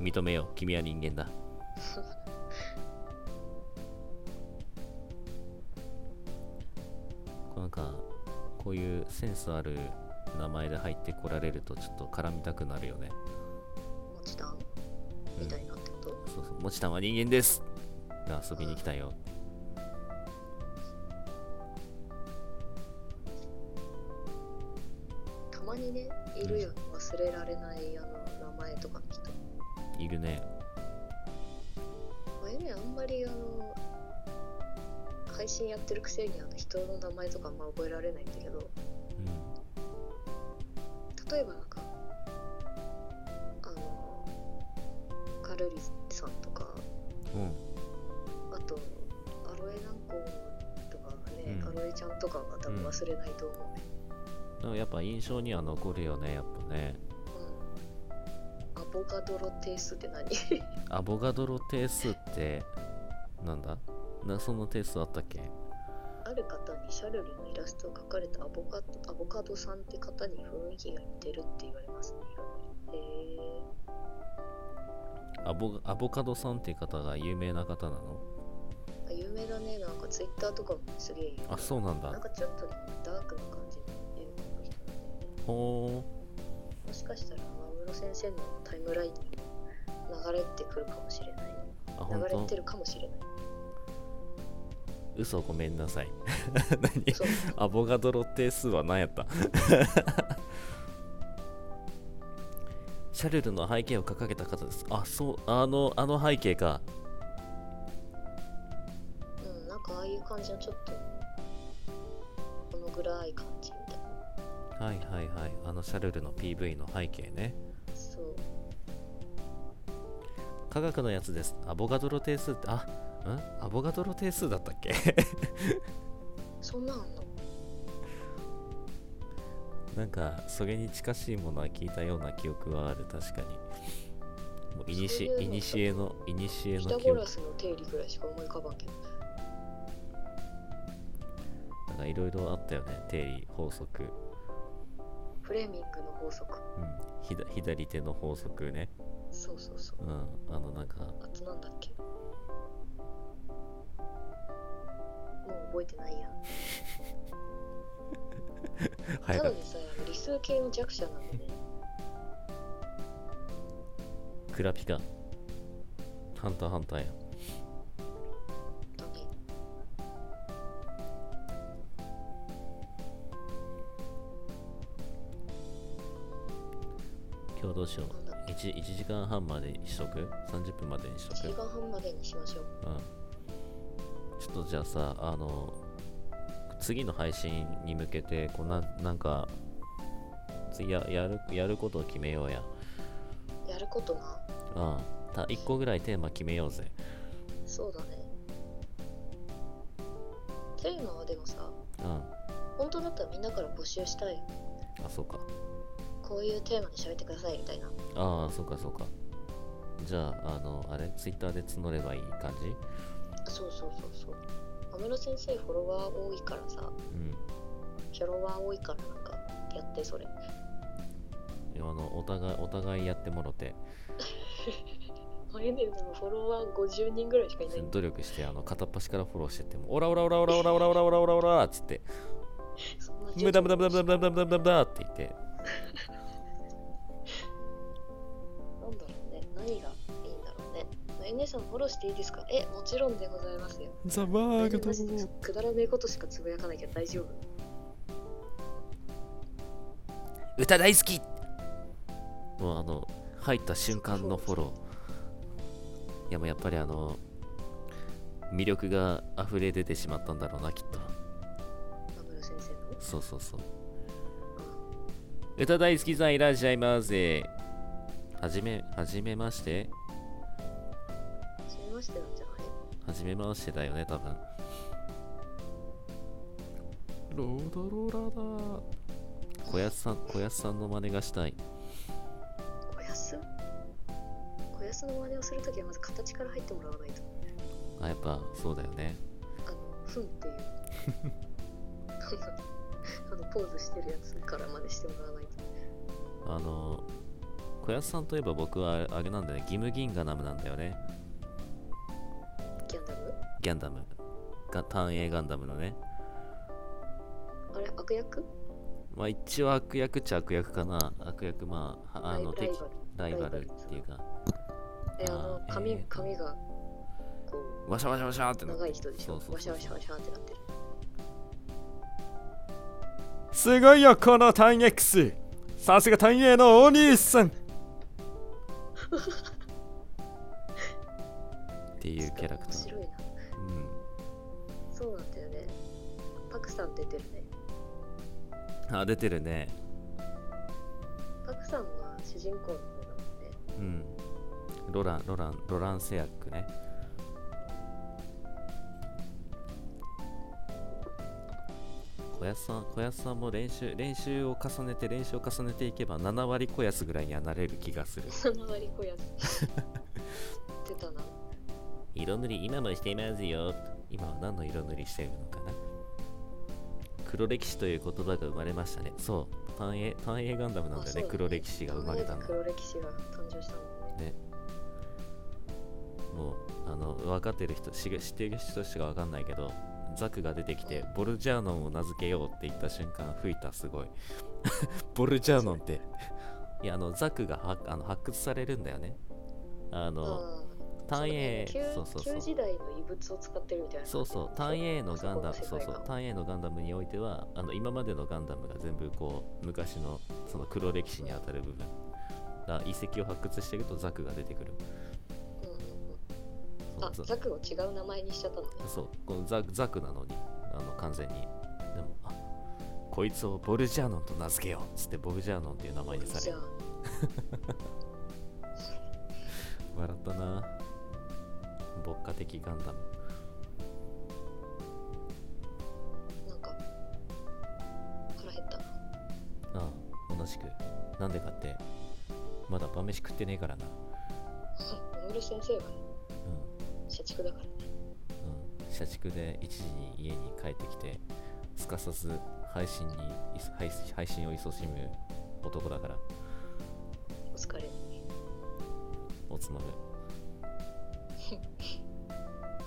Speaker 1: 認めよう君は人間だ <laughs> こうなんかこういうセンスある名前で入ってこられるとちょっと絡みたくなるよね
Speaker 2: もちたんみたいなってこと
Speaker 1: そうそうもちたんは人間ですが遊びに来たよ
Speaker 2: たまにねいるよね忘れられないあの名前とかの人
Speaker 1: いるね
Speaker 2: 前ねあんまりあの配信やってるくせにあの人の名前とかあんま覚えられないんだけど
Speaker 1: う
Speaker 2: 例えばなんかあのカルリさんとか
Speaker 1: んうん
Speaker 2: あとアロエ軟膏とかがね、
Speaker 1: うん
Speaker 2: アロエちゃんとかが多分忘れないと思うね、
Speaker 1: でもやっぱ印象には残るよねやっぱね
Speaker 2: うんアボカドロ定数って何
Speaker 1: アボガドロ定数ってなんだなその定数あったっけ
Speaker 2: ある方にシャルリのイラストを描かれたアボカドアボカドさんって方に雰囲気が似てるって言われますねへえ
Speaker 1: アボアボカドさんっていう方が有名な方なの
Speaker 2: あ有名だねなんかツイッターとかもすげえ有名
Speaker 1: あそうなん
Speaker 2: なん
Speaker 1: だ
Speaker 2: かちょっとねダークな感じの有名な人なんだよね
Speaker 1: ほ
Speaker 2: もしかしたら安室先生のタイムラインにも流れてくるかもしれない
Speaker 1: ーあ
Speaker 2: 流れ
Speaker 1: 本
Speaker 2: てるかもしれない
Speaker 1: 当嘘ごめんなさい <laughs> 何
Speaker 2: そう
Speaker 1: アボガドロ定数は何やった <laughs> シャルルの背景を掲げた方ですあそうあのあの背景か
Speaker 2: うん、なんかああいう感じのちょっとこのぐらい感じみたいな
Speaker 1: はいはいはいあのシャルルの PV の背景ね
Speaker 2: そう
Speaker 1: 科学のやつです。アボガドロ定数って、あ、んアボガドロ定数だったっけ <laughs>
Speaker 2: そんなんあんの
Speaker 1: なんか、それに近しいものは聞いたような記憶はある、確かに。もういにし、
Speaker 2: そうい
Speaker 1: い
Speaker 2: うの
Speaker 1: にしえの、いにしえ
Speaker 2: ピ
Speaker 1: の
Speaker 2: タ
Speaker 1: 記
Speaker 2: ゴ
Speaker 1: 憶
Speaker 2: ラ。スの定理ぐらいしか思い浮かばんけど
Speaker 1: なんかいろいろあったよね、定理、法則。
Speaker 2: フレーミングの法
Speaker 1: う
Speaker 2: 則
Speaker 1: ん、ひだ左手の法則ね。
Speaker 2: そうそうそう
Speaker 1: うん、あの、なんか、
Speaker 2: あとなんだっけもう覚えてないや
Speaker 1: 早
Speaker 2: た
Speaker 1: か
Speaker 2: だ
Speaker 1: っ
Speaker 2: でさえあの理数系の弱者なんで <laughs> ね
Speaker 1: た。クラピカ。ハンターハンターや。
Speaker 2: だね
Speaker 1: 今日どうしよう
Speaker 2: なんだ。
Speaker 1: 1, 一時間半までにしとく ?30 分までにしと
Speaker 2: 1
Speaker 1: く
Speaker 2: 時間半までにしましょう
Speaker 1: うんちょっとじゃあさあの次の配信に向けてこうななんかつややるやることを決めようや
Speaker 2: やることな
Speaker 1: うんた1個ぐらいテーマ決めようぜ
Speaker 2: そうだねテーマはでもさ
Speaker 1: うんあ
Speaker 2: 本当だったらみんなから募集したいよ
Speaker 1: そうか
Speaker 2: こういうテーマで喋ってくださいみたいな
Speaker 1: ああそうかそうかじゃあ、あの、あれツイッターで募ればいい感じ
Speaker 2: そうそうそうそう安室先生フォロワー多いからさ
Speaker 1: うん。
Speaker 2: フォロワー多いからなんかやってそれ
Speaker 1: あの、お互い、お互いやってもろて、
Speaker 2: マヨネーズもフォロワー50人ぐらいしかいないんだ
Speaker 1: 努力して、あの、片っ端からフォローしてっても、オラオラオラオラオラオラオラオラオラオラっつって、
Speaker 2: そんな
Speaker 1: 無駄無駄無駄無駄無駄無駄無駄無駄って言って、
Speaker 2: なんだろうね何がいいんだろうねマヨネーズさんフォローしていいですかえもちろんでございますよ
Speaker 3: ザワーが
Speaker 2: 大丈夫
Speaker 3: と
Speaker 2: マジでくだらねえことしかつぶやかなきゃ大丈夫
Speaker 4: 歌大好き
Speaker 1: もうあの、入った瞬間のフォロー。いや、もうやっぱりあの、魅力が溢れ出てしまったんだろうな、きっと。
Speaker 2: 安室先生の
Speaker 1: そうそうそう。歌大好きさんいらっしゃいませ。はじめ、はじめまして
Speaker 2: 初めましてなんじゃない
Speaker 1: はじめましてだよね、多分。ロードローラーだ。小安さん、小安さんの真似がしたい。
Speaker 2: 小安小安の真似をするときはまず形から入ってもらわないと
Speaker 1: あ、やっぱそうだよね。
Speaker 2: あのふ
Speaker 1: <laughs>
Speaker 2: んっていうあのポーズしてるやつからまでしてもらわないと
Speaker 1: あの、小安さんといえば僕はあれなんだよね、ギムギンガナムなんだよね。
Speaker 2: ギャンダム
Speaker 1: ギャンダム。が単影ガンダムのね。
Speaker 2: あれ悪役
Speaker 1: まあ一応悪役っちゃ悪役かな。悪役、まあ、はあの、
Speaker 2: ライ
Speaker 1: 敵、ライバルっていうか。
Speaker 2: えあの
Speaker 1: あー
Speaker 2: 髪,、
Speaker 1: えーと
Speaker 2: 髪がこ
Speaker 1: わしゃわしゃわしゃって
Speaker 2: う
Speaker 1: な
Speaker 2: 長い人でしょ
Speaker 1: そうそうそう
Speaker 2: ワシャワシャワシャってなってる
Speaker 3: すごいよこの単 X さすが単 A のお兄さん
Speaker 1: っていうキャラクター。
Speaker 2: ちょっと面白いな
Speaker 1: う
Speaker 2: そうなんだよねパクさん出てるね
Speaker 1: ん。あ、出てるね。
Speaker 2: パクさんは主人公の方なので
Speaker 1: うん。ロラン、ロラン、ロランセアックね。小安さん、小安さんも練習、練習を重ねて、練習を重ねていけば、7割小安ぐらいにはなれる気がする。
Speaker 2: 7割小安出
Speaker 1: <laughs>
Speaker 2: たな
Speaker 1: 色塗り、今もしていますよ。今は何の色塗りしてるのかな黒歴史という言葉が生まれましたね。そう。単影、単影ガンダムなんだよ
Speaker 2: あそう
Speaker 1: ね。黒歴史が生まれたの。
Speaker 2: 黒歴史が誕生したもんね
Speaker 1: もうあの分かってる人知知ってる人しか分かんないけどザクが出てきてボルジャーノンを名付けようって言った瞬間吹いたすごい <laughs> ボルジャーノンっていやあのザクがはあの発掘されるんだよねあの
Speaker 2: ああ
Speaker 1: 単影
Speaker 2: そ
Speaker 1: そううそ
Speaker 2: そ
Speaker 1: うう
Speaker 2: 旧
Speaker 1: そう
Speaker 2: 時代の異物を使ってるみたいな
Speaker 1: そうそう単影のガンダム
Speaker 2: そ
Speaker 1: そ
Speaker 2: こ
Speaker 1: う
Speaker 2: の世
Speaker 1: そ
Speaker 2: 界観
Speaker 1: う単影のガンダムにおいてはあの今までのガンダムが全部こう昔のその黒歴史にあたる部分だ遺跡を発掘していくとザクが出てくる
Speaker 2: うんうんうん
Speaker 1: そう
Speaker 2: あ
Speaker 1: ザ
Speaker 2: ザクを違う名前にしちゃったのね
Speaker 1: そうこのザザクなのにあの完全にでもあこいつをボルジャーノンと名付けようっつってボルジャーノンっていう名前にさ
Speaker 2: じ
Speaker 1: れ
Speaker 2: ゃ
Speaker 1: る
Speaker 2: あ
Speaker 1: 笑ったな牧歌的ガンダム
Speaker 2: なんか腹減った <laughs> な
Speaker 1: ああ同じくなんでかってまだ晩飯食ってねえからな
Speaker 2: 小室先生がね
Speaker 1: う
Speaker 2: 社畜だからね
Speaker 1: んうん社畜で一時に家に帰ってきてすかさず配信にいそ配配信を勤しむ男だから
Speaker 2: お疲れ
Speaker 1: おつまむ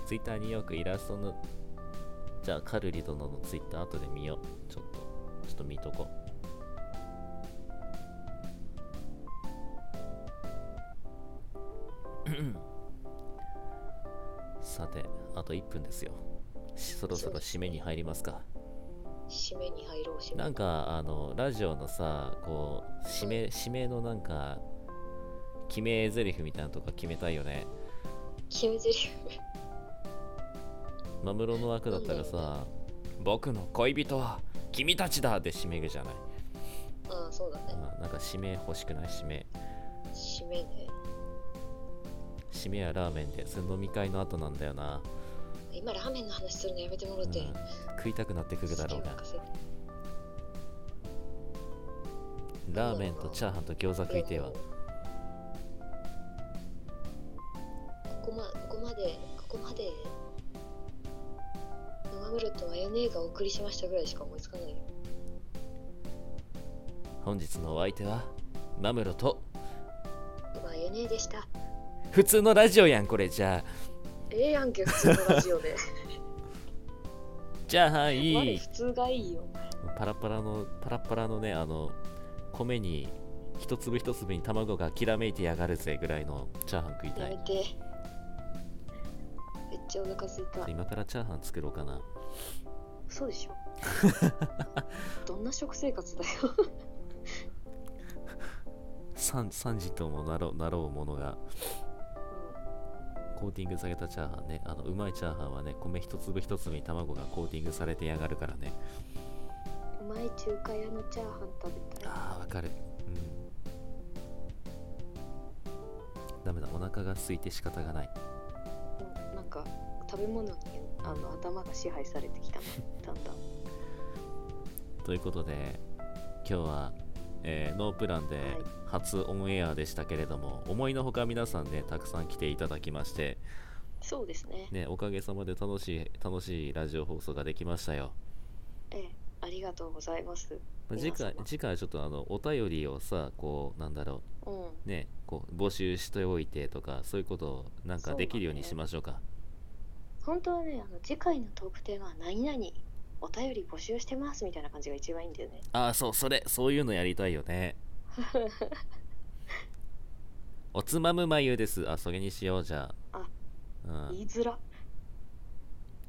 Speaker 1: ツイッターによくイラストのじゃあカルリ殿のツイッター後で見ようちょっとちょっと見とこ <coughs> うさてあと1分ですよしそろそろ締めに入りますか
Speaker 2: 締めに入ろう締め
Speaker 1: なんかあのラジオのさこう締め締めのなんか決め台詞みたいなのとか決めたいよね
Speaker 2: 決め台詞
Speaker 1: マムロの枠だったらさ
Speaker 4: 僕の恋人は
Speaker 1: 「君たちだ!」で締めるじゃない、
Speaker 2: ああそうだね
Speaker 1: うんなんか締め欲しくない締め
Speaker 2: 締めね
Speaker 1: 締めやラーメンでそれ飲み会の後なんだよな、
Speaker 2: 今ラーメンの話するのやめてもろ
Speaker 1: うん
Speaker 2: て、
Speaker 1: 食いたくなってくるだろうが
Speaker 2: 好き任
Speaker 1: ラーメンとチャーハンと餃子
Speaker 2: せ
Speaker 1: 食いてえわ
Speaker 2: でもこまここまでここまで長室とマヨネーがお送りしましたぐらいしか思いつかないよ
Speaker 1: 本日のお相手はマムロと
Speaker 2: マヨネーでした
Speaker 1: 普通のラジオやんこれじゃあ
Speaker 2: ええやんけ普通のラジオで
Speaker 1: じゃあは
Speaker 2: 我
Speaker 1: <laughs> い
Speaker 2: 普通がいいよ
Speaker 1: パラパラのパラパラのねあの米に一粒一粒に卵がきらめいてやがるぜぐらいのチャーハン食いた
Speaker 2: やめ
Speaker 1: い
Speaker 2: て、めっちゃお腹すいた
Speaker 1: 今からチャーハン作ろうかな
Speaker 2: そうでし
Speaker 1: <laughs>
Speaker 2: ょどんな食生活だよ
Speaker 1: 3, 3時ともなろうなろうものがコーティングされたチャーハンねあのうまいチャーハンはね米一粒一粒に卵がコーティングされてやがるからね
Speaker 2: うまい中華屋のチャーハン食べたい
Speaker 1: あーわかるうんダメだお腹が空いて仕方がない
Speaker 2: うんなんか食べ物にあの頭が支配されてきたねだんだん
Speaker 1: ということで今日は、えーノープランで初オンエアでしたけれども思いのほか皆さんねたくさん来ていただきまして、
Speaker 2: そうですね
Speaker 1: ね、おかげさまで楽しい楽しいラジオ放送ができましたよ
Speaker 2: ええありがとうございます
Speaker 1: まあ次回
Speaker 2: 皆様
Speaker 1: 次回はちょっとあのお便りをさこうなんだろ
Speaker 2: うん
Speaker 1: うねこう募集しておいてとかそういうことをなん
Speaker 2: そう
Speaker 1: か
Speaker 2: だ
Speaker 1: で
Speaker 2: ね
Speaker 1: きるようにしましょうか
Speaker 2: 本当はねあの次回のトークテーマは何々お便り募集してますみたいな感じが一番いいんだよね
Speaker 1: ああそうそれそういうのやりたいよ <laughs> ねおつまむまゆですあそれにしようじゃあ
Speaker 2: あ
Speaker 1: うん
Speaker 2: 言いづら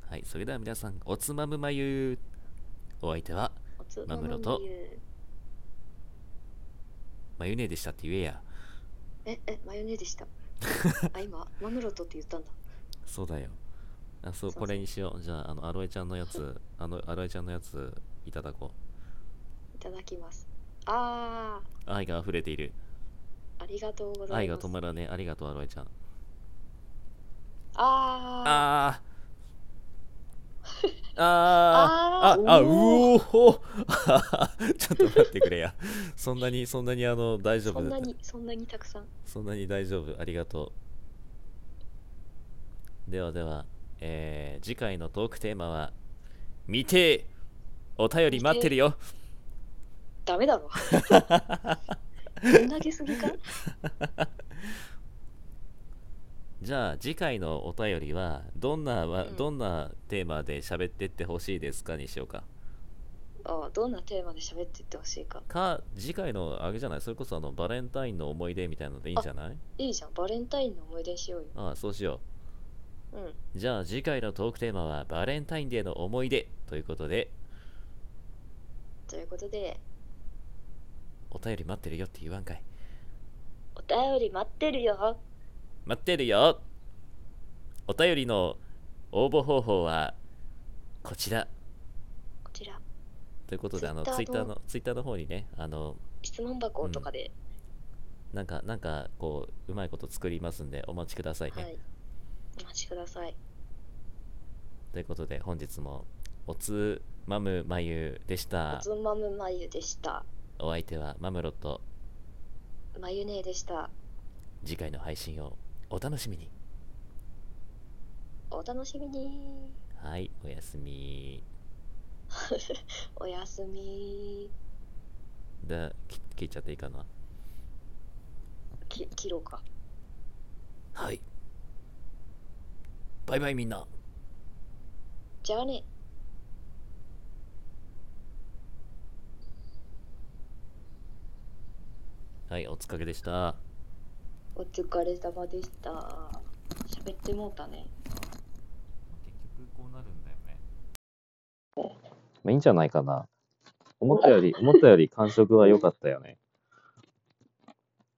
Speaker 1: はい、それでは皆さん、おつまむまゆお相手は、
Speaker 2: おつ
Speaker 1: マムロとまゆねでしたって言えや。
Speaker 2: ええマヨネーでした
Speaker 1: <laughs>
Speaker 2: あ今マムロとって言ったんだ
Speaker 1: そうだよ。あ、そう、
Speaker 2: そう
Speaker 1: これにしよう。じゃあ、あの、アロエちゃんのやつ、あの、アロエちゃんのやつ、いただこ
Speaker 2: いただきますあ
Speaker 1: う。愛が溢れている。
Speaker 2: ーありがとうござ
Speaker 1: 愛
Speaker 2: い
Speaker 1: が
Speaker 2: ま
Speaker 1: 止
Speaker 2: す
Speaker 1: まらねえ。ありがとう、アロエちゃん。
Speaker 2: あ
Speaker 1: あー。あーあ、
Speaker 2: あー
Speaker 1: あ、う
Speaker 2: う
Speaker 1: おほ <laughs> ちょっと待ってくれや。そんなに、そんなに、あの、大
Speaker 2: ー
Speaker 1: 丈
Speaker 2: そ
Speaker 1: 夫
Speaker 2: ん
Speaker 1: だ
Speaker 2: な
Speaker 1: った
Speaker 2: にそんなにたくさん
Speaker 1: そんなに大丈夫、ありがとう。ではでは、えー次回のトークテーマは、未定お便り待ってるよ
Speaker 2: ダメ
Speaker 1: <laughs>
Speaker 2: だろぶん投げすぎか
Speaker 1: じゃあ次回のお便りは、どんなは、
Speaker 2: うん
Speaker 1: どんなテーマで喋ってってほしいですかにしようか。
Speaker 2: あーどんなテーマで喋ってってほしいか
Speaker 1: か、次回のあれじゃない、それこそあのバレンタインの思い出みたいなのでいいんじゃない
Speaker 2: いいじゃんバレンタインの思い出にしようよ
Speaker 1: ああ、そうしよ
Speaker 2: うん
Speaker 1: う。じゃあ次回のトークテーマは、バレンタインデーの思い出ということで、
Speaker 2: ということで
Speaker 1: お便り待ってるよって言わんかい。
Speaker 2: お便り待ってるよ
Speaker 1: 待ってるよお便りの応募方法はこちら
Speaker 2: こちら
Speaker 1: ということであのツイッ
Speaker 2: Twitter
Speaker 1: ター
Speaker 2: の
Speaker 1: のツイッターの方にねあの
Speaker 2: 質問箱とかで、
Speaker 1: なんかなんかこううまいこと作りますんでお待ちくださいね、
Speaker 2: はいお待ちください
Speaker 1: ということで本日もおつまむまゆでし
Speaker 2: お
Speaker 1: た
Speaker 2: つまむまゆでした
Speaker 1: お相手はマムロと
Speaker 2: まゆねーでした
Speaker 1: 次回の配信をお楽しみに
Speaker 2: お楽しみに <laughs>
Speaker 1: はいおやすみ
Speaker 2: おやすみ
Speaker 1: だき聞いちゃっていいかな
Speaker 2: き切ろうか
Speaker 4: はい。バイバイみんな。
Speaker 2: じゃあね
Speaker 1: はいお疲れでした
Speaker 2: お疲れ様でした喋ってもうたね
Speaker 1: 結局こうなるんだよね。まあいいんじゃないかな。思ったより、思ったより感触は良かったよね。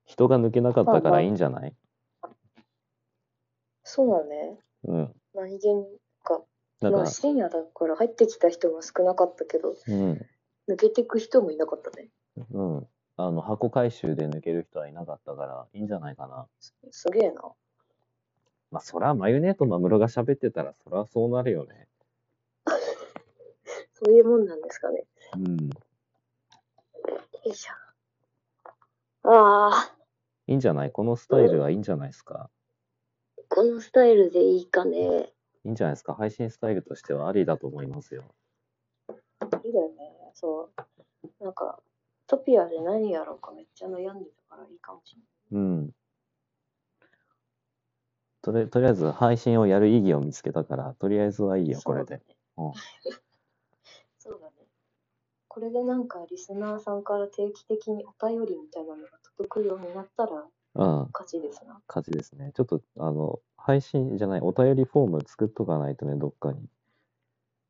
Speaker 1: 人が抜けなかったからいいんじゃない
Speaker 2: そうだね
Speaker 1: うん。
Speaker 2: 何気にか
Speaker 1: だか
Speaker 2: ま
Speaker 1: ら
Speaker 2: あ、深夜だから入ってきた人も少なかったけど
Speaker 1: うん。
Speaker 2: 抜けてく人もいなかったね
Speaker 1: うん。あの、箱回収で抜ける人はいなかったからいいんじゃないかな。
Speaker 2: すげえな
Speaker 1: まあ、そら、マヨネーとマムロが喋ってたら、そらそうなるよね。
Speaker 2: そういうもんなんですかね
Speaker 1: うん。
Speaker 2: よいしょあ
Speaker 1: いいんじゃないこのスタイルはいいんじゃないですか
Speaker 2: あこのスタイルでいいかね。いい
Speaker 1: いいんじゃないですか。配信スタイルとしてはありだと思いますよ。
Speaker 2: だよね。そう。なんか、トピアで何やろうかめっちゃ悩んでたからいいかもしれない。
Speaker 1: うん。とりとりあえず配信をやる意義を見つけたから、とりあえずはいいよ、これで。うん
Speaker 2: <laughs> そうだね。これでなんかリスナーさんから定期的にお便りみたいなのが届くようになった
Speaker 1: う
Speaker 2: ら
Speaker 1: ん。
Speaker 2: 勝ちですな。
Speaker 1: 感じですね。ちょっと、あの、配信じゃない、お便りフォーム作っとかないとね、どっかに。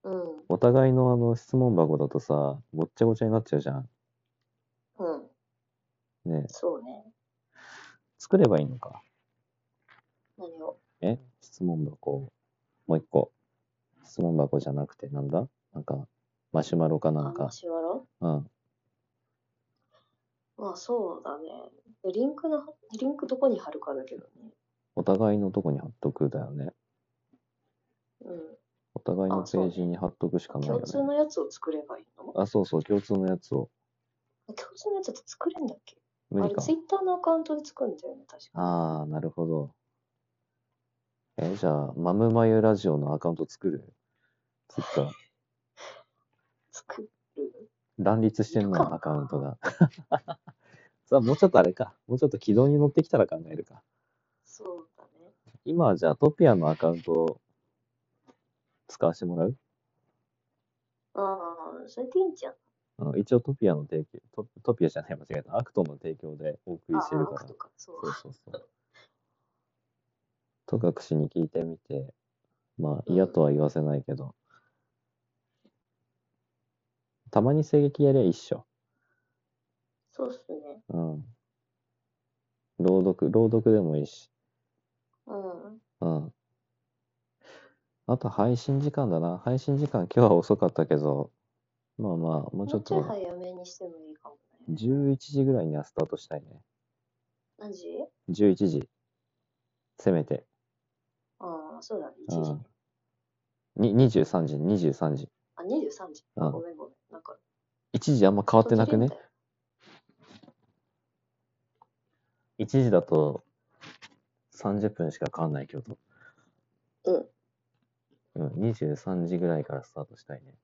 Speaker 2: うん。
Speaker 1: お互いのあの質問箱だとさ、ごっちゃごちゃになっちゃうじゃん。
Speaker 2: うん。
Speaker 1: ねえ
Speaker 2: そうね。
Speaker 1: 作ればいいのか。
Speaker 2: 何を。
Speaker 1: え質問箱。もう一個。質問箱じゃなくて、なんだなんか、マシュマロかなん
Speaker 2: マ
Speaker 1: か。
Speaker 2: シュマロ
Speaker 1: うん。
Speaker 2: まあそうだね。リンクの、リンクどこに貼るかだけどね。
Speaker 1: お互いのとこに貼っとくだよね。
Speaker 2: う
Speaker 1: お互いの
Speaker 2: あ
Speaker 1: ペ
Speaker 2: そう
Speaker 1: ージに貼っとくしか
Speaker 2: ん。
Speaker 1: ないよ
Speaker 2: 共
Speaker 1: ね。
Speaker 2: 通のやつを作ればいいの
Speaker 1: あ、そうそう、共通のやつを。
Speaker 2: 共通のやつって作れんだっけ
Speaker 1: 無
Speaker 2: あ
Speaker 1: 理
Speaker 2: れ
Speaker 1: か。
Speaker 2: ツイッターのアカウントで作るんだよね、確か
Speaker 1: ああ、なるほど。え、じゃあ、マムマユラジオのアカウント作るツイッター。
Speaker 2: 作る
Speaker 1: 乱立してん
Speaker 2: いるか
Speaker 1: な、アカウントが。 <laughs> さあ、もうちょっとあれか。もうちょっと軌道に乗ってきたら考えるか。
Speaker 2: そうだね。
Speaker 1: 今はじゃあ、トピアのアカウントを使わせてもらう、
Speaker 2: ああ、それでいいんじゃん。
Speaker 1: うん、一応トピアの提供ト、トピアじゃない、間違えた。アクトの提供でお送り
Speaker 2: あ
Speaker 1: してる
Speaker 2: あ、
Speaker 1: か
Speaker 2: 悪
Speaker 1: ら
Speaker 2: と。か、そう。
Speaker 1: そうそうそう。戸隠に聞いてみて、まあ嫌とは言わせないけど、たまに声撃やりゃ一緒。
Speaker 2: そうっすね。
Speaker 1: うん。朗読、朗読でもいいし。
Speaker 2: うん。
Speaker 1: うん。あと配信時間だな。配信時間今日は遅かったけど、まあまあ、もうち
Speaker 2: も
Speaker 1: ょっ
Speaker 2: うちょ
Speaker 1: と、
Speaker 2: い早めにしてもいいかもね。
Speaker 1: 11時ぐらいにはスタートしたいね。
Speaker 2: 何時
Speaker 1: 11時。せめて。
Speaker 2: ああ、そうだね。1
Speaker 1: う
Speaker 2: 時、
Speaker 1: ん
Speaker 2: ね。。
Speaker 1: に23時、23時。
Speaker 2: あ、23時。
Speaker 1: うん
Speaker 2: ごめんごめん。なんか、
Speaker 1: 1時あんま変わってなくね
Speaker 2: 途切れんだよ。
Speaker 1: 1時だと30分しか変わんないけど。
Speaker 2: うん。
Speaker 1: うん、23時ぐらいからスタートしたいね。